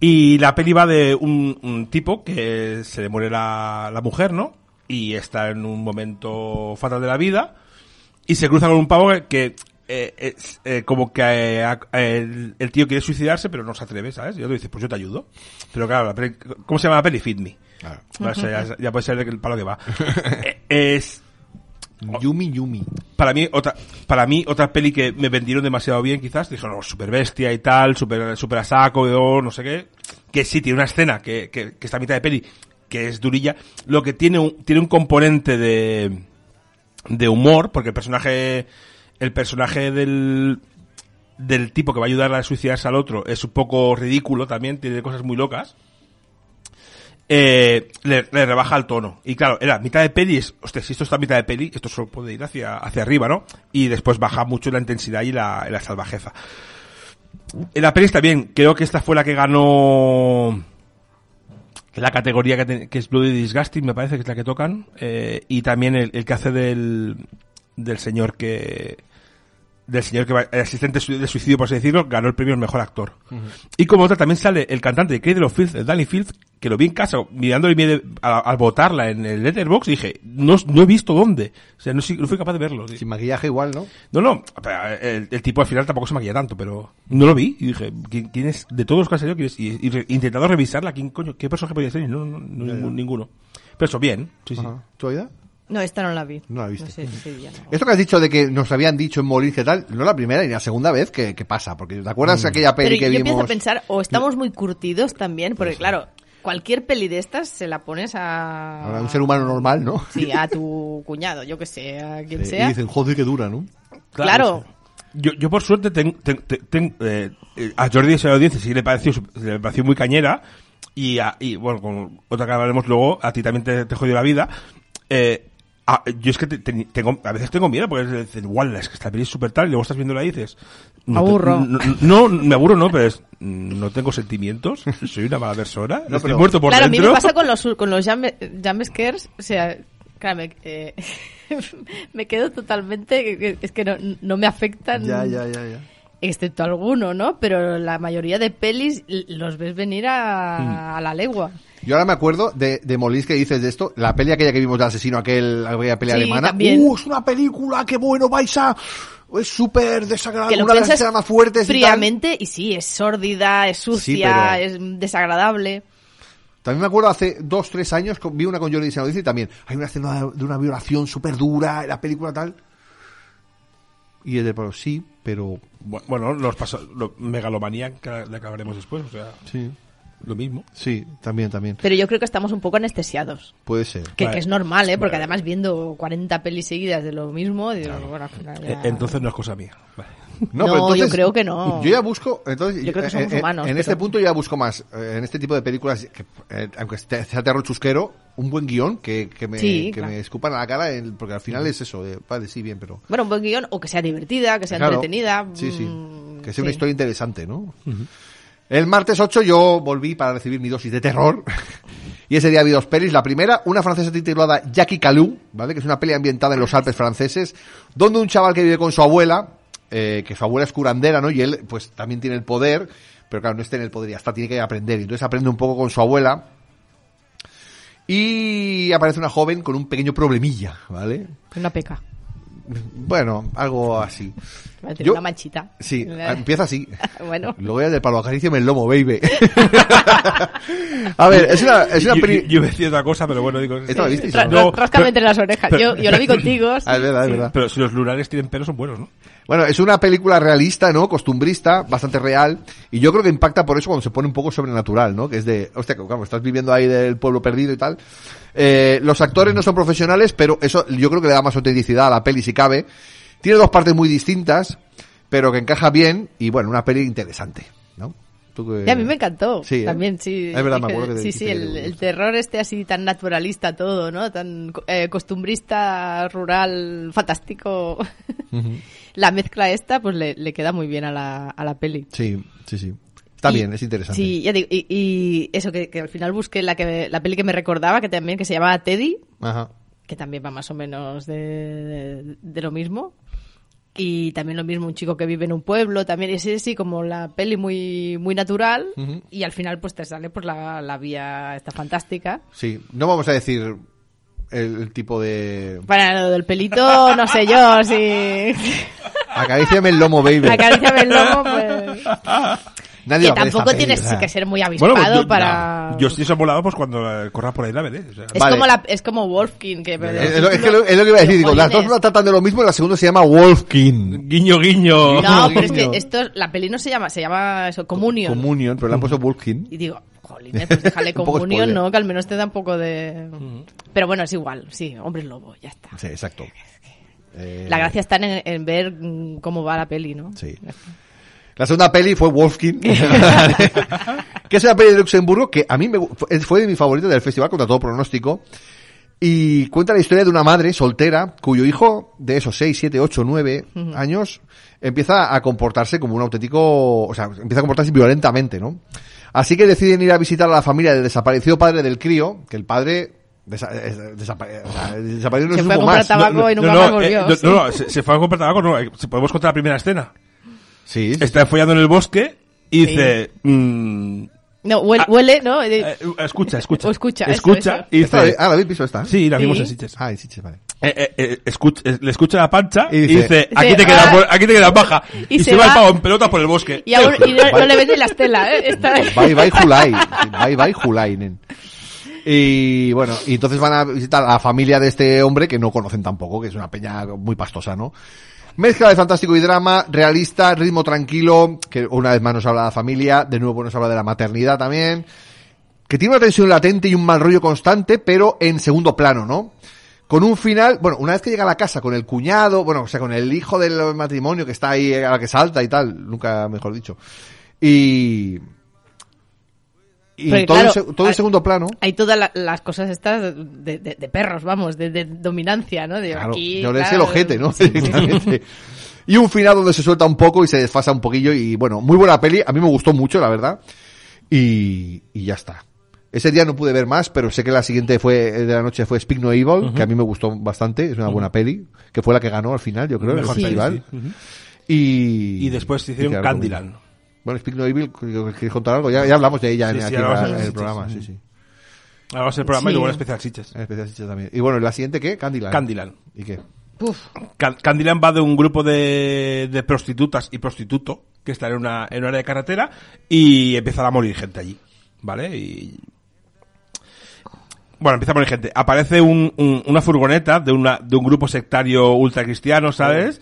Y la peli va de un, un tipo que se le muere la, la mujer, ¿no? Y está en un momento fatal de la vida. Y se cruza con un pavo que, que, eh, es, eh, como que eh, a- el, el tío quiere suicidarse, pero no se atreve, ¿sabes? Y otro dice, pues yo te ayudo. Pero claro, la peli- ¿cómo se llama la peli? Fit Me. Claro. Bueno, eso ya, ya puede ser el palo que va. Eh, es Yumi Yumi. para mí otra para mí otra peli que me vendieron demasiado bien quizás dijeron no, super bestia y tal super super a saco yo no sé qué que sí tiene una escena que que, que está a mitad de peli que es durilla lo que tiene un, tiene un componente de de humor porque el personaje el personaje del del tipo que va a ayudar a suicidarse al otro es un poco ridículo también tiene cosas muy locas eh, le, le rebaja el tono. Y claro, era mitad de peli, es, hostia, si esto está a mitad de peli, esto solo puede ir hacia, hacia arriba, ¿no? Y después baja mucho la intensidad y la, la salvajeza. En la peli está bien, creo que esta fue la que ganó la categoría que, te- que es Bloody Disgusting, me parece que es la que tocan, eh, y también el, el que hace del, del señor que del señor que va, el asistente su- de suicidio, por así decirlo, ganó el premio al mejor actor. Y como otra también sale el cantante de Cradle of Filth, el Danny Filth, que lo vi en casa, mirándole y me- al, al votarla en el Letterboxd, dije, no, no he visto dónde. O sea, no, soy- no fui capaz de verlo. Sin maquillaje igual, ¿no? No, no, pero eh, el, el tipo al final tampoco se maquilla tanto, pero no lo vi y dije, ¿quién, quién es? De todos los que han salido, ¿quién es? Y, y re- intentando revisarla, ¿quién coño? ¿Qué personaje podía ser? Y no, no, no, ningún- ninguno. Pero eso, bien, sí, sí. Ajá. ¿Tú Aida? No, esta no la vi. No la viste. No sé, sí, ya no. Esto que has dicho de que nos habían dicho en morir que tal, no la primera ni la segunda vez que, que pasa, porque ¿te acuerdas de aquella Pero peli yo que vimos? empiezo a pensar, o estamos muy curtidos también, porque claro, cualquier peli de estas se la pones a... Ahora, un ser humano normal, ¿no? Sí, a tu cuñado, yo que sé, a quien Eh, sea. Mm. Y dicen, joder, que dura, ¿no? Claro. Yo, yo por suerte ten- ten- ten- ten- eh, eh, a Jordi se lo dice, sí le pareció, su- le pareció muy cañera y, a- y, bueno, con otra que hablaremos luego, a ti también te, te jodió la vida. Eh, a- yo es que te- te- tengo, a veces tengo miedo porque dices, igual es que esta peli es súper tal y luego estás viéndola y dices, no te- Aburro. no, no, me aburro no, pero es, mm, no tengo sentimientos, soy una mala persona, No, estoy pero- muerto por claro, a mí dentro. me pasa con los, con los jump- jumpscares, o sea, claro, me, eh, me quedo totalmente, es que no, no me afectan, ya, ya. excepto alguno, ¿no? Pero la mayoría de pelis l- los ves venir Hmm. a, a la legua. Yo ahora me acuerdo de, de Molís que dices de esto, la peli aquella que vimos del asesino, aquel, aquella peli Sí, alemana. también. ¡Uh, es una película! ¡Qué bueno, vais a! Es súper desagradable, Que lo una de las piensas escenas más fuertes y tal. fríamente y, sí, es sórdida, es sucia, pero- es desagradable. También me acuerdo hace dos, tres años, con- vi una con Jordi Sanodice y también hay una escena de una violación súper dura en la película tal. Y el de pero sí, pero... Bu- Bueno, nos pasó lo- megalomanía que la acabaremos después, o sea, Sí, lo mismo. sí, también, también. Pero yo creo que estamos un poco anestesiados. Puede ser. Que, Vale. que es normal, ¿eh? Porque además viendo 40 pelis seguidas de lo mismo, digo, bueno, al final E ya- Eh, Entonces no es cosa mía. Vale. No, yo creo que no. Yo ya busco, entonces, Yo creo que eh, somos eh, humanos, En pero- este punto yo ya busco más, eh, en este tipo de películas, que, eh, aunque sea sea terror chusquero, un buen guión que, que, me, Sí, que claro. me escupan a la cara, el- porque al final es eso, de, vale, sí, bien, pero... Bueno, un buen guión, o que sea divertida, que sea Claro. entretenida. Sí, sí. mm, Que sea una sí. historia interesante, ¿no? El martes 8 yo volví para recibir mi dosis de terror. y ese día vi dos pelis. La primera, una francesa titulada Jackie Calou, ¿vale? Que es una peli ambientada en los Alpes franceses, donde un chaval que vive con su abuela, eh, que su abuela es curandera, ¿no? Y él, pues, también tiene el poder, pero claro, no está en el poder, ya está, tiene que aprender. Y Entonces aprende un poco con su abuela. Y aparece una joven con un pequeño problemilla, ¿vale? Una peca. Bueno, algo así. Va a decir, Yo- Una manchita. Sí, ah, La- empieza así. Bueno. Luego ya del palo acaríciame el lomo, baby. a ver, es una, es una yo, peli... yo- yo me decía otra cosa, pero bueno, digo. Esta la visteis, Ra- ¿no? No, ra- Ráscame pero- entre las orejas. Yo, yo lo vi contigo. sí. Ah, es verdad, es verdad. Pero si los lunares tienen pelo son buenos, ¿no? Bueno, es una película realista, ¿no? Costumbrista, bastante real. Y yo creo que impacta por eso cuando se pone un poco sobrenatural, ¿no? Que es de, hostia, que, claro, estás viviendo ahí del pueblo perdido y tal. Eh, los actores no son profesionales, pero eso yo creo que le da más autenticidad a la peli si cabe. Tiene dos partes muy distintas, pero que encaja bien y bueno, una peli interesante, ¿no? Tú que- Y a mí me encantó. Sí, ¿eh? También, sí. Es verdad, me acuerdo que te Sí, dijiste sí, que el, te el gustó. terror este así tan naturalista todo, ¿no? Tan eh, costumbrista, rural, fantástico. la mezcla esta, pues le, le queda muy bien a la, a la peli. Sí, sí, sí. Está Ah, Y- bien, es interesante. Sí, ya digo, y, y eso, que, que al final busqué la, que, la peli que me recordaba, que también que se llamaba Teddy, Ajá. que también va más o menos de, de- de lo mismo. Y también lo mismo, un chico que vive en un pueblo, también es así como la peli muy, muy natural Ujú. y al final pues te sale por la, la vía esta fantástica. Sí, no vamos a decir el, el tipo de... Para lo del pelito, no sé yo, si Acaríciame el lomo, baby. acariciame el lomo, pues... Nadie que va a ver esta tampoco peli, tienes ¿verdad? que ser muy Bueno, avispado pues yo, para... yo estoy desamolado pues cuando eh, corra por ahí la veré. o sea. Es, Vale. Eh, como la, es como Wolfkin, que... Es lo, es que lo, es lo que iba a decir, digo, las dos no tratan de lo mismo y la segunda se llama Wolfkin. Guiño, guiño. No, pero es que Comunio. esto, la peli no se llama, se llama eso, Comunion. Communion, pero le han puesto Wolfkin. Y digo, jolines, pues déjale Un poco comunión, spoiler. ¿no? Que al menos te da un poco de... Pero bueno, es igual, sí, hombre lobo, ya está. Sí, exacto. Eh, La gracia está en, en ver mm, cómo va la peli, ¿no? Sí. La segunda peli fue Wolfkin. que es una peli de Luxemburgo que a mí me, gu- fue- fue de mi favorita del festival contra todo pronóstico. Y cuenta la historia de una madre soltera cuyo hijo de esos 6, 7, 8, 9 años empieza a comportarse como un auténtico, o sea, empieza a comportarse violentamente, ¿no? Así que deciden ir a visitar a la familia del desaparecido padre del crío, que el padre desa- es- desapare- o sea, desapareció, no Se se fue a supo comprar más. tabaco y nunca más volvió. eh, no, sí. no, no, se, se fue a comprar tabaco, no, eh, se- podemos contar la primera escena. Sí, sí, Está follando en el bosque y Sí. dice, mm, No, huele, huele, ¿no? Eh, eh, escucha, escucha. O escucha, eso, Escucha eso. y Esta la vi- dice, ah, la habéis visto esta. este, sí, la vimos Sí. en Sitges. Ah, en Sitges, vale. Eh, eh, eh, escucha- eh, le escucha la pancha Y y dice- dice, aquí, Dice, te quedas, "Ah". bu- aquí te quedas baja. Y Y, se se, va va. el pavo en pelotas por el bosque. Y, aún, y no, no le vende la estela, ¿eh? Esta vez. Bye bye Julai. Bye bye Julai, nen. Y bueno, y entonces van a visitar a la familia de este hombre que no conocen tampoco, que es una peña muy pastosa, ¿no? Mezcla de fantástico y drama, realista, ritmo tranquilo, que una vez más nos habla de la familia, de nuevo nos habla de la maternidad también, que tiene una tensión latente y un mal rollo constante, pero en segundo plano, ¿no? Con un final, bueno, una vez que llega a la casa con el cuñado, bueno, o sea, con el hijo del matrimonio que está ahí eh, a la que salta y tal, nunca mejor dicho. Y, y Porque, todo, en claro, se- todo en hay- segundo plano. Hay todas la- las cosas estas de, de- de perros, vamos, de, de dominancia, ¿no? De Claro, aquí, yo le sé el claro, ojete, ¿no? sí, sí. Directamente. Y un final donde se suelta un poco y se desfasa un poquillo. Y bueno, muy buena peli. A mí me gustó mucho, la verdad. Y, y ya está. Ese día no pude ver más, pero sé que la siguiente fue eh, de la noche fue Speak No Evil, que a mí me gustó bastante. Es una buena peli, que fue la que ganó al final, yo creo, en el Mejor peli, festival. sí. Ujú. Y, Y después y se hicieron te la recomiendo. Candyland. Bueno, Speak No Evil, ¿quieres contar algo? Ya, ya hablamos de ella Sí, en, sí, aquí hablamos en de el Sitges. programa. Sí, sí. Ahora el programa y Sí. luego el especial Sitges. En especial Sitges también. Y bueno, ¿la siguiente qué? Candyland. Candyland. ¿Y qué? Puf, Can- Candyland va de un grupo de, de prostitutas y prostituto que están en una, en un área de carretera y empiezan a morir gente allí, ¿vale? Y... Bueno, empieza a morir gente. Aparece un- un- una furgoneta de, una, de un grupo sectario ultracristiano, ¿sabes?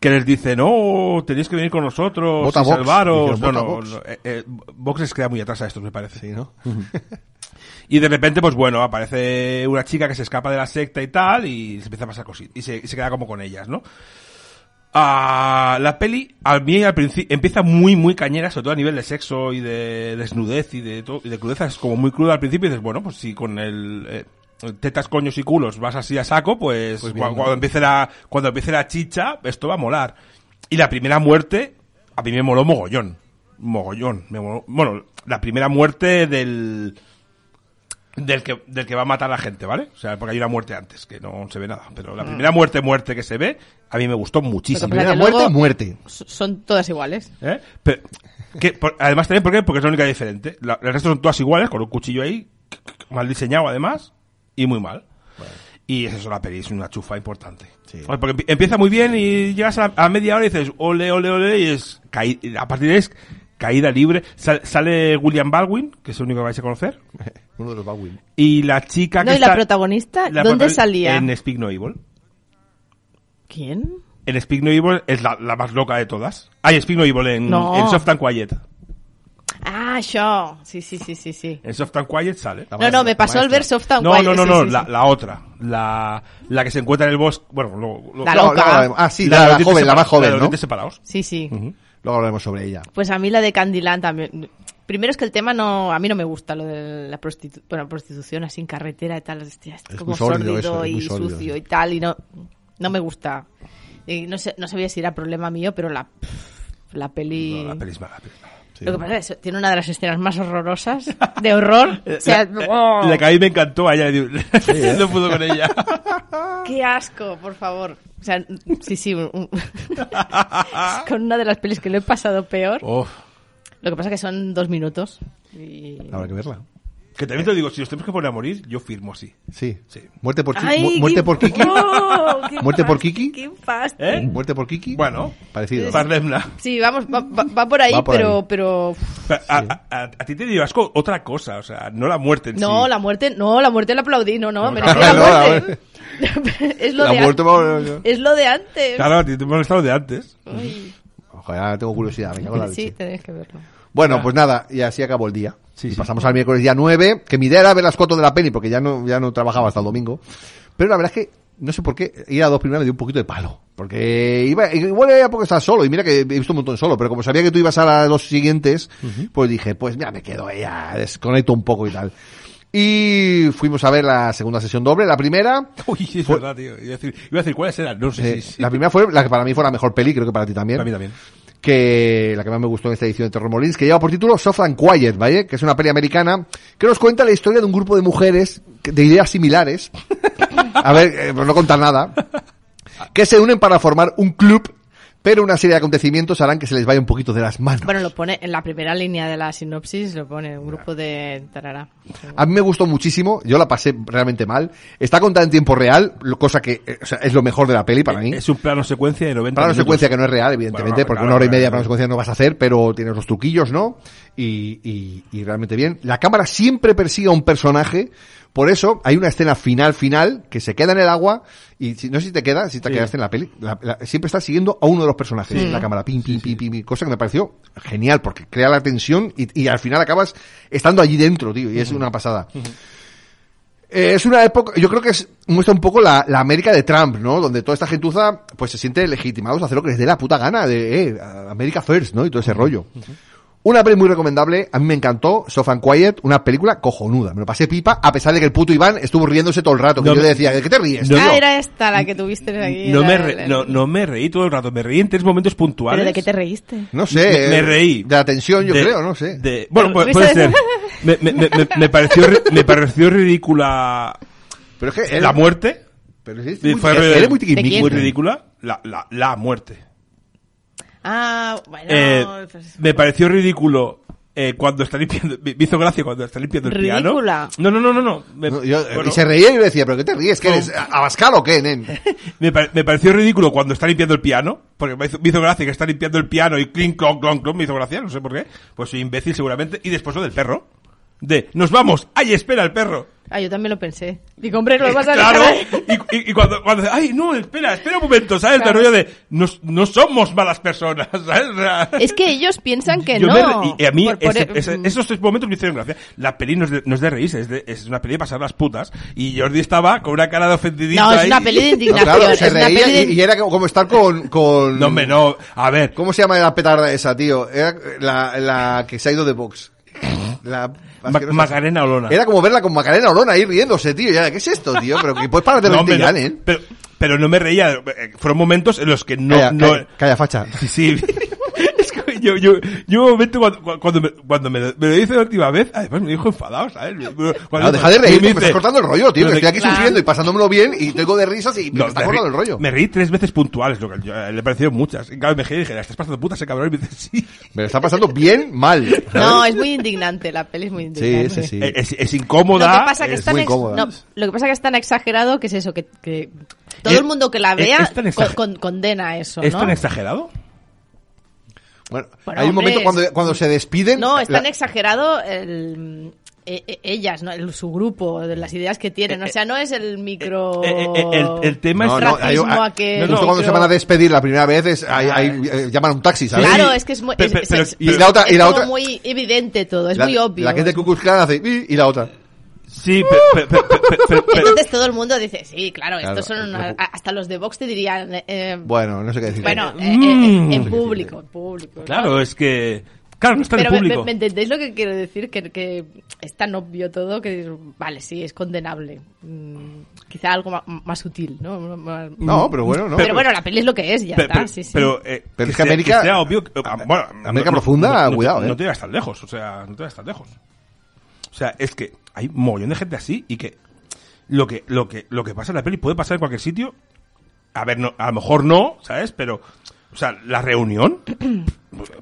Que les dice, no, tenéis que venir con nosotros, Vota y Vox. salvaros. Dijeron, "Vota no, no, Vox". no, eh, eh, Vox les queda muy atrás a estos, me parece. Sí, ¿no? Y de repente, pues bueno, aparece una chica que se escapa de la secta y tal, y se empieza a pasar cositas, y se, y se queda como con ellas, ¿no? Ah, la peli, a mí al principio, empieza muy, muy cañera, sobre todo a nivel de sexo y de desnudez y de todo, y de crudeza, es como muy cruda al principio, y dices, bueno, pues si con el, eh, tetas, coños y culos vas así a saco, pues, Pues cua- bien, cuando, ¿no? empiece la, cuando empiece la chicha, esto va a molar. Y la primera muerte, a mí me moló mogollón. Mogollón. Me moló- bueno, la primera muerte del, del que, del que va a matar a la gente, ¿vale? O sea, porque hay una muerte antes, que no se ve nada. Pero Ah. la primera muerte, muerte que se ve, a mí me gustó muchísimo. Pero Primera que muerte, luego- muerte. so- son todas iguales. ¿eh? Pero- que, por- además también, ¿por qué? Porque es la única diferente. La, el resto son todas iguales, con un cuchillo ahí, mal diseñado además, y muy mal. Y es eso, la peli es una chufa importante. Sí. Oye, Porque empie- empieza muy bien y llegas a, a media hora y dices, ole, ole, ole, y es caí- a partir de ahí es caída libre. Sal- sale William Baldwin, que es el único que vais a conocer, Uno de los Baldwin. y la chica Ah, que No, y la está- protagonista, la ¿dónde protagoni- salía? En Speak No Evil. ¿Quién? En Speak No Evil es la, la más loca de todas. Hay Speak No Evil en, No. en Soft and Quiet. Ah, yo. Sí, sí, sí, sí, sí. En Soft and Quiet sale. La No, no, me maestra, pasó la el maestra. verso of Town No, White, no, no, sí, no, sí, sí. la, la otra. La, la que se encuentra en el bosque. Bueno, luego. luego- La No, loca. no, la- ah, sí, la, de la los dientes joven, la más separados, joven, de los ¿no? dientes separados. Sí, sí. Luego hablaremos sobre ella. Pues a mí la de Candyland también. Primero es que el tema no, a mí no me gusta lo de la prostitu- bueno, prostitución así en carretera y tal, hostia, es Es como muy sórdido sórdido eso, es y muy sórdido. sucio y tal y no, no me gusta. Y no sé, no sabía si era problema mío, pero la, la peli. No, la peli es mala, la peli es mala. Sí. Lo que pasa es que tiene una de las escenas más horrorosas de horror. O sea, la, ¡oh! la que a mí me encantó, a ella le dio- ¿eh? no pudo con ella. ¡Qué asco, por favor! O sea, sí, sí. un- un- es con una de las pelis que lo he pasado peor. Oh, Lo que pasa es que son dos minutos. Y... Habrá que verla. que también te digo, si nos tenemos que poner a morir, yo firmo así. Sí. Sí. Muerte por, Ki- Ay, mu- muerte qué- por Kiki. ¡Oh! ¡Qué ¿Muerte por pas- Kiki? ¡Qué pasta! ¿Eh? Muerte por Kiki. Bueno. Parecido. Pardemna. Sí, vamos, va, va- va por ahí, Va por pero, ahí. pero A, a- a- a ti te dio asco otra cosa, o sea, no la muerte en no, sí. la muerte, no, la muerte la aplaudí, no, no, No, merecía claro, la no, muerte. es lo La de an- muerte por- es lo de antes. Claro, a ti te molestó lo de antes. Ay, Ojo, ya tengo curiosidad. Me cago en la sí, leche. tenéis que verlo. Bueno, pues nada, y así acabó el día. Sí, y sí. pasamos al miércoles día 9, que mi idea era ver las cuatro de la peli, porque ya no, ya no trabajaba hasta el domingo. Pero la verdad es que, no sé por qué, ir a dos primeras me dio un poquito de palo. Porque iba, igual era porque estaba solo, y mira que he visto un montón solo, pero como sabía que tú ibas a las dos siguientes, pues dije, pues mira, me quedo ya, desconecto un poco y tal. Y fuimos a ver la segunda sesión doble, la primera. Uy, es Fue- verdad, tío. Iba a decir, iba a decir cuáles eran, no sé eh, si... La primera fue la que para mí fue la mejor peli, creo que para ti también Para mí también. que la que más me gustó en esta edición de Terror Morins, que lleva por título Soft and Quiet, ¿vale? Que es una peli americana que nos cuenta la historia de un grupo de mujeres que- de ideas similares. A ver, eh, por no contar nada. Que se unen para formar un club, pero una serie de acontecimientos harán que se les vaya un poquito de las manos. Bueno, lo pone en la primera línea de la sinopsis, lo pone un grupo de tarara. A mí me gustó muchísimo, yo la pasé realmente mal. Está contada en tiempo real, lo- cosa que eh, o sea, es lo mejor de la peli para mí. Es un plano secuencia de 90 Plano minutos. secuencia que no es real, evidentemente, Bueno, porque claro, una hora y claro, media de claro. plano secuencia no vas a hacer, pero tienes los truquillos, ¿no? Y, y- y realmente bien. La cámara siempre persigue a un personaje, por eso hay una escena final, final, que se queda en el agua, y si- no sé si te queda, si te Sí. quedaste en la peli, la- la- siempre está siguiendo a uno de los personajes, la cámara, pim, pim, pim, pim, pim, cosa que me pareció genial, porque crea la tensión y, y al final acabas estando allí dentro, tío, y es una pasada. Eh, es una época, yo creo que es, muestra un poco la, la América de Trump, ¿no? Donde toda esta gentuza, pues se siente legitimados a hacer lo que les dé la puta gana de, eh, America First, ¿no? Y todo ese rollo. Una peli muy recomendable, a mí me encantó, Soft and Quiet, una película cojonuda. Me lo pasé pipa, a pesar de que el puto Iván estuvo riéndose todo el rato, que No yo le me- decía, ¿de qué te ríes? No, tío?". ah, no. era esta la que tuviste aquí. No era me, la- re- la- no, no me reí todo el rato, me reí en tres momentos puntuales. ¿Pero de qué te reíste? No sé. Me, me eh, reí. De la tensión, yo De- creo, no sé. de- bueno, Pero, pu- puede ¿risa de- ser. Me, me- me- me- me pareció, ri- me pareció ridícula Pero es que... él- la muerte. Pero es Y muy, fue él es muy ri- tiquismiqui. quién? muy ridícula. La, la, la muerte. Ah, bueno, Eh, pues- me pareció ridículo eh, cuando está limpiando. Me me hizo gracia cuando está limpiando el ¿Ridícula? piano. No, no, no, no. no. Me, No, yo- bueno, Y se reía y yo le decía, ¿pero qué te ríes? ¿Qué No. eres? ¿Abascal o qué, nen? me, pare- me pareció ridículo cuando está limpiando el piano. Porque me hizo, me hizo gracia que está limpiando el piano y clink, clon, clon, clon. Me hizo gracia, no sé por qué. Pues soy imbécil seguramente. Y después lo del perro. De, nos vamos, ahí espera el perro. Ah, yo también lo pensé. Digo, hombre, lo vas a eh, claro, dejar. y, y- y cuando, cuando dice, ay, no, espera, espera un momento, ¿sabes? El Claro. rollo de, no, no somos malas personas, ¿sabes? O sea, Es que ellos piensan que yo me no. re- y, y a mí Por- e-, mm. por- ese- ese- esos tres momentos me hicieron gracia. La peli no es de, no es de reírse, es, de- es una peli de pasar las putas. Y Jordi estaba con una cara de ofendidito No, es ahí. una peli de No, indignación. claro, se es una reía peli y, de- y era como estar con... con No, hombre, no. A ver, ¿Cómo se llama la petarda esa, tío? Era la, la que se ha ido de box. La Ma- asquerosa. Macarena Olona. Era como verla con Macarena Olona ahí riéndose, tío. Ya, ¿Qué es esto, tío? Pero que puedes parar de no, reírte hombre, ya, no, ¿eh? pero, pero no me reía. eh, Fueron momentos en los que no... calla, no- calla, calla, facha. Sí, sí. Es que yo, yo, yo un momento cuando, cu- cuando, me, cuando me, lo, me lo hice la última vez, además me dijo enfadado, ¿sabes? Me- me- Claro, cuando- deja de reír, me me dice- estás cortando el rollo, tío. Pero Que de- estoy aquí Claro. sufriendo y pasándomelo bien y tengo de risas y me No, estás me cortando el ri- rollo. Me reí tres veces puntuales, lo que yo- eh, le pareció muchas. Y claro, me giré y dije, "La estás pasando puta ese cabrón. Y me dice, sí. Me lo está pasando bien mal. No, es muy indignante, la peli es muy indignante. Sí, sí, sí. Eh, Es, es Lo que, incómoda. pasa que es- es tan muy ex- cómoda. no, lo que pasa que es tan exagerado que es eso, que, que todo Es- el mundo que la es- vea Eh, es tan exager- con- con- condena eso, ¿Es ¿no? tan exagerado? Bueno, Bueno, hay un hombre, momento es- cuando, cuando se despiden. No, es tan la- exagerado el, eh, eh, ellas, ¿no? El- su grupo, de las ideas que tienen. O sea, no es el micro... Eh, eh, eh, el- el tema No, es no, hay- ah, racismo hay- aquel, justo no, cuando se pero- van a despedir la primera vez, es, hay- hay- eh, llaman a un taxi, ¿sabes? Claro, Sí. es que es muy... Pe- es- pe- es- pero- es- y la otra- y es la como otra- muy evidente todo, es La- muy obvio. La que es de Ku Klux Klan hace "Ii", y la otra. Sí, pe- pe- pe- pe- pe- pe- Y pe- entonces todo el mundo dice, sí, claro, estos Claro, son el una- grupo. hasta los de Vox te dirían, eh, eh, Bueno, no sé qué decir. bueno, eh, eh, Mm. en público, en público. ¿no? Claro, es que... Claro, no está en Pero me, público. me- me entendéis lo que quiero decir, que, que es tan obvio todo que, dices, vale, sí, es condenable. Mm, Quizá algo ma- más, sutil, ¿no? Más- No, pero bueno, no. pero, bueno, la peli es lo que es, ya Pe- está, pe- sí, sí. Pero, eh, Pero es que América- sea obvio que- ah, bueno, América profunda, te- cuidado, eh. No te vayas tan lejos, o sea, no te vayas tan lejos. O sea, es que hay un mogollón de gente así y que lo que, lo que, lo que pasa en la peli puede pasar en cualquier sitio. A ver, no, a lo mejor no, ¿sabes? Pero, o sea, la reunión,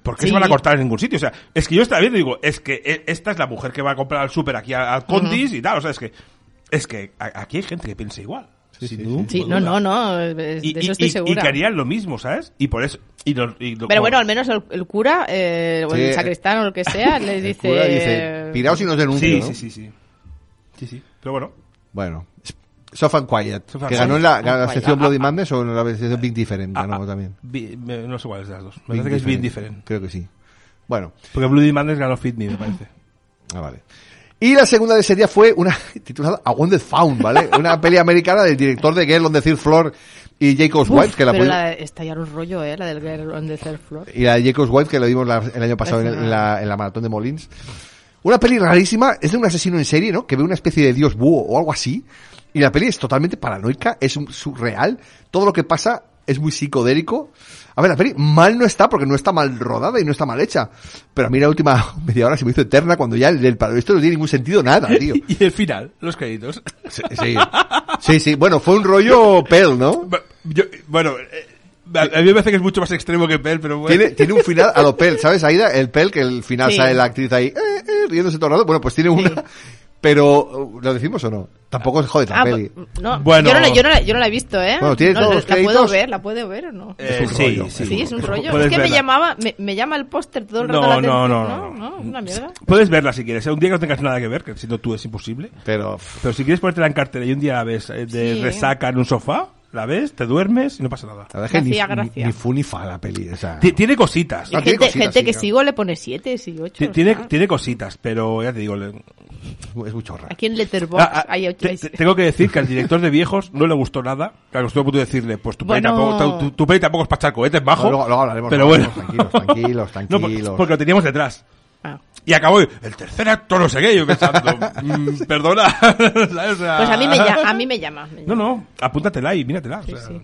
¿por qué Sí. se van a cortar en ningún sitio? O sea, es que yo estaba viendo y digo, es que eh, esta es la mujer que va a comprar al súper aquí a, a Condis y tal, o sea, es que, es que a- aquí hay gente que piensa igual. sin ningún Sí, tipo de no, no, duda no, es- de eso estoy y- segura. y que harían lo mismo, ¿sabes? Y por eso. Y no- y Pero no- como- bueno, al menos el, el cura, eh, o Sí. el sacristán o lo que sea, le El dice... cura dice, piraos y nos denuncio. Sí, ¿no? sí, sí, sí. Sí, sí. Pero bueno. Bueno. Soft and Quiet. Soft and que Quiet. ganó en la, Soft and la Quiet. sección Ah, Bloody Madness o en la sección Big Different. Ah, Ganó ah, también. Bi- me- no sé cuál es de las dos. Me Big parece que es bien Different. diferente. Creo que sí. Bueno. Porque Bloody Madness ganó Fit Me, me parece. Ah, vale. Y la segunda de ese día fue una titulada A Wounded Found, ¿vale? Una peli americana del director de Girl on the Third Floor y Jacob's Uf, Wife, que la pero pudimos- la de estallar un rollo, ¿eh? La del Girl on the Third Floor. Y la de Jacob's Wife, que la vimos la- el año pasado en, en la, en la maratón de Molins. Una peli rarísima, es de un asesino en serie, ¿no? Que ve una especie de dios búho o algo así. Y la peli es totalmente paranoica, es un- surreal. Todo lo que pasa es muy psicodélico. A ver, la peli mal no está porque no está mal rodada y no está mal hecha. Pero a mí la última media hora se me hizo eterna cuando ya el, el esto no tiene ningún sentido nada, tío. y el final, los créditos. Sí, sí. Sí, sí. Bueno, fue un rollo pel, ¿no? Bu- yo- bueno, eh, a, a mí me parece que es mucho más extremo que Pell, pero bueno. Tiene, tiene un final a lo pel, ¿sabes, Aida? El pel, que el final Sí. sale la actriz ahí, eh, eh, riéndose todo el rato. Bueno, pues tiene una. Pero, ¿lo decimos o no? Tampoco es joder la Ah, peli. bu- no, Bueno. yo, no la, yo no la- yo no la he visto, ¿eh? Bueno, tiene No, todos la, los la puedo créditos. ver, la puedo ver o no. Eh, es un sí, rollo, sí, Sí, es un rollo. Puedes Es que me, verla. llamaba, me, me llama el póster todo el rato la No, atención. no, no, no. una mierda. Puedes verla si quieres. ¿eh? Un día que no tengas nada que ver, que siendo tú es imposible. Pero, pff, Pero si quieres ponértela en cartera y un día la ves eh, de Sí. resaca en un sofá, la ves, te duermes y no pasa nada. la verdad es que Me ni, hacía ni, gracia. ni fu ni fa la peli. O sea, Ti- Tiene cositas. Y Ah, tiene gente cositas, gente sí, que claro. sigo le pone 7 y 8. Ti- Tiene, tiene cositas, pero ya te digo. le- es muy chorra. Aquí en Letterboxd Ah, ah, hay ocho- te- te- tengo que decir que al director de viejos no le gustó nada. Claro, estuve a punto de decirle, pues tu peli Bueno. tampoco, tu, tu peli tampoco es pachaco, cohetes bajo. No, luego- luego hablaremos, pero luego bueno. hablaremos, tranquilos, tranquilos, No, por- tranquilos. porque lo teníamos detrás. Ah. Y acabó y, el tercer acto, no sé qué, yo pensando, mm, perdona. ¿sabes? O sea, Pues a mí me, lla- a mí me llama. me No, llama. no, apúntatela y míratela. o sea. sí.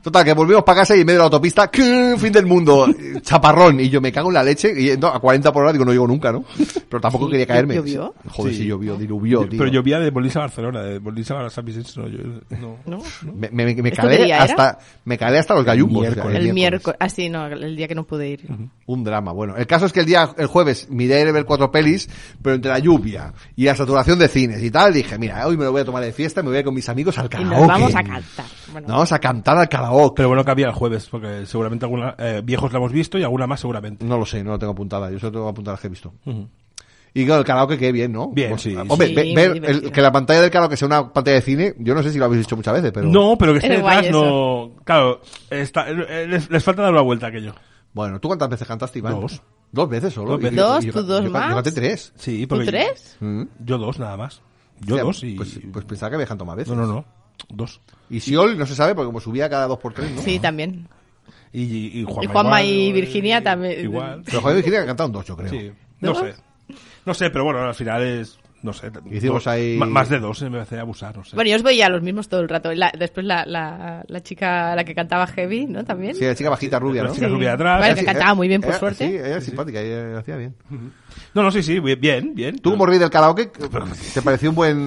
Total, que volvimos para casa y en medio de la autopista, ¡qué fin del mundo! Chaparrón. Y yo me cago en la leche. Y no, a 40 por hora digo, no llego nunca, ¿no? Pero tampoco Sí, quería caerme. ¿llovió? Joder, sí, Sí. llovió, diluvió, tío. Pero llovía de Molins a Barcelona, de Molins a San Vicente, no, yo- no. ¿No? Me, me, me ¿Esto qué calé día era? hasta, me calé hasta los gallumbos. miércoles. o sea, El miércoles. Ah, sí, no, el día que no pude ir. Un drama, bueno. El caso es que el día, el jueves, mi idea era ver cuatro pelis, pero entre la lluvia y la saturación de cines y tal, dije, mira, hoy me lo voy a tomar de fiesta, me voy a ir con mis amigos al Y karaoke. nos vamos a cantar. Bueno, Nos vamos a cantar al karaoke. Pero bueno, que había el jueves, porque seguramente alguna, eh, viejos la hemos visto y alguna más seguramente. No lo sé, no lo tengo apuntada, yo solo tengo apuntadas las que he visto. Y claro, el karaoke que bien, ¿no? Bien, Pues, sí, Hombre, sí. ve- Sí, ver muy el- divertido. que la pantalla del karaoke sea una pantalla de cine, yo no sé si lo habéis hecho muchas veces, pero... No, pero que esté Es guay detrás no. Claro, está- eh, les, les falta dar una vuelta a aquello. Bueno, ¿tú cuántas veces cantaste, Iván? Dos. Dos veces solo. Dos Y- veces. y- Dos, y- tú yo- dos yo- más. Yo canté tres. Sí, ¿Tú porque yo- tres? Mm. Yo dos nada más. Yo O sea, dos y. Pues, pues pensaba que había cantado más veces. no, no, no. Dos. Y Siol no se sabe, porque como subía cada dos por tres, ¿no? Sí, también. Y, y, Juanma, Y Juanma igual, y Virginia también. Igual. Pero Javier Virginia cantaron dos, yo creo. Sí. No ¿Dos? sé. No sé, pero bueno, al final es. No sé. Hicimos dos- ahí- ma- Más de dos, eh, me hace abusar, no sé. Bueno, yo os veía a los mismos todo el rato. La- después la, la, la chica, la que cantaba Heavy, ¿no? También. Sí, la chica bajita rubia, La ¿no? chica Sí. rubia atrás. Vale, Sí, ¿eh? que cantaba muy bien, por Era- suerte. Sí, era simpática, ella lo hacía bien. No, no, sí, sí, bien, bien. ¿Tú como rey del karaoke, te pareció un buen...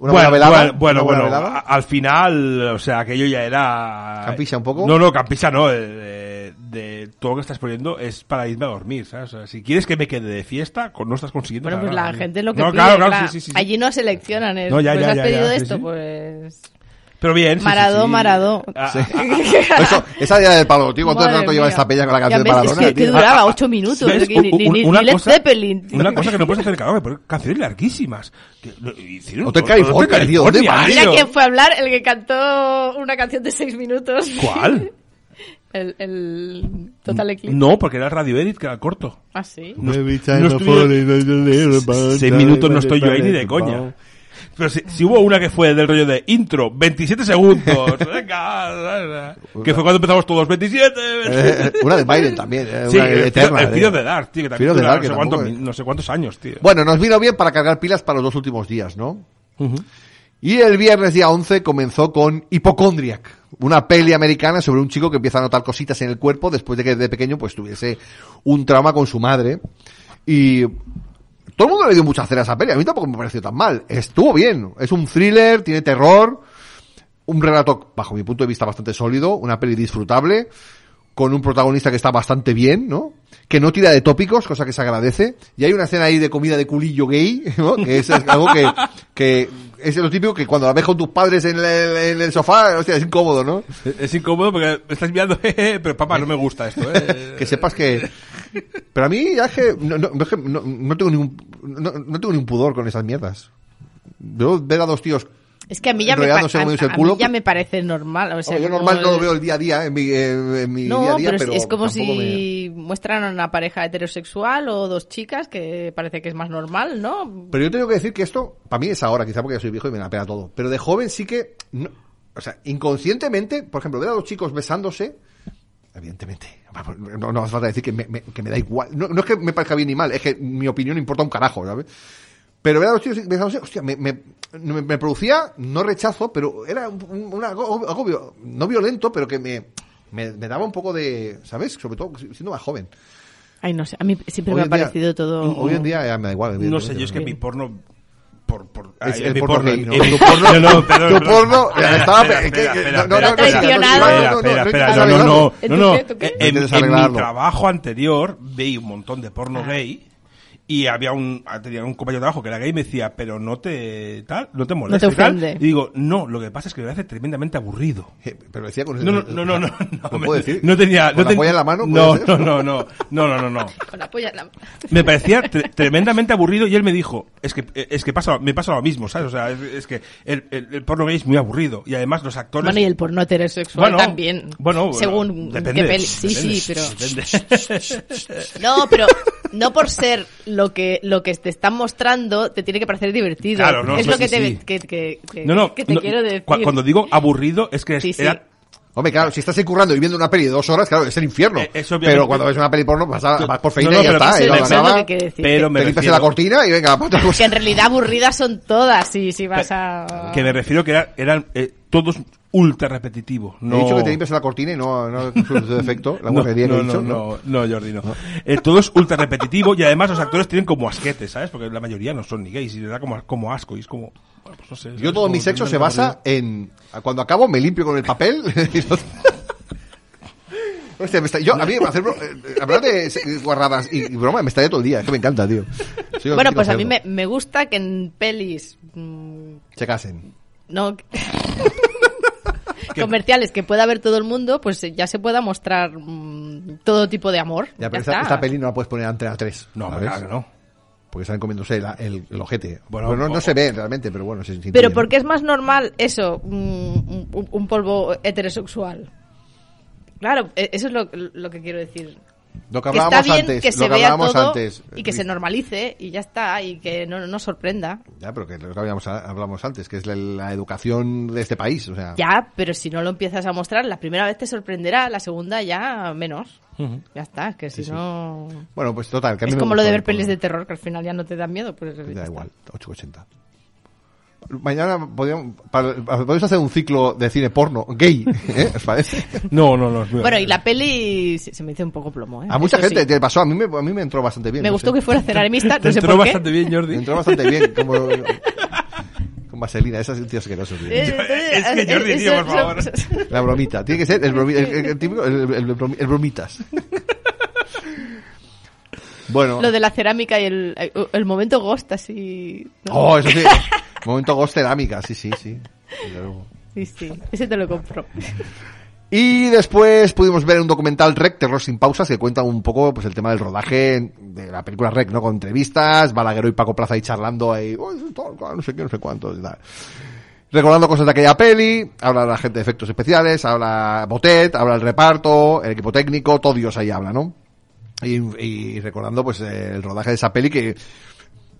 Una buena bueno, velada? bueno, bueno, una buena bueno, velada? a- al final, o sea, aquello ya era... ¿Campisa un poco? No, no, campisa no, eh, de, de todo lo que estás poniendo es para irme a dormir, ¿sabes? O sea, si quieres que me quede de fiesta, con- no estás consiguiendo Bueno, nada, pues la ¿no? gente es lo que No, pide. claro, claro, claro. sí, sí, sí, sí. Allí no seleccionan. Es, No, ya, pues ya, has ya, pedido ya, sí, esto, sí. pues... Pero bien, sí, sí, Maradó, sí. Maradó. Ah, Sí. ah, ah, Eso, esa idea del palo, tío. ¿Cuánto Madre rato lleva mía. esta peña con la Ya canción de ves, es Maradona, que- que tío? duraba ocho minutos, ¿Ves? es que ni- Un- ni- ni- una ni Led cosa- Zeppelin, tío. Una cosa que no puedes hacer en karaoke, pero canciones larguísimas. Que, lo- hicieron Hotel todo- todo California, tío, ¿dónde vas? Mira tío. quién fue a hablar, el que cantó una canción de seis minutos. ¿Cuál? El, el Total Eclipse. No, porque era Radio Edit, que era corto. Ah, sí. No, no estuve- seis minutos no estoy yo ahí ni de coña. Pero si, si hubo una que fue del rollo de intro, 27 segundos, venga, que fue cuando empezamos todos, 27, Eh, una de Biden también, eh, Sí, una eterna. eh. el Fear of de- the Dark, tío, que Fear también of the dura Dark, no, sé que cuántos, tampoco- mil- no sé cuántos años, tío. Bueno, nos vino bien para cargar pilas para los dos últimos días, ¿no? Y el viernes día 11 comenzó con Hypochondriac, una peli americana sobre un chico que empieza a notar cositas en el cuerpo después de que de pequeño pues tuviese un trauma con su madre. Y todo el mundo le dio mucha cera a esa peli, a mí tampoco me pareció tan mal. Estuvo bien, es un thriller, tiene terror, un relato bajo mi punto de vista bastante sólido, una peli disfrutable con un protagonista que está bastante bien, ¿no? Que no tira de tópicos, cosa que se agradece. Y hay una escena ahí de comida de culillo gay, ¿no? Que es algo que, que es lo típico que cuando la ves con tus padres en el, en el sofá, hostia, es incómodo, ¿no? Es, es incómodo porque estás mirando, jeje, pero papá, no me gusta esto, eh. Que sepas que... Pero a mí ya es que no, no- no es que no- no tengo ningún no, no tengo ningún pudor con esas mierdas. Yo ver a dos tíos... Es que a mí ya, me, pa- enrollándose a, como ellos el a mí culo. ya me parece normal. O sea, Hombre, yo normal no lo veo el día a día, en mi, eh, en mi No, día a día, pero, pero, es- es como tampoco me- si muestran a una pareja heterosexual o dos chicas, que parece que es más normal, ¿no? Pero yo tengo que decir que esto, para mí es ahora, quizá porque ya soy viejo y me la pega todo. Pero de joven sí que, no- o sea, inconscientemente, por ejemplo, ver a dos chicos besándose, evidentemente, pues, no, no hace falta decir que me, me- que me da igual. No, no es que me parezca bien ni mal, es que mi opinión importa un carajo, ¿sabes? Pero ver a los chicos besándose, hostia, me, me, me- me producía, no rechazo, pero era un, un- un ago- agobio, no violento, pero que me, me, me daba un poco de, ¿sabes? Sobre todo siendo más joven. Ay, no sé, a mí siempre Hoy me ha en día- parecido todo... Hoy en día ya me da igual. No sé, yo es evidentemente. que mi porno... Por, por, Es ay, el mi porno gay, ¿no? eh, Tu mi- porno- no, no, perdón, tu perdón. porno- ya estaba- Espera, es que- espera, que- espera, no, no, espera, no, espera, traicionado. espera, espera, espera, No, no, no, no, no, no. no, no. ¿Tú qué, tú qué? Eh, En, Intentes en mi arreglarlo. Ah. trabajo anterior vi un montón de porno gay y había un tenía un compañero de trabajo que era gay y me decía, "Pero no te tal, no te molesta." No te y tal". ofende. Y digo, "No, lo que pasa es que me hace tremendamente aburrido." Eh, Pero decía con No, no, no, no, no, no, ¿Lo puedo me- Pues decir? no tenía, ¿Con no la ten- polla en la mano? No, ¿Puede no, ser? no, no, no, no, no, no. Con la polla en la- Me parecía tre- tremendamente aburrido y él me dijo, es que, es que pasa, me pasa lo mismo, ¿sabes? O sea, es, es que el, el, el porno gay es muy aburrido y además los actores... Bueno, y el porno heterosexual Bueno, también. Bueno, bueno, según depende, qué peli. Sí, depende, sí, pero... depende. No, pero no por ser lo que lo que te están mostrando te tiene que parecer divertido. Claro, no, es no, lo que sí, te sí. que, que- que- no, no, que te no, quiero decir. cua- Cuando digo aburrido es que es- Sí, sí. era- Hombre, claro, si estás ahí currando y viendo una peli de dos horas, claro, es el infierno. Eh, eso obviamente. pero cuando ves una peli porno, vas, a, vas por feina No, no, y ya pero está. y que se no le- vas se a nada. es nada. lo que quiere decir. Pero me Te limpias refiero, la cortina y venga, pa' otra que, que cosa. en realidad aburridas son todas. Si si vas a que me refiero que era- eran eh, todos ultra repetitivos. No, He dicho que te limpias la cortina y no, no es un defecto. La no, mujería que no, he dicho, no, no, no, Jordi, no. Eh, todo es ultra repetitivo y además los actores tienen como asquetes, ¿sabes? Porque la mayoría no son ni gays y le da como, como asco y es como... bueno, pues no sé, Yo ¿sabes? todo Como mi sexo se tremendamente basa en... Cuando acabo, me limpio con el papel. y no- Hostia, me está- yo, a mí, hacer, bro- eh, hablar de se- guarradas y, y broma, me estaría todo el día. Es que me encanta, tío. Soy Bueno, auténtico pues a mí cerdo. me, me gusta que en pelis mm, Se casen. no comerciales que pueda ver todo el mundo, pues eh, ya se pueda mostrar mm, todo tipo de amor. Ya, pero Ya esta, está. esta peli no la puedes poner ante la 3. No, hombre, claro que no. Porque están comiéndose la- el, el ojete. Bueno, Bueno, no, no o- se ve realmente, pero bueno. Se intuye, Pero ¿no? porque es más normal eso, mm, un, un- un polvo heterosexual. Claro, e- eso es lo, lo que quiero decir. Lo que Que hablábamos está bien antes. que eh, lo se que vea hablábamos todo antes. y que se normalice y ya está, y que no, no sorprenda. Ya, pero que lo que habíamos, hablamos antes, que es la, la educación de este país. O sea, Ya, pero si no lo empiezas a mostrar, la primera vez te sorprenderá, la segunda ya menos. Ya está, es que si no... Bueno, pues total. Que a mí Es me como lo gustó de el ver pelis porno. de terror que al final ya no te dan miedo. Pues, ya Da está. igual, 8,80. Mañana podríamos, para- podemos hacer un ciclo de cine porno gay, ¿eh? ¿os parece? No, no, no. es muy- Bueno, y la peli se se me hizo un poco plomo, ¿eh? A mucha Eso sí. gente te pasó, a mí me, a mí me entró bastante bien. Me no gustó sé. que fuera ceramista, Te no sé entró por qué. bastante bien, Jordi. Me entró bastante bien, como... con vaselina, esas tías que no Eh, Es que eh, Jordi, eh, tío, eso- por favor. eso- eso- La bromita, tiene que ser el, bromi- el- el típico, el, el bromi- el bromitas. Bueno. Lo de la cerámica y el, el momento ghost, así. ¿no? Oh, eso sí. Momento ghost cerámica, sí, sí, sí. desde luego. Sí, sí, ese te lo compro. Y después pudimos ver un documental Rec, Terror sin pausas, que cuenta un poco pues el tema del rodaje de la película Rec, ¿no? Con entrevistas, Balagueró y Paco Plaza ahí charlando ahí, "Oh, eso es todo, no sé qué, no sé cuánto. y tal. Recordando cosas de aquella peli, habla la gente de efectos especiales, habla Botet, habla el reparto, el equipo técnico, todo Dios ahí habla, ¿no? Y, y recordando pues el rodaje de esa peli que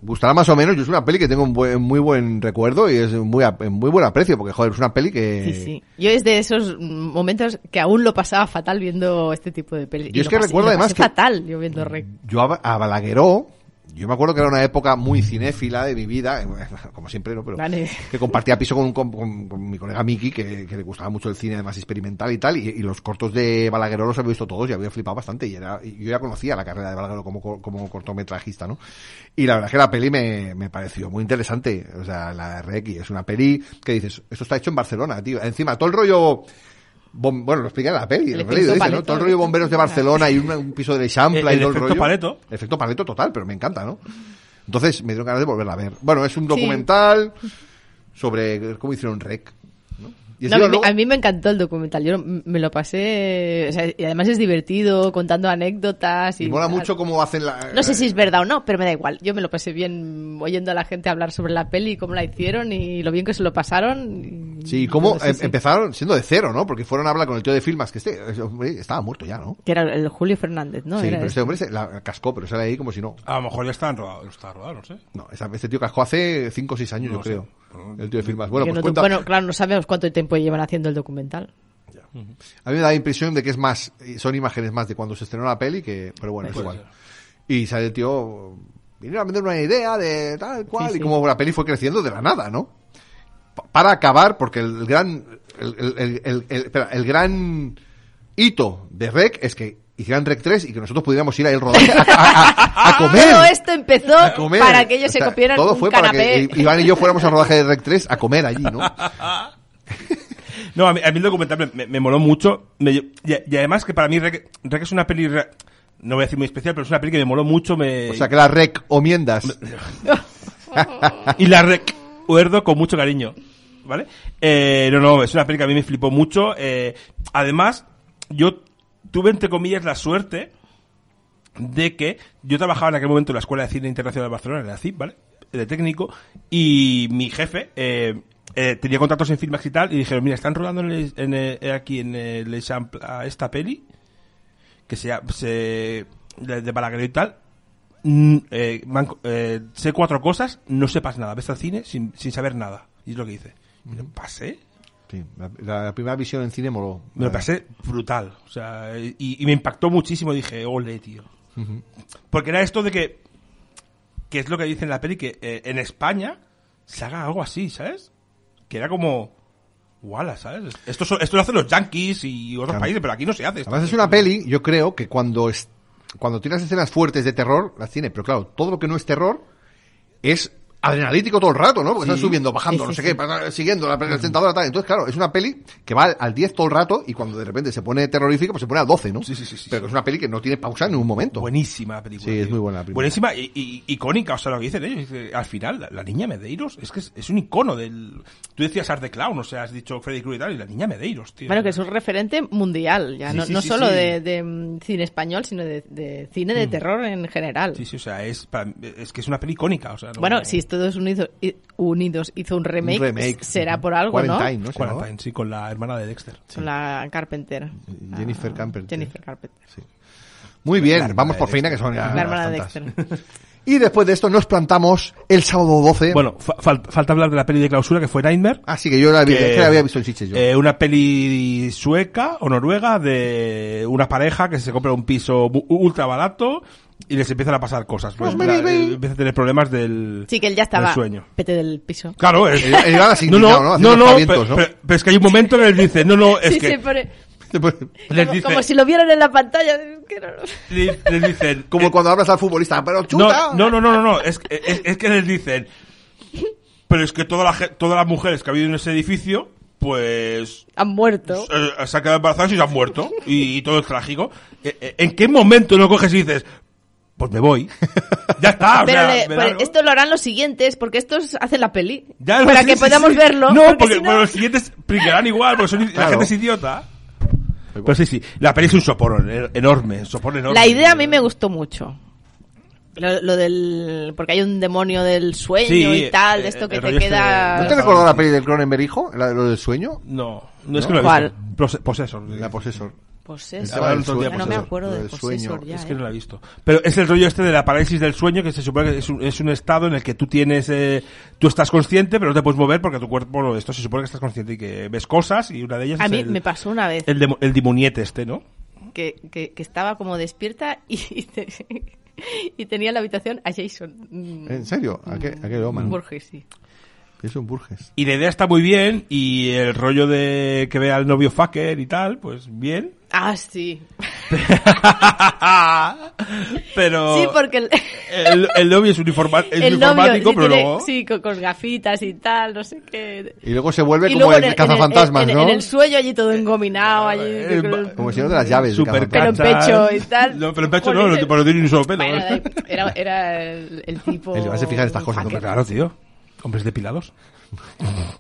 gustará más o menos, yo es una peli que tengo un buen- muy buen recuerdo y es muy, a- muy buen aprecio, porque joder, es una peli que... Sí, sí. Yo es de esos momentos que aún lo pasaba fatal viendo este tipo de pelis. Yo Y es lo que pasé- recuerdo lo además pasé que- fatal yo viendo Rec. yo a, a Balagueró, yo me acuerdo que era una época muy cinéfila de mi vida, eh, como siempre, ¿no? Pero Vale. que compartía piso con, con- con- con mi colega Miki, que, que le gustaba mucho el cine, además experimental y tal, y, y los cortos de Balagueró los había visto todos y había flipado bastante, y era, y yo ya conocía la carrera de Balagueró como, co- como cortometrajista, ¿no? Y la verdad es que la peli me, me pareció muy interesante, o sea, la de Requi es una peli que dices, esto está hecho en Barcelona, tío, encima todo el rollo... bom- bueno, lo explica en la peli, El lo que le dice, efecto ¿no? Paleto, Todo el el rollo efecto bomberos de Paleto. Barcelona y un, un piso del Eixample y todo el El- el efecto rollo. Paleto. Efecto paleto total, pero me encanta, ¿no? Entonces me dieron ganas de volverla a ver. Bueno, es un documental sobre cómo hicieron rec. ¿no? Y encima No, a, mí, luego- a mí me encantó el documental. Yo me lo pasé. o sea, y además es divertido, contando anécdotas. Y, y mola tal. mucho cómo hacen la. eh, No sé si es verdad o no, pero me da igual. Yo me lo pasé bien oyendo a la gente hablar sobre la peli, cómo la hicieron y lo bien que se lo pasaron. y- Sí, cómo Sí, em- sí. empezaron siendo de cero, ¿no? Porque fueron a hablar con el tío de filmas, que este ese hombre estaba muerto ya, ¿no? Que era el Julio Fernández, ¿no? sí, Era pero este. este hombre se la cascó, pero sale ahí como si no. Ah, A lo mejor ya está rodado, está rodado, no sé. No, esa- este tío cascó hace 5 o 6 años, yo sé. creo. Pero- El tío de filmas. Bueno, Que pues no te- cuenta- bueno, claro, no sabemos cuánto tiempo llevan haciendo el documental. A mí me da la impresión de que es más, eh, son imágenes más de cuando se estrenó la peli que, pero bueno, es Puede igual. Y sale el tío, vinieron a vender una idea de tal cual, Sí, y sí. como la peli fue creciendo de la nada, ¿no? Pa- Para acabar, porque el gran, el, el- el- el- el- espera, el gran hito de Rec es que hicieran Rec 3 y que nosotros pudiéramos ir a el rodaje a, a- a- a comer. Todo esto empezó a comer. para que ellos O sea, se copieran Todo un fue canapé. para que Iván y yo fuéramos al rodaje de Rec 3 a comer allí, ¿no? No, a mí, a mí el documental me, me- me moló mucho. Me lle- y, y además que para mí Rec, Rec es una peli, re- no voy a decir muy especial, pero es una peli que me moló mucho. Me, O sea, que la Rec o miendas. y la recuerdo con mucho cariño. ¿Vale? Eh, no, no, es una peli que a mí me flipó mucho. eh, además, yo tuve, entre comillas, la suerte de que yo trabajaba en aquel momento en la Escuela de Cine Internacional de Barcelona, en la CIP, ¿vale? De técnico, y mi jefe eh, eh, tenía contratos en filmes y tal, y dijeron, mira, están rodando en el- en el- eh, aquí en el Eixample a esta peli, que sea, se, de, de Balaguer y tal, Mm, eh, me han co- eh, sé cuatro cosas, no sepas nada. Ves al cine sin, sin saber nada. Y es lo que dice. Me lo pasé. Sí, la, la primera visión en cine moló. Me lo pasé brutal. O sea, y, y me impactó muchísimo. Dije, ole, tío. Porque era esto de que. Que es lo que dice en la peli, que eh, en España se haga algo así, ¿sabes? Que era como. Wala, ¿sabes? Esto, so- esto lo hacen los yankees y otros Claro. países, pero aquí no se hace. esto. Además es una peli, yo creo que cuando es cuando tiene las escenas fuertes de terror, las tiene, pero claro, todo lo que no es terror es adrenalítico todo el rato, ¿no? Porque están subiendo, bajando, Sí, no sí, sé sí. qué, pasa- siguiendo la presentadora tal. Entonces, claro, es una peli que va al- al 10 todo el rato y cuando de repente se pone terrorífico, pues se pone a 12, ¿no? Sí, sí, sí, sí, pero sí. es una peli que no tiene pausa en ningún momento. Buenísima la película. Sí, es tío. muy buena la película. Buenísima y, y- icónica, o sea, lo que dicen ellos. dice, Al final, la, la niña Medeiros es que es, es un icono del. Tú decías Art de Clown, o sea, has dicho Freddy Krueger y tal, y la niña Medeiros, tío. Bueno, que es un referente mundial, ya Sí, no, sí, no sí, solo sí. De, de, mm, cine español, sino de, de cine de terror en general. Sí, sí, o sea, es, para- es que es una peli icónica, o sea. no- Bueno, si Estados Unidos, i- Unidos hizo un remake, Un remake. será por algo, ¿no? Quarantine, ¿no? Se llamaba? Quarantine, sí, con la hermana de Dexter. Con la Carpenter. Jennifer Ah, Carpenter. Jennifer Carpenter. Sí. Muy bien, hermana vamos de por fin a que Dexter. son ya la hermana las de tantas. Dexter. Y después de esto nos plantamos el sábado 12. Bueno, fa- fal- falta hablar de la peli de clausura que fue Nightmare. así Ah, que yo la, vi- que, es que la había visto en Sitges yo. eh, una peli sueca o noruega de una pareja que se compra un piso bu- ultra barato y les empiezan a pasar cosas. Pues, La- baby. eh, empiezan a tener problemas del, Sí, que él ya estaba. del sueño. Pete del piso. Claro, es, El- el Iván así indignado, ¿no? Haciendo no, no, pavientos, pero, ¿no? pero- pero es que hay un momento en el que dice, no, no, es sí, que sí, pone- les como, dice- como si lo vieran en la pantalla. que no- les, les dicen, Como eh, cuando hablas al futbolista, pero chuta. ¿eh? no, no, no, no, no, no, es, que- es, es que les dicen, pero es que toda la, ge- todas las mujeres que ha habido en ese edificio, pues Han muerto. eh, se han quedado embarazadas y se han muerto, y, y todo es trágico. Eh, eh, ¿En qué momento no coges y dices, pues me voy? Ya está, o Pero, sea, le- me pero largo. esto lo harán los siguientes, porque estos hacen la peli. Ya, para sí, que sí, podamos sí. verlo. No, porque, si no- bueno, los siguientes pringarán igual, porque son, la Claro. gente es idiota. Pero sí, sí, la peli es un soporón eh, er, enorme, un soporón enorme. La idea a mí me gustó mucho. Lo, lo del. Porque hay un demonio del sueño Sí, y tal, de eh, esto el que te rollo este queda. de- ¿No te recordó la peli del Cronenberg hijo? ¿La, ¿Lo del sueño? No, no es ¿No? que lo he ¿Cuál? visto. Pose- Possessor. La posesor. Pues El eso. tema del Ah, no sueño, me posesor, acuerdo lo del del posesor sueño. ya. Es que ¿eh? no la he visto. Pero es el rollo este de la parálisis del sueño, que se supone que es un, es un estado en el que tú tienes, eh, tú estás consciente, pero no te puedes mover porque tu cuerpo, no- esto se supone que estás consciente y que ves cosas y una de ellas A es mí el, me pasó una vez el, demo- el demoniete este, ¿no? que, que, que estaba como despierta y, y, te- y tenía en la habitación a Jason. mm, ¿En serio? ¿A qué, a qué Oman? Borges, sí. Es un Burges. Y la idea está muy bien y el rollo de que vea al novio fucker y tal, pues bien. Ah, sí. pero Sí, porque el, el, el novio es, uniforma, es el novio sí informático, pero tiene- luego... sí, con, con gafitas y tal, no sé qué. Y luego se vuelve Y como luego el, cazafantasmas, en el- ¿no? en el sueño allí todo engominado, allí. Eh, con- va- Como si no de las llaves. de Super cazafantasmas. Pero en pecho y tal. No, pero en pecho Joder, no, no, ese- pero tiene un solo pelo. ¿eh? Bueno, era, era el, el tipo. ¿eh? El- vas a fijar estas cosas, Ah, ¿no? que- Claro, tío. Hombres depilados.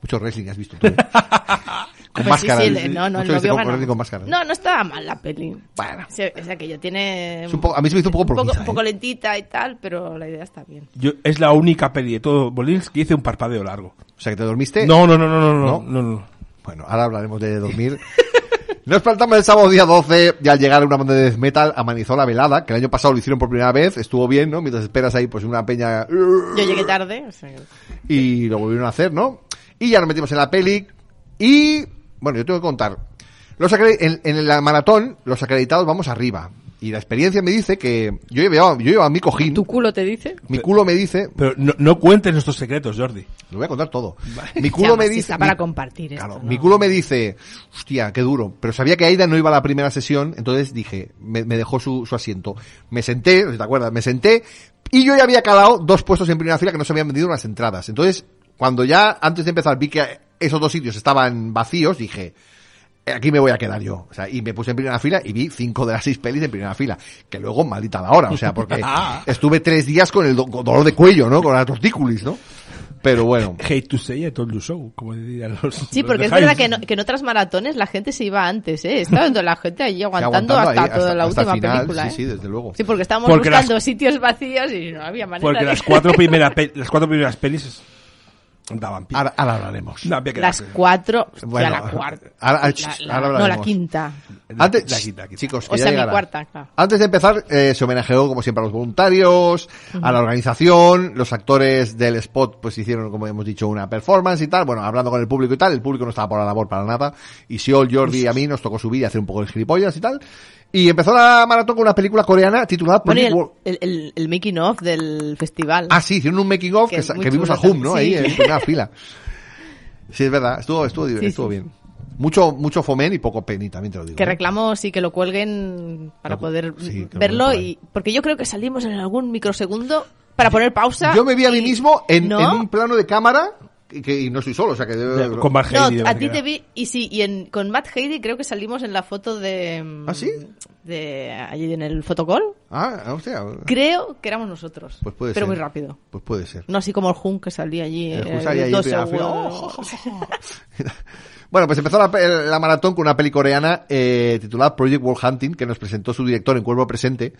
Mucho wrestling has visto tú. ¿eh? con Pues sí, máscara. sí, el- no, no, el Mucho novio wrestling con, gana. wrestling con máscara. No, no estaba mal la peli. Bueno. O sea, o sea, que yo tiene. Es un poco- a mí se me hizo un poco poco, provisa, ¿eh? poco lentita y tal, pero la idea está bien. Yo, es la única peli de todo Bolins que hice un parpadeo largo. O sea, que te dormiste. No, no, no, no, no, no, ¿No? no, no. Bueno, ahora hablaremos de dormir. Nos plantamos el sábado día 12 y al llegar una banda de death metal amanizó la velada, que el año pasado lo hicieron por primera vez, estuvo bien, ¿no? Mientras esperas ahí pues una peña Yo llegué tarde. o sea, y lo volvieron a hacer, ¿no? Y ya nos metimos en la peli y bueno, yo tengo que contar. Los acre- en, en la maratón los acreditados vamos arriba y la experiencia me dice que yo llevaba yo llevaba mi cojín, ¿Tu culo te dice? mi culo me dice, Pero no, no cuentes nuestros secretos, Jordi. lo voy a contar todo. Mi culo me Además, dice Está para mi- compartir esto. Claro, ¿no? mi culo me dice, hostia, qué duro. Pero sabía que Aida no iba a la primera sesión, entonces dije, me, me dejó su, su asiento. Me senté, no sé si te acuerdas, me senté y yo ya había calado dos puestos en primera fila que no se habían vendido unas entradas. Entonces, cuando ya antes de empezar vi que esos dos sitios estaban vacíos, dije, eh, aquí me voy a quedar yo. O sea, y me puse en primera fila y vi cinco de las seis pelis en primera fila. Que luego, maldita la hora. O sea, porque estuve tres días con el do- con dolor de cuello, ¿no? Con la tortícolis, ¿no? Pero bueno. Hate to say I told you so, como dirían los... Sí, los porque de es verdad Heinz. que, no- que en otras maratones la gente se iba antes, ¿eh? Estaba toda la gente allí Ya aguantando, hasta, ahí, toda la hasta el última final, película, ¿eh? Sí, sí, desde luego. Sí, porque estábamos Porque buscando las- sitios vacíos y no había manera Porque de... las cuatro, primera pe- las cuatro primeras pelis daban pie. Ahora, ahora hablaremos. No, había que Las darse. cuatro... hostia, Bueno, la cuarta. ahora- ahora- la- la- ahora no, la hablaremos. Pues quinta. Antes, La quita, quita. chicos, que O ya sea, mi llegará. cuarta, claro. Antes de empezar, eh, se homenajeó como siempre a los voluntarios, a la organización, los actores del spot pues hicieron, como hemos dicho, una performance y tal, bueno, hablando con el público y tal, el público no estaba por la labor para nada, y Siol, Jordi y a mí nos tocó subir y hacer un poco de gilipollas y tal, y empezó la maratón con una película coreana titulada Bueno, y Project Wo- el, el, el- el making of del festival. Ah, sí, hicieron un making of Que que, es sa- muy que vimos a chulo Hum, ¿no? Ahí también, sí. en primera fila. Sí, es verdad, estuvo, estuvo, divertido, Sí, sí. estuvo bien. Mucho, mucho fomen y poco peni, también te lo digo. ¿eh? que ¿no? reclamo sí que lo cuelguen para Lo- poder Ah, pues sí, que lo verlo cuelguen por y porque yo creo que salimos en algún microsegundo para poner pausa. Yo me vi a mí y- mismo en, ¿No? en un plano de cámara y, que, y no estoy solo, o sea que debe- Con Mark No, Heidi, a parece ti que te era. vi y sí, y en, con Matt Heidi creo que salimos en la foto de mm, ¿Ah, sí? de allí en el fotocall. Ah, hostia. Creo que éramos nosotros. Pues puede pero ser. muy rápido. Pues puede ser. No así como el Jun que salía allí El eh, Jun salía ahí en dos primera fila. segundos. Oh, Bueno, pues empezó la, pe- la maratón con una peli coreana eh, titulada Project World Hunting, que nos presentó su director en Cuervo Presente,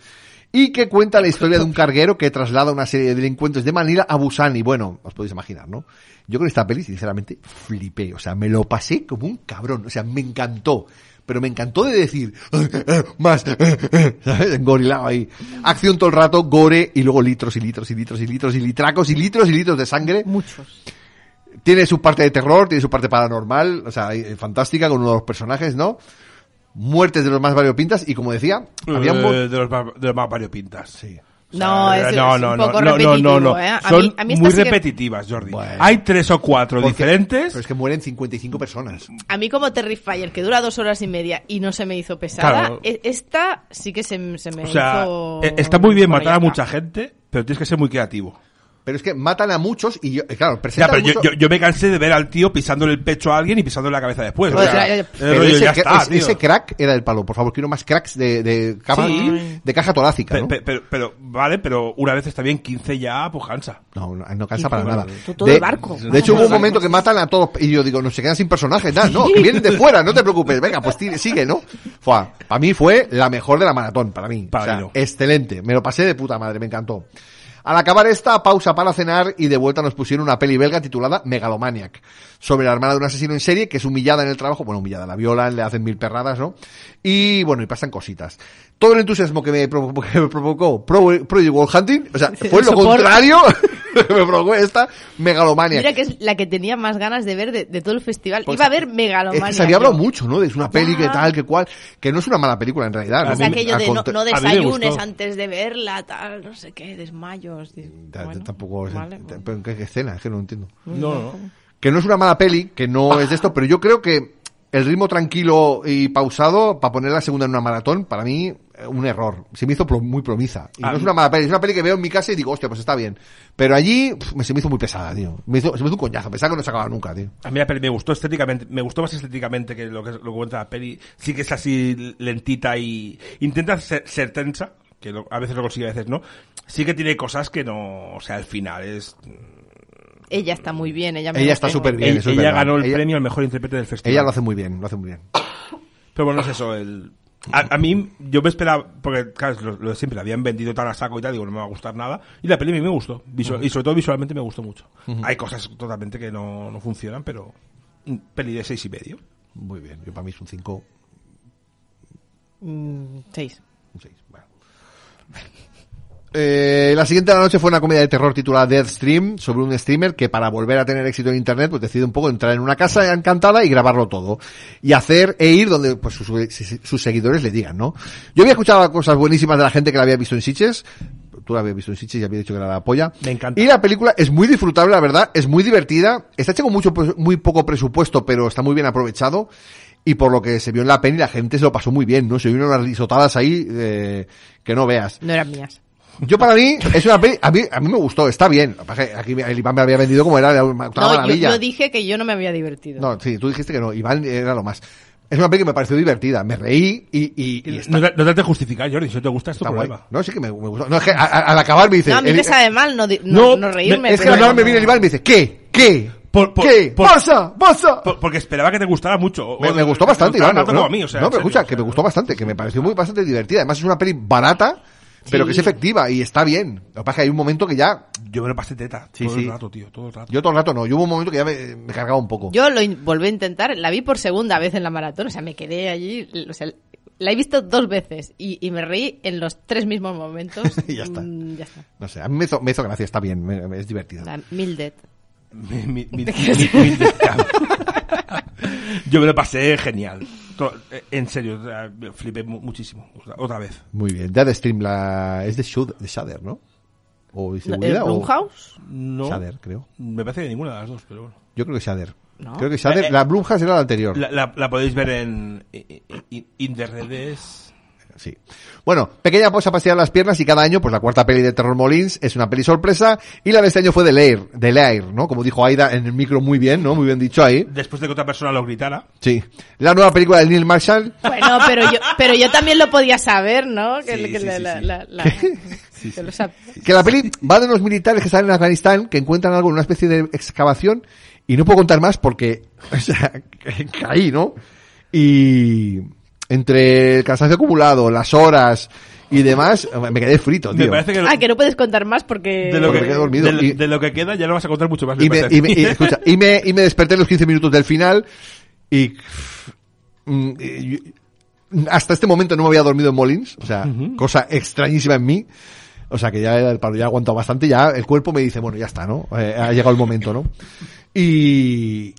y que cuenta la historia de un carguero que traslada una serie de delincuentes de Manila a Busan, y bueno, os podéis imaginar, ¿no? Yo con esta peli, sinceramente, flipé, o sea, me lo pasé como un cabrón, o sea, me encantó. Pero me encantó de decir, "Eh, más, eh", ¿sabes? Engorilado ahí. Acción todo el rato, gore, y luego litros y litros y litros y litros y litracos y litros y litros de sangre. Muchos. Tiene su parte de terror, tiene su parte paranormal, o sea, eh, fantástica con uno de los personajes, ¿no? Muertes de los más variopintas y como decía, había un Eh, mo- de, los, va- de los más variopintas. Sí. No, es, no, es no, un no, poco no, no, repetitivo, no, no. ¿eh? A Son mí, a mí esta muy sí que- repetitivas, Jordi. Bueno. Hay tres o cuatro Porque- diferentes. Pero es que mueren 55 personas. A mí como Terrifier, que dura dos horas y media y no se me hizo pesada, Claro. e- esta sí que se, se me o sea, hizo... e-, eh, está muy bien Bueno, matar ya a está. mucha gente, pero tienes que ser muy creativo. Pero es que matan a muchos y yo, eh, claro, Ya, presentan pero yo, mucho- yo, yo me cansé de ver al tío pisándole el pecho a alguien y pisándole la cabeza después. Joder, o ya, sea, ya, el pero Pero rollo, ese, ya cra- está, es- tío. ese crack era el palo, por favor, quiero más cracks de, de, cama- Sí. de caja torácica, Pe- ¿no? pe- pero, pero, vale, pero una vez está bien, 15 ya, pues cansa. No, no, no cansa para nada. Tú todo el barco. De hecho, hubo un momento que matan a todos y yo digo, no se quedan sin personajes, nada, no, que vienen de fuera, no te preocupes, venga, pues tire- sigue, ¿no? para mí fue la mejor de la maratón, para mí. Para O sea, mí no. Excelente, me lo pasé de puta madre, me encantó. Al acabar esta, pausa para cenar y de vuelta nos pusieron una peli belga titulada Megalomaniac, sobre la hermana de un asesino en serie que es humillada en el trabajo, bueno, humillada, la violan, le hacen mil perradas, ¿no? Y bueno, y pasan cositas. Todo el entusiasmo que me, provo- que me provocó Pro- Project Wall Hunting, o sea, fue lo Soporte. contrario que me provocó esta Megalomaniac. Mira que es la que tenía más ganas de ver de, de todo el festival. Pues, Iba a ver Es Megalomania. que se había hablado yo. mucho, ¿no? De es una peli que tal, que cual, que no es una mala película en realidad. ¿no? A O sea, mí me- aquello Al de no, contra- no me desayunes gustó. antes de verla, tal, no sé qué, desmayos. digo, Ta- ta- bueno, tampoco es- vale, ta- bueno. pero ¿qué, qué escena? Es que no entiendo. No, no. Que no es una mala peli, que no es de esto, pero yo creo que el ritmo tranquilo y pausado para poner la segunda en una maratón, para mí, eh, un error. Se me hizo pro- muy promisa. Y Ah, no es una mala peli, es una peli que veo en mi casa y digo, hostia, pues está bien. Pero allí pf, me, se me hizo muy pesada, tío. Me hizo- se me hizo un coñazo, pensaba que no se acababa nunca, tío. A mí la peli me gustó estéticamente, me gustó más estéticamente que lo que, lo que cuenta la peli. Sí que es así lentita y intenta ser, ser tensa, que lo- a veces lo consigue, a veces no. Sí que tiene cosas que no, o sea, al final es... Ella está muy bien, ella me Ella gusta. está súper bien, ella eso es ella verdad. ganó el Ella- premio al mejor intérprete del festival. Ella lo hace muy bien, lo hace muy bien. Pero bueno, es Ah. eso, el... A, a mí, yo me esperaba, porque claro, es lo, lo de siempre, la habían vendido tan a saco y tal, digo, no me va a gustar nada. Y la peli a mí me gustó, visual- y sobre todo visualmente me gustó mucho. Hay cosas totalmente que no, no funcionan, pero mm, peli de seis y medio. Muy bien, yo para mí es un 5, Mm, seis. Un seis, bueno. Eh, la siguiente de la noche fue una comedia de terror titulada Death Stream sobre un streamer que para volver a tener éxito en internet pues decide un poco entrar en una casa encantada y grabarlo todo y hacer e ir donde pues sus, sus- sus seguidores le digan, ¿no? Yo había escuchado cosas buenísimas de la gente que la había visto en Sitches, tú la habías visto en Sitches y había dicho que era la polla. Me encanta. Y la película es muy disfrutable, la verdad, es muy divertida, está hecha con mucho pues, muy poco presupuesto, pero está muy bien aprovechado y por lo que se vio en la peli la gente se lo pasó muy bien, ¿no? Se vieron unas risotadas ahí eh, que no veas. No eran mías. Yo para mí, es una peli, a mí, a mí me gustó, está bien. Lo que pasa es que Aquí el Iván me había vendido como era la una octava No, yo, maravilla. yo dije que yo no me había divertido. No, sí, tú dijiste que no, Iván era lo más. Es una peli que me pareció divertida, me reí y, y, y está, No, te- no te justificar, Jordi, si no te gusta es tu está guay. problema. No, sí que me, me gustó. No, es que a- a- al acabar me dice... No, a mí Este, el- me sabe mal no, di- no, no, no reírme. es que pero al acabar no- me viene el Iván y me dice, ¿qué? ¿Qué? Por- por- ¿Qué? por- ¡Pasa! ¡Pasa! Por- porque esperaba que te gustara mucho. me, O- me gustó te bastante, gustara Iván. tanto no, como a mí, o sea, no, en pero serio, escucha, o sea, que me gustó bastante, que me pareció muy bastante divertida. Además es una peli barata, pero que es Sí. efectiva y está bien. Lo que pasa es que hay un momento que ya Yo me lo pasé teta. Sí, todo sí. el rato, tío, todo el rato. Yo todo el rato no. Yo hubo un momento que ya me, me cargaba un poco. Yo lo in- volví a intentar, la vi por segunda vez en la maratón, o sea, me quedé allí, o sea, la he visto dos veces y, y me reí en los tres mismos momentos. Y ya está. Mm, ya está. No sé, a mí me hizo, me hizo gracia, está bien, me- me- es divertido. La Milded. Mi- mi- mi- mi- mi- Yo me lo pasé genial. To- eh, En serio, o sea, me flipé mu- muchísimo. O sea, Otra vez. Muy bien. Dead Stream la, es de, Shud- de Shudder, ¿no? O de seguridad. o- Blumhouse? No. Shudder, creo. Me parece que ninguna de las dos, pero bueno. Yo creo que Shudder. No. Creo que Shudder, Eh, eh. la Blumhouse era la anterior. La, la- la podéis ver en i- i- in the redes. Sí. Bueno, pequeña pausa para estirar las piernas y cada año, pues la cuarta peli de Terror Molins es una peli sorpresa y la de este año fue de Lair, de Lair, ¿no? Como dijo Aida en el micro muy bien, ¿no? Muy bien dicho ahí. Después de que otra persona lo gritara. Sí. La nueva película de Neil Marshall, Bueno, pero yo, pero yo también lo podía saber, ¿no? Que, Sí, que sí, la- sí, la- sí. la- la- que lo sab- Que la peli va de unos militares que están en Afganistán, que encuentran algo en una especie de excavación, y no puedo contar más porque, o sea, caí, ¿no? Y entre el cansancio acumulado, las horas y demás, me quedé frito, Oh, tío. Me parece que. lo- Ah, que no puedes contar más porque... de lo Porque que, me he dormido de lo- y- de lo que queda ya no vas a contar mucho más. me y me, parece. y, me, y, escucha, y, me, y me desperté en los 15 minutos del final y, mm, y yo- hasta este momento no me había dormido en Molins, o sea, cosa extrañísima en mí. O sea, que ya era el paro, ya he aguantado bastante, ya el cuerpo me dice, bueno, ya está, ¿no? Eh, ha llegado el momento, ¿no? Y,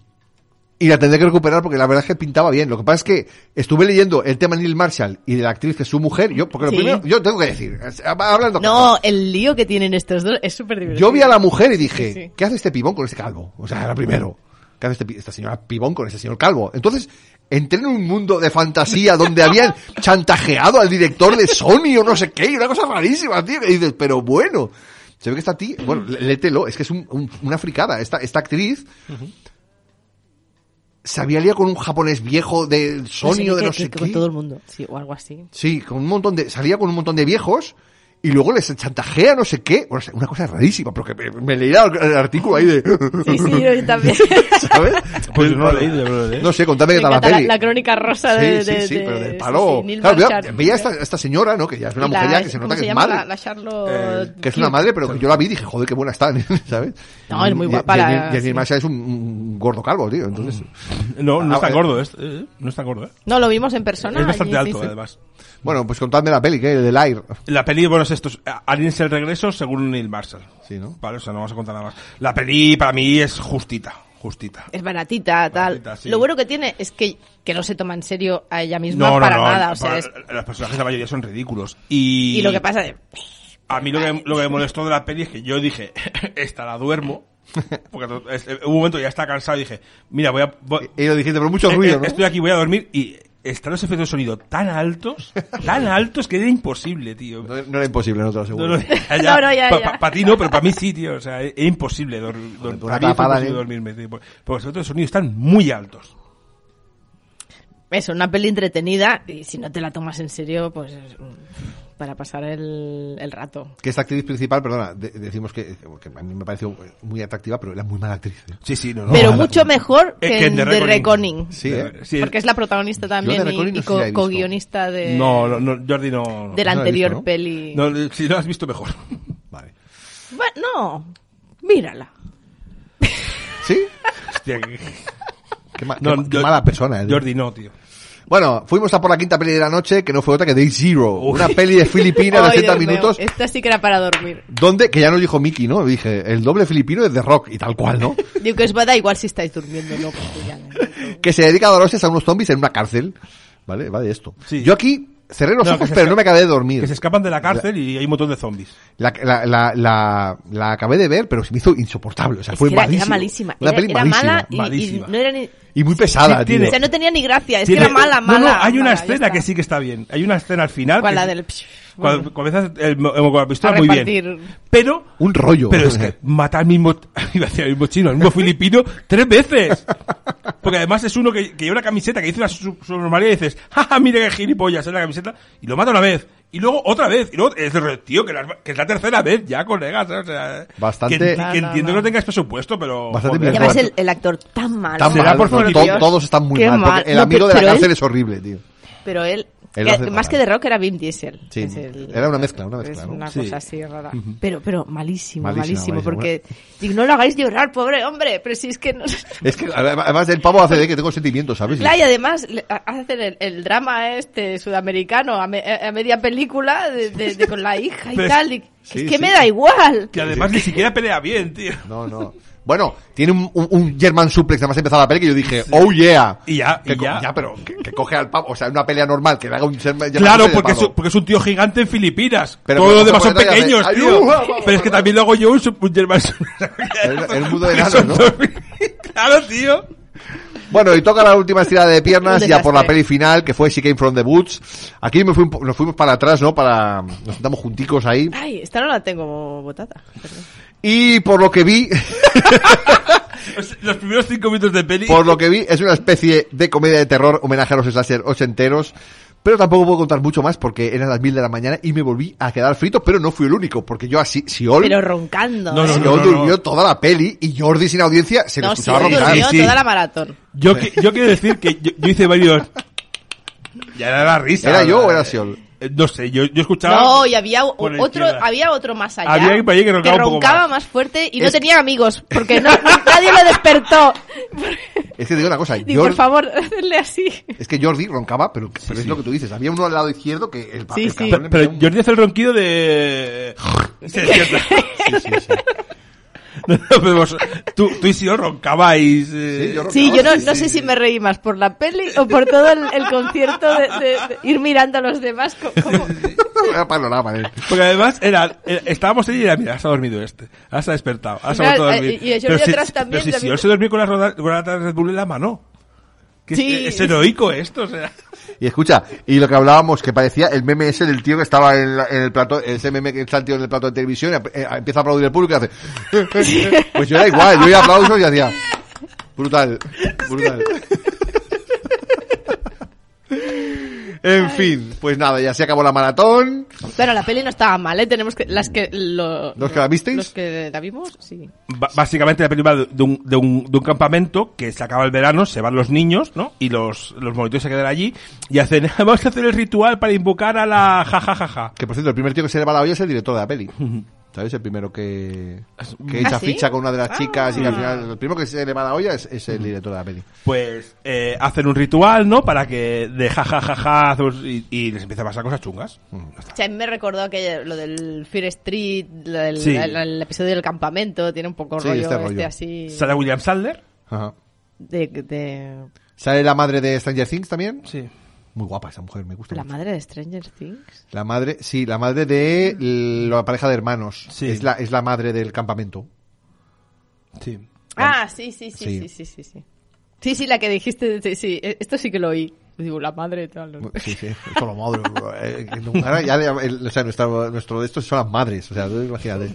y la tendré que recuperar porque la verdad es que pintaba bien. Lo que pasa es que estuve leyendo el tema de Neil Marshall y de la actriz que es su mujer, yo, porque lo Sí. primero, yo tengo que decir, es- hablando No, el lío que tienen estos dos es súper divertido. yo vi a la mujer y dije, Sí, sí. ¿qué hace este pibón con este calvo? O sea, era primero. ¿Qué hace este pi- esta señora pibón con ese señor calvo? Entonces, entré en un mundo de fantasía donde habían chantajeado al director de Sony o no sé qué, y una cosa rarísima, tío. Y dices, pero bueno. Se ve que está ti. Bueno, lé- léetelo, es que es un- un- una fricada. Esta, esta actriz. Se había liado con un japonés viejo de Sony o de Pues que- no que- sé que qué. Con todo el mundo, sí, o algo así. Sí, con un montón de, salía con un montón de viejos y luego les chantajea no sé qué. Bueno, una cosa rarísima, porque me, me leía el artículo ahí de... Sí, sí, yo también. ¿Sabes? Pues no lo he leído, no lo he No sé, contame Me qué tal la encanta la, peli. la crónica rosa sí, de, sí, de- sí, de- pero del sí, palo. sí, Neil claro, Blanchard. veía, veía esta, esta señora, ¿no? Que ya es una Y la- mujer ya que se ¿cómo nota que se es llama? madre. La, la Charlotte Eh, Que es una Kirk. madre, pero que yo la vi y dije, joder, qué buena está, ¿sabes? No, es muy Y- guapa Y, la- y, y sí. Masa es un, un gordo calvo, tío. Entonces, No, no Ah, está eh. gordo, es- eh, no está gordo, ¿eh? No, lo vimos en persona. Es bastante allí, alto, sí, sí. además. bueno, pues contadme la peli, que el del aire. La peli, bueno, es esto, es, eh, Alien es el regreso según Neil Marshall. Sí, ¿no? Vale, o sea, no vamos a contar nada más. La peli para mí es justita, justita. Es baratita, tal. Baratita, sí. Lo bueno que tiene es que, que no se toma en serio a ella misma para nada. O sea, para- es- Los personajes la mayoría son ridículos. Y, y lo que pasa es... A mí lo que, lo que me molestó de la peli es que yo dije, esta la duermo. Porque to- es- eh, un momento ya está cansado y dije, mira, voy a... voy- Y lo dijiste, pero mucho eh, eh, ruido, ¿no? Estoy aquí, voy a dormir y están los efectos de sonido tan altos, tan altos que era imposible, tío. No, no era imposible, no te lo aseguro. No, no, No, no, ya, ya. Para ti no, pero para mí sí, tío. O sea, es, es imposible dor- dor- Una para mí fue tapada, imposible ¿eh? dormirme, tío, Pues, porque porque los efectos de sonido están muy altos. Es una peli entretenida y si no te la tomas en serio, pues es, mm, para pasar el, el rato. Que esta actriz principal, perdona, de- decimos que, que a mí me pareció muy atractiva, pero era muy mala actriz. ¿eh? Sí, sí, no, no. Pero Ojalá. mucho mejor Eh, que, que en The Reckoning. Sí, ¿eh? es- Porque es la protagonista también y, Reckoning no y sé si la he co- visto. co-guionista de, No, no, no, Jordi no... no. de la no la he anterior visto, ¿no? peli. No, eh, si lo has visto mejor. Vale. Bueno, no, mírala. ¿Sí? Hostia, que- Qué, ma- no, qué ma- qué Jor- mala persona. ¿eh? Jordi no, tío. Bueno, fuimos a por la quinta peli de la noche, que no fue otra que Day Zero. Uy. Una peli de Filipinas de Ay, 80 Dios mío, minutos. Esta sí que era para dormir. Donde, que ya nos dijo Miki, ¿no? Dije, el doble filipino es de rock y tal cual, ¿no? Digo que os va a dar igual si estáis durmiendo, loco. que ya, ¿no? que se dedica a dar hostias a unos zombies en una cárcel. Vale, va de esto. Sí. Yo aquí cerré los No, ojos, que se pero esca- no me acabé de dormir. Que se escapan de la cárcel y hay un montón de zombies. La, la, la, la, la acabé de ver, pero se me hizo insoportable. O sea, Es fue que era, malísima. era malísima. Una Era, peli era malísima. mala y, y malísima. no era ni... Y muy pesada, Sí, tío. tiene- O sea, no tenía ni gracia. Es Tiene- que era mala, mala. No, no, hay una mala, ya escena está. que sí que está bien. Hay una escena al final... Con que la sí- del... psh, Cuando, bueno. cuando empiezas el, mo- el- con la pistola, A muy repartir. bien. Pero... Un rollo. Pero es que mata al mismo, iba a decir al mismo chino, al mismo filipino, tres veces. Porque además es uno que, que lleva una camiseta que dice una su- subnormalidad y dices, jaja, mire qué gilipollas es la camiseta, y lo mata una vez, y luego otra vez, y luego es de re- tío, que, la- que es la tercera vez ya, colegas, ¿sabes? o sea, Bastante- que, que No, no, entiendo no. que no tengas presupuesto, pero... Bastante Y joder. además el, el actor tan malo. Tan Será mal, por no, favor, to- Dios. todos están muy Qué mal. porque El No, amigo de la pero cárcel él- es horrible, tío. Pero él, Él que hace más fatal. que de rock era Vin Diesel. Sí, Es el- era una mezcla, una es mezcla. ¿no? una Sí. cosa así rara. Pero, pero Malísimo, malísimo, malísimo, malísimo. porque digo, no lo hagáis llorar, pobre hombre, pero si es que no... Es que además además el pavo hace de que tengo sentimientos, Pues ¿sabes? Claro, y además le- ha- hacen el, el drama este sudamericano a, me- a media película de, de- de con la hija y Pero es- tal. y- sí, es que sí. me da igual. Que además ni siquiera pelea bien, tío. No, no. Bueno, tiene un, un, un German suplex, además empezaba la pelea que yo dije, oh yeah. Y ya, Que y co- ya. pero que, que coge al pavo, o sea, una pelea normal, que le haga un German German Claro, suplex de porque es, palo. un- porque es un tío gigante en Filipinas. Pero Todos vamos los a demás son poner ahí a pequeños, ver. tío. Ayuda, uh, vamos Pero es a que ver. también luego yo un sub- un German El- el mundo de Porque enanos, son ¿no? dos- Claro, tío. Bueno, y toca la última estirada de piernas Un ya por la desastre. peli final, que fue She Came From The Boots. Aquí me fui un po- nos fuimos para atrás, ¿no? Para, nos sentamos junticos ahí. Ay, esta no la tengo botada. perdón. Y por lo que vi, O sea, Los primeros cinco minutos de peli. por lo que vi, es una especie de comedia de terror, homenaje a los slasher ochenteros. Pero tampoco puedo contar mucho más porque eran las mil de la mañana y me volví a quedar frito, pero no fui el único, porque yo así, si ol, Pero roncando. No, ¿eh? no, Siol no. durmió toda la peli y Jordi sin audiencia se le No, sí, escuchaba Siol roncar. durmió Sí, sí. toda la maratón. Yo, que- yo quiero decir que yo, yo hice varios. Ya era la risa. ¿Era yo o era Siol? Eh, No sé, yo, yo escuchaba. No, y había o- por la otro, izquierda. había otro más allá. Había alguien por allí que roncaba un poco roncaba más. más. fuerte y no Es- tenía amigos, porque no, nadie lo despertó. Es que te digo una cosa, Digo, por Jordi, favor, hacerle así. es que Jordi roncaba, pero, pero es sí. lo que tú dices, había uno al lado izquierdo que el, pa- Sí, el sí. cabrón Pero, le pero metía un- Jordi hace el ronquido de. Se despierta. No, no, pero vos- tú, tú y Siol roncabais. eh, Sí, yo roncaba, Sí, yo no, sí, no sí, sé sí. si me reí más por la peli o por todo el, el concierto de, de- de ir mirando a los demás. co- como- Era panorama, eh. Porque además era, era- estábamos ahí y era, mira, has dormido este, has despertado, has Claro, vuelto a dormir. eh, y- y el Jordi atrás también, Pero si, también. Siol se dormía con la, roda- con la Red Bull en la mano. Que Sí. es, es heroico esto, o sea. Y escucha, y lo que hablábamos, que parecía el meme ese del tío que estaba en, la- en el plato, ese meme que está el tío en el plato de televisión, y ap- eh, empieza a aplaudir el público y hace... Pues yo era igual, yo oía aplausos y hacía... Brutal, brutal. En fin, pues nada, ya se acabó la maratón. Pero la peli no estaba mal, ¿eh? Tenemos que... Las que lo- ¿Los que la visteis? Los que la vimos, sí. Ba- básicamente la película de de un, de, un, de un campamento que se acaba el verano, se van los niños, ¿no? Y los, los monitores se quedan allí y hacen, vamos a hacer el ritual para invocar a la jajajaja. Que por cierto, el primer tío que se le va la olla es el director de la peli. ¿Sabes? El primero que, que ¿Ah, echa sí? ficha con una de las chicas y que al Ah. final el primero que se le va la olla es, es el director de la peli. Pues eh, hacen un ritual, ¿no? Para que de jajajaja y, y les empieza a pasar cosas chungas. O sea, me recordó que lo del Fear Street, lo del, Sí. el, el episodio del campamento, tiene un poco Sí, rollo este este, rollo. así Sale William Sadler. Ajá. de, de- ¿Sale la madre de Stranger Things también? Sí. Muy guapa esa mujer, me gusta. la mucho. madre de Stranger Things. La madre, sí, la madre de la pareja de hermanos. Sí. Es, la, es la madre del campamento. Sí. Ah, sí, sí, sí, Sí. sí, sí, sí, sí. Sí, sí, la que dijiste, sí, sí, eh, esto sí que lo oí. Digo, la madre tal. no sé. Sí, sí, esto lo madre. eh, que no- ahora ya, de- el- o sea, nuestro, nuestro de estos son las madres. O sea, tú imagínate.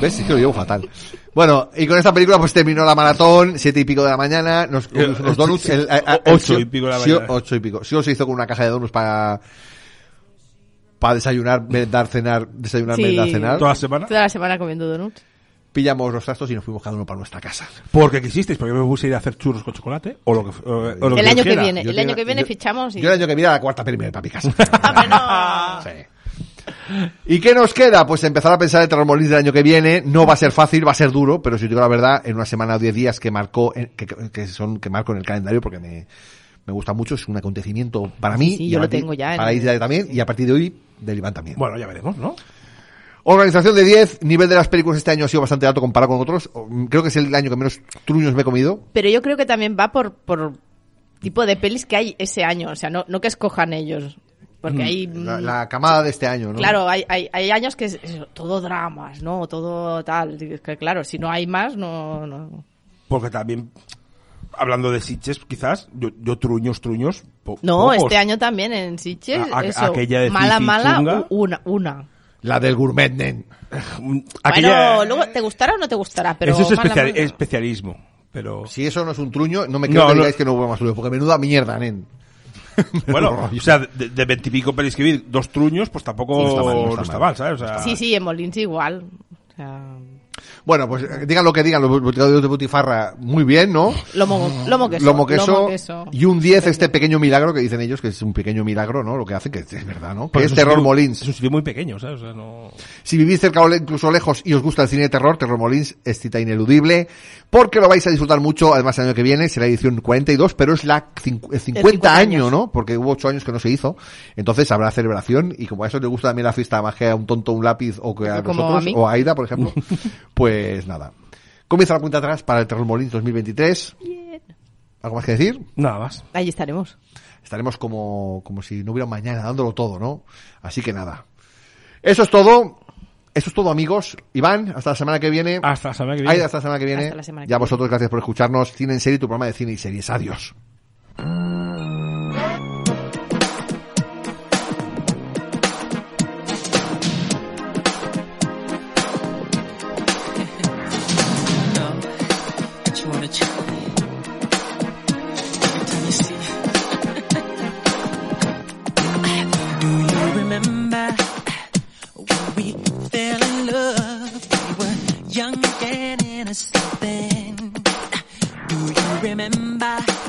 ¿Ves? Es que lo llevo fatal. Bueno, y con esta película pues terminó la maratón, siete y pico de la mañana, nos Eh, unos donuts, sí, el, sí, a- a- o- el ocho Sio- y pico de la Sio- mañana. ocho y pico. Sio se hizo con una caja de donuts para para desayunar, merendar, cenar, desayunar, Sí. merendar, cenar. Toda la semana. Toda la semana comiendo donuts. Pillamos los trastos y nos fuimos cada uno para nuestra casa. Porque quisisteis, porque yo me puse a ir a hacer churros con chocolate o lo que, fu- o- o lo El año que dijera. viene. Yo el tenía- año que viene yo- fichamos y- Yo el año que viene a la cuarta peli me voy para mi casa. ¡Ah, Sí. ¿Y qué nos queda? Pues empezar a pensar en Terrormolins del año que viene. No va a ser fácil, va a ser duro, pero si te digo la verdad, en una semana o diez días que marcó, en- que, que- que son, que marco en el calendario porque me, me gusta mucho, es un acontecimiento para mí. sí, y yo a lo partir- tengo ya en Para el- Isla también, y a partir de hoy, del Iván también. Bueno, ya veremos, ¿no? Organización de 10, nivel de las películas este año ha sido bastante alto comparado con otros. O, mm, Creo que es el año que menos truños me he comido. Pero yo creo que también va por, por tipo de pelis que hay ese año. O sea, no, no que escojan ellos. Porque hay... La, mm, la camada de este año, ¿no? Claro, hay, hay, hay años que es, es todo dramas, ¿no? Todo tal. Es que, claro, si no hay más, no... no. Porque también, hablando de sitches, quizás, yo, yo truños, truños. po- No, pocos. este año también en Sitges, A- a- eso, aquella de mala, Fifi mala, chunga. u- una, una. La del gourmet, nen. Mm, Aquella- Bueno, luego te gustará o no te gustará, pero Eso es mala, especial- mala. especialismo. Pero. Si eso no es un truño, no me creo No, que no. digáis que no hubo más truño, porque menuda mierda, nen. Bueno, o sea, de de veintipico pelis que vi, dos truños, pues tampoco No está mal, no está no está mal. mal, ¿sabes? O sea, Sí, sí, en Molins igual. O sea, Bueno, pues eh, digan lo que digan, los boticados de Butifarra, muy bien, ¿no? Ah. lomo, lomo queso. Lomo queso, queso. y un 10 este pequeño milagro que dicen ellos, que es un pequeño milagro, ¿no? Lo que hacen, que es verdad, ¿no? Que Porque es un Terror sitio- Molins. Pues Es un sitio muy pequeño, ¿sabes? O sea, no... Si vivís cerca o le- incluso lejos y os gusta el cine de terror, Terror Molins es cita ineludible, porque lo vais a disfrutar mucho, además el año que viene será edición 42, pero es la cincu- eh, 50, 50 año, años. ¿no? Porque hubo 8 años que no se hizo, entonces habrá celebración, y como a eso le gusta también la fiesta más que a un tonto, un lápiz, o que a Como nosotros, a mí. o a Aida, por ejemplo, pues nada. Comienza la cuenta atrás para el Terror Molins 2023. ¿Algo más que decir? Nada más. Ahí estaremos. estaremos como, como si no hubiera un mañana, dándolo todo, ¿no? Así que nada. Eso es todo. Eso es todo, amigos. Iván, hasta la semana que viene. Hasta la semana que viene. Aida, hasta la semana que viene. Hasta la semana que ya viene. vosotros, gracias por escucharnos. Cine en serie, tu programa de cine y series. Adiós. know that you wanna try me. Every time you see me. Do you remember when we fell in love? We were young and innocent then. Do you remember?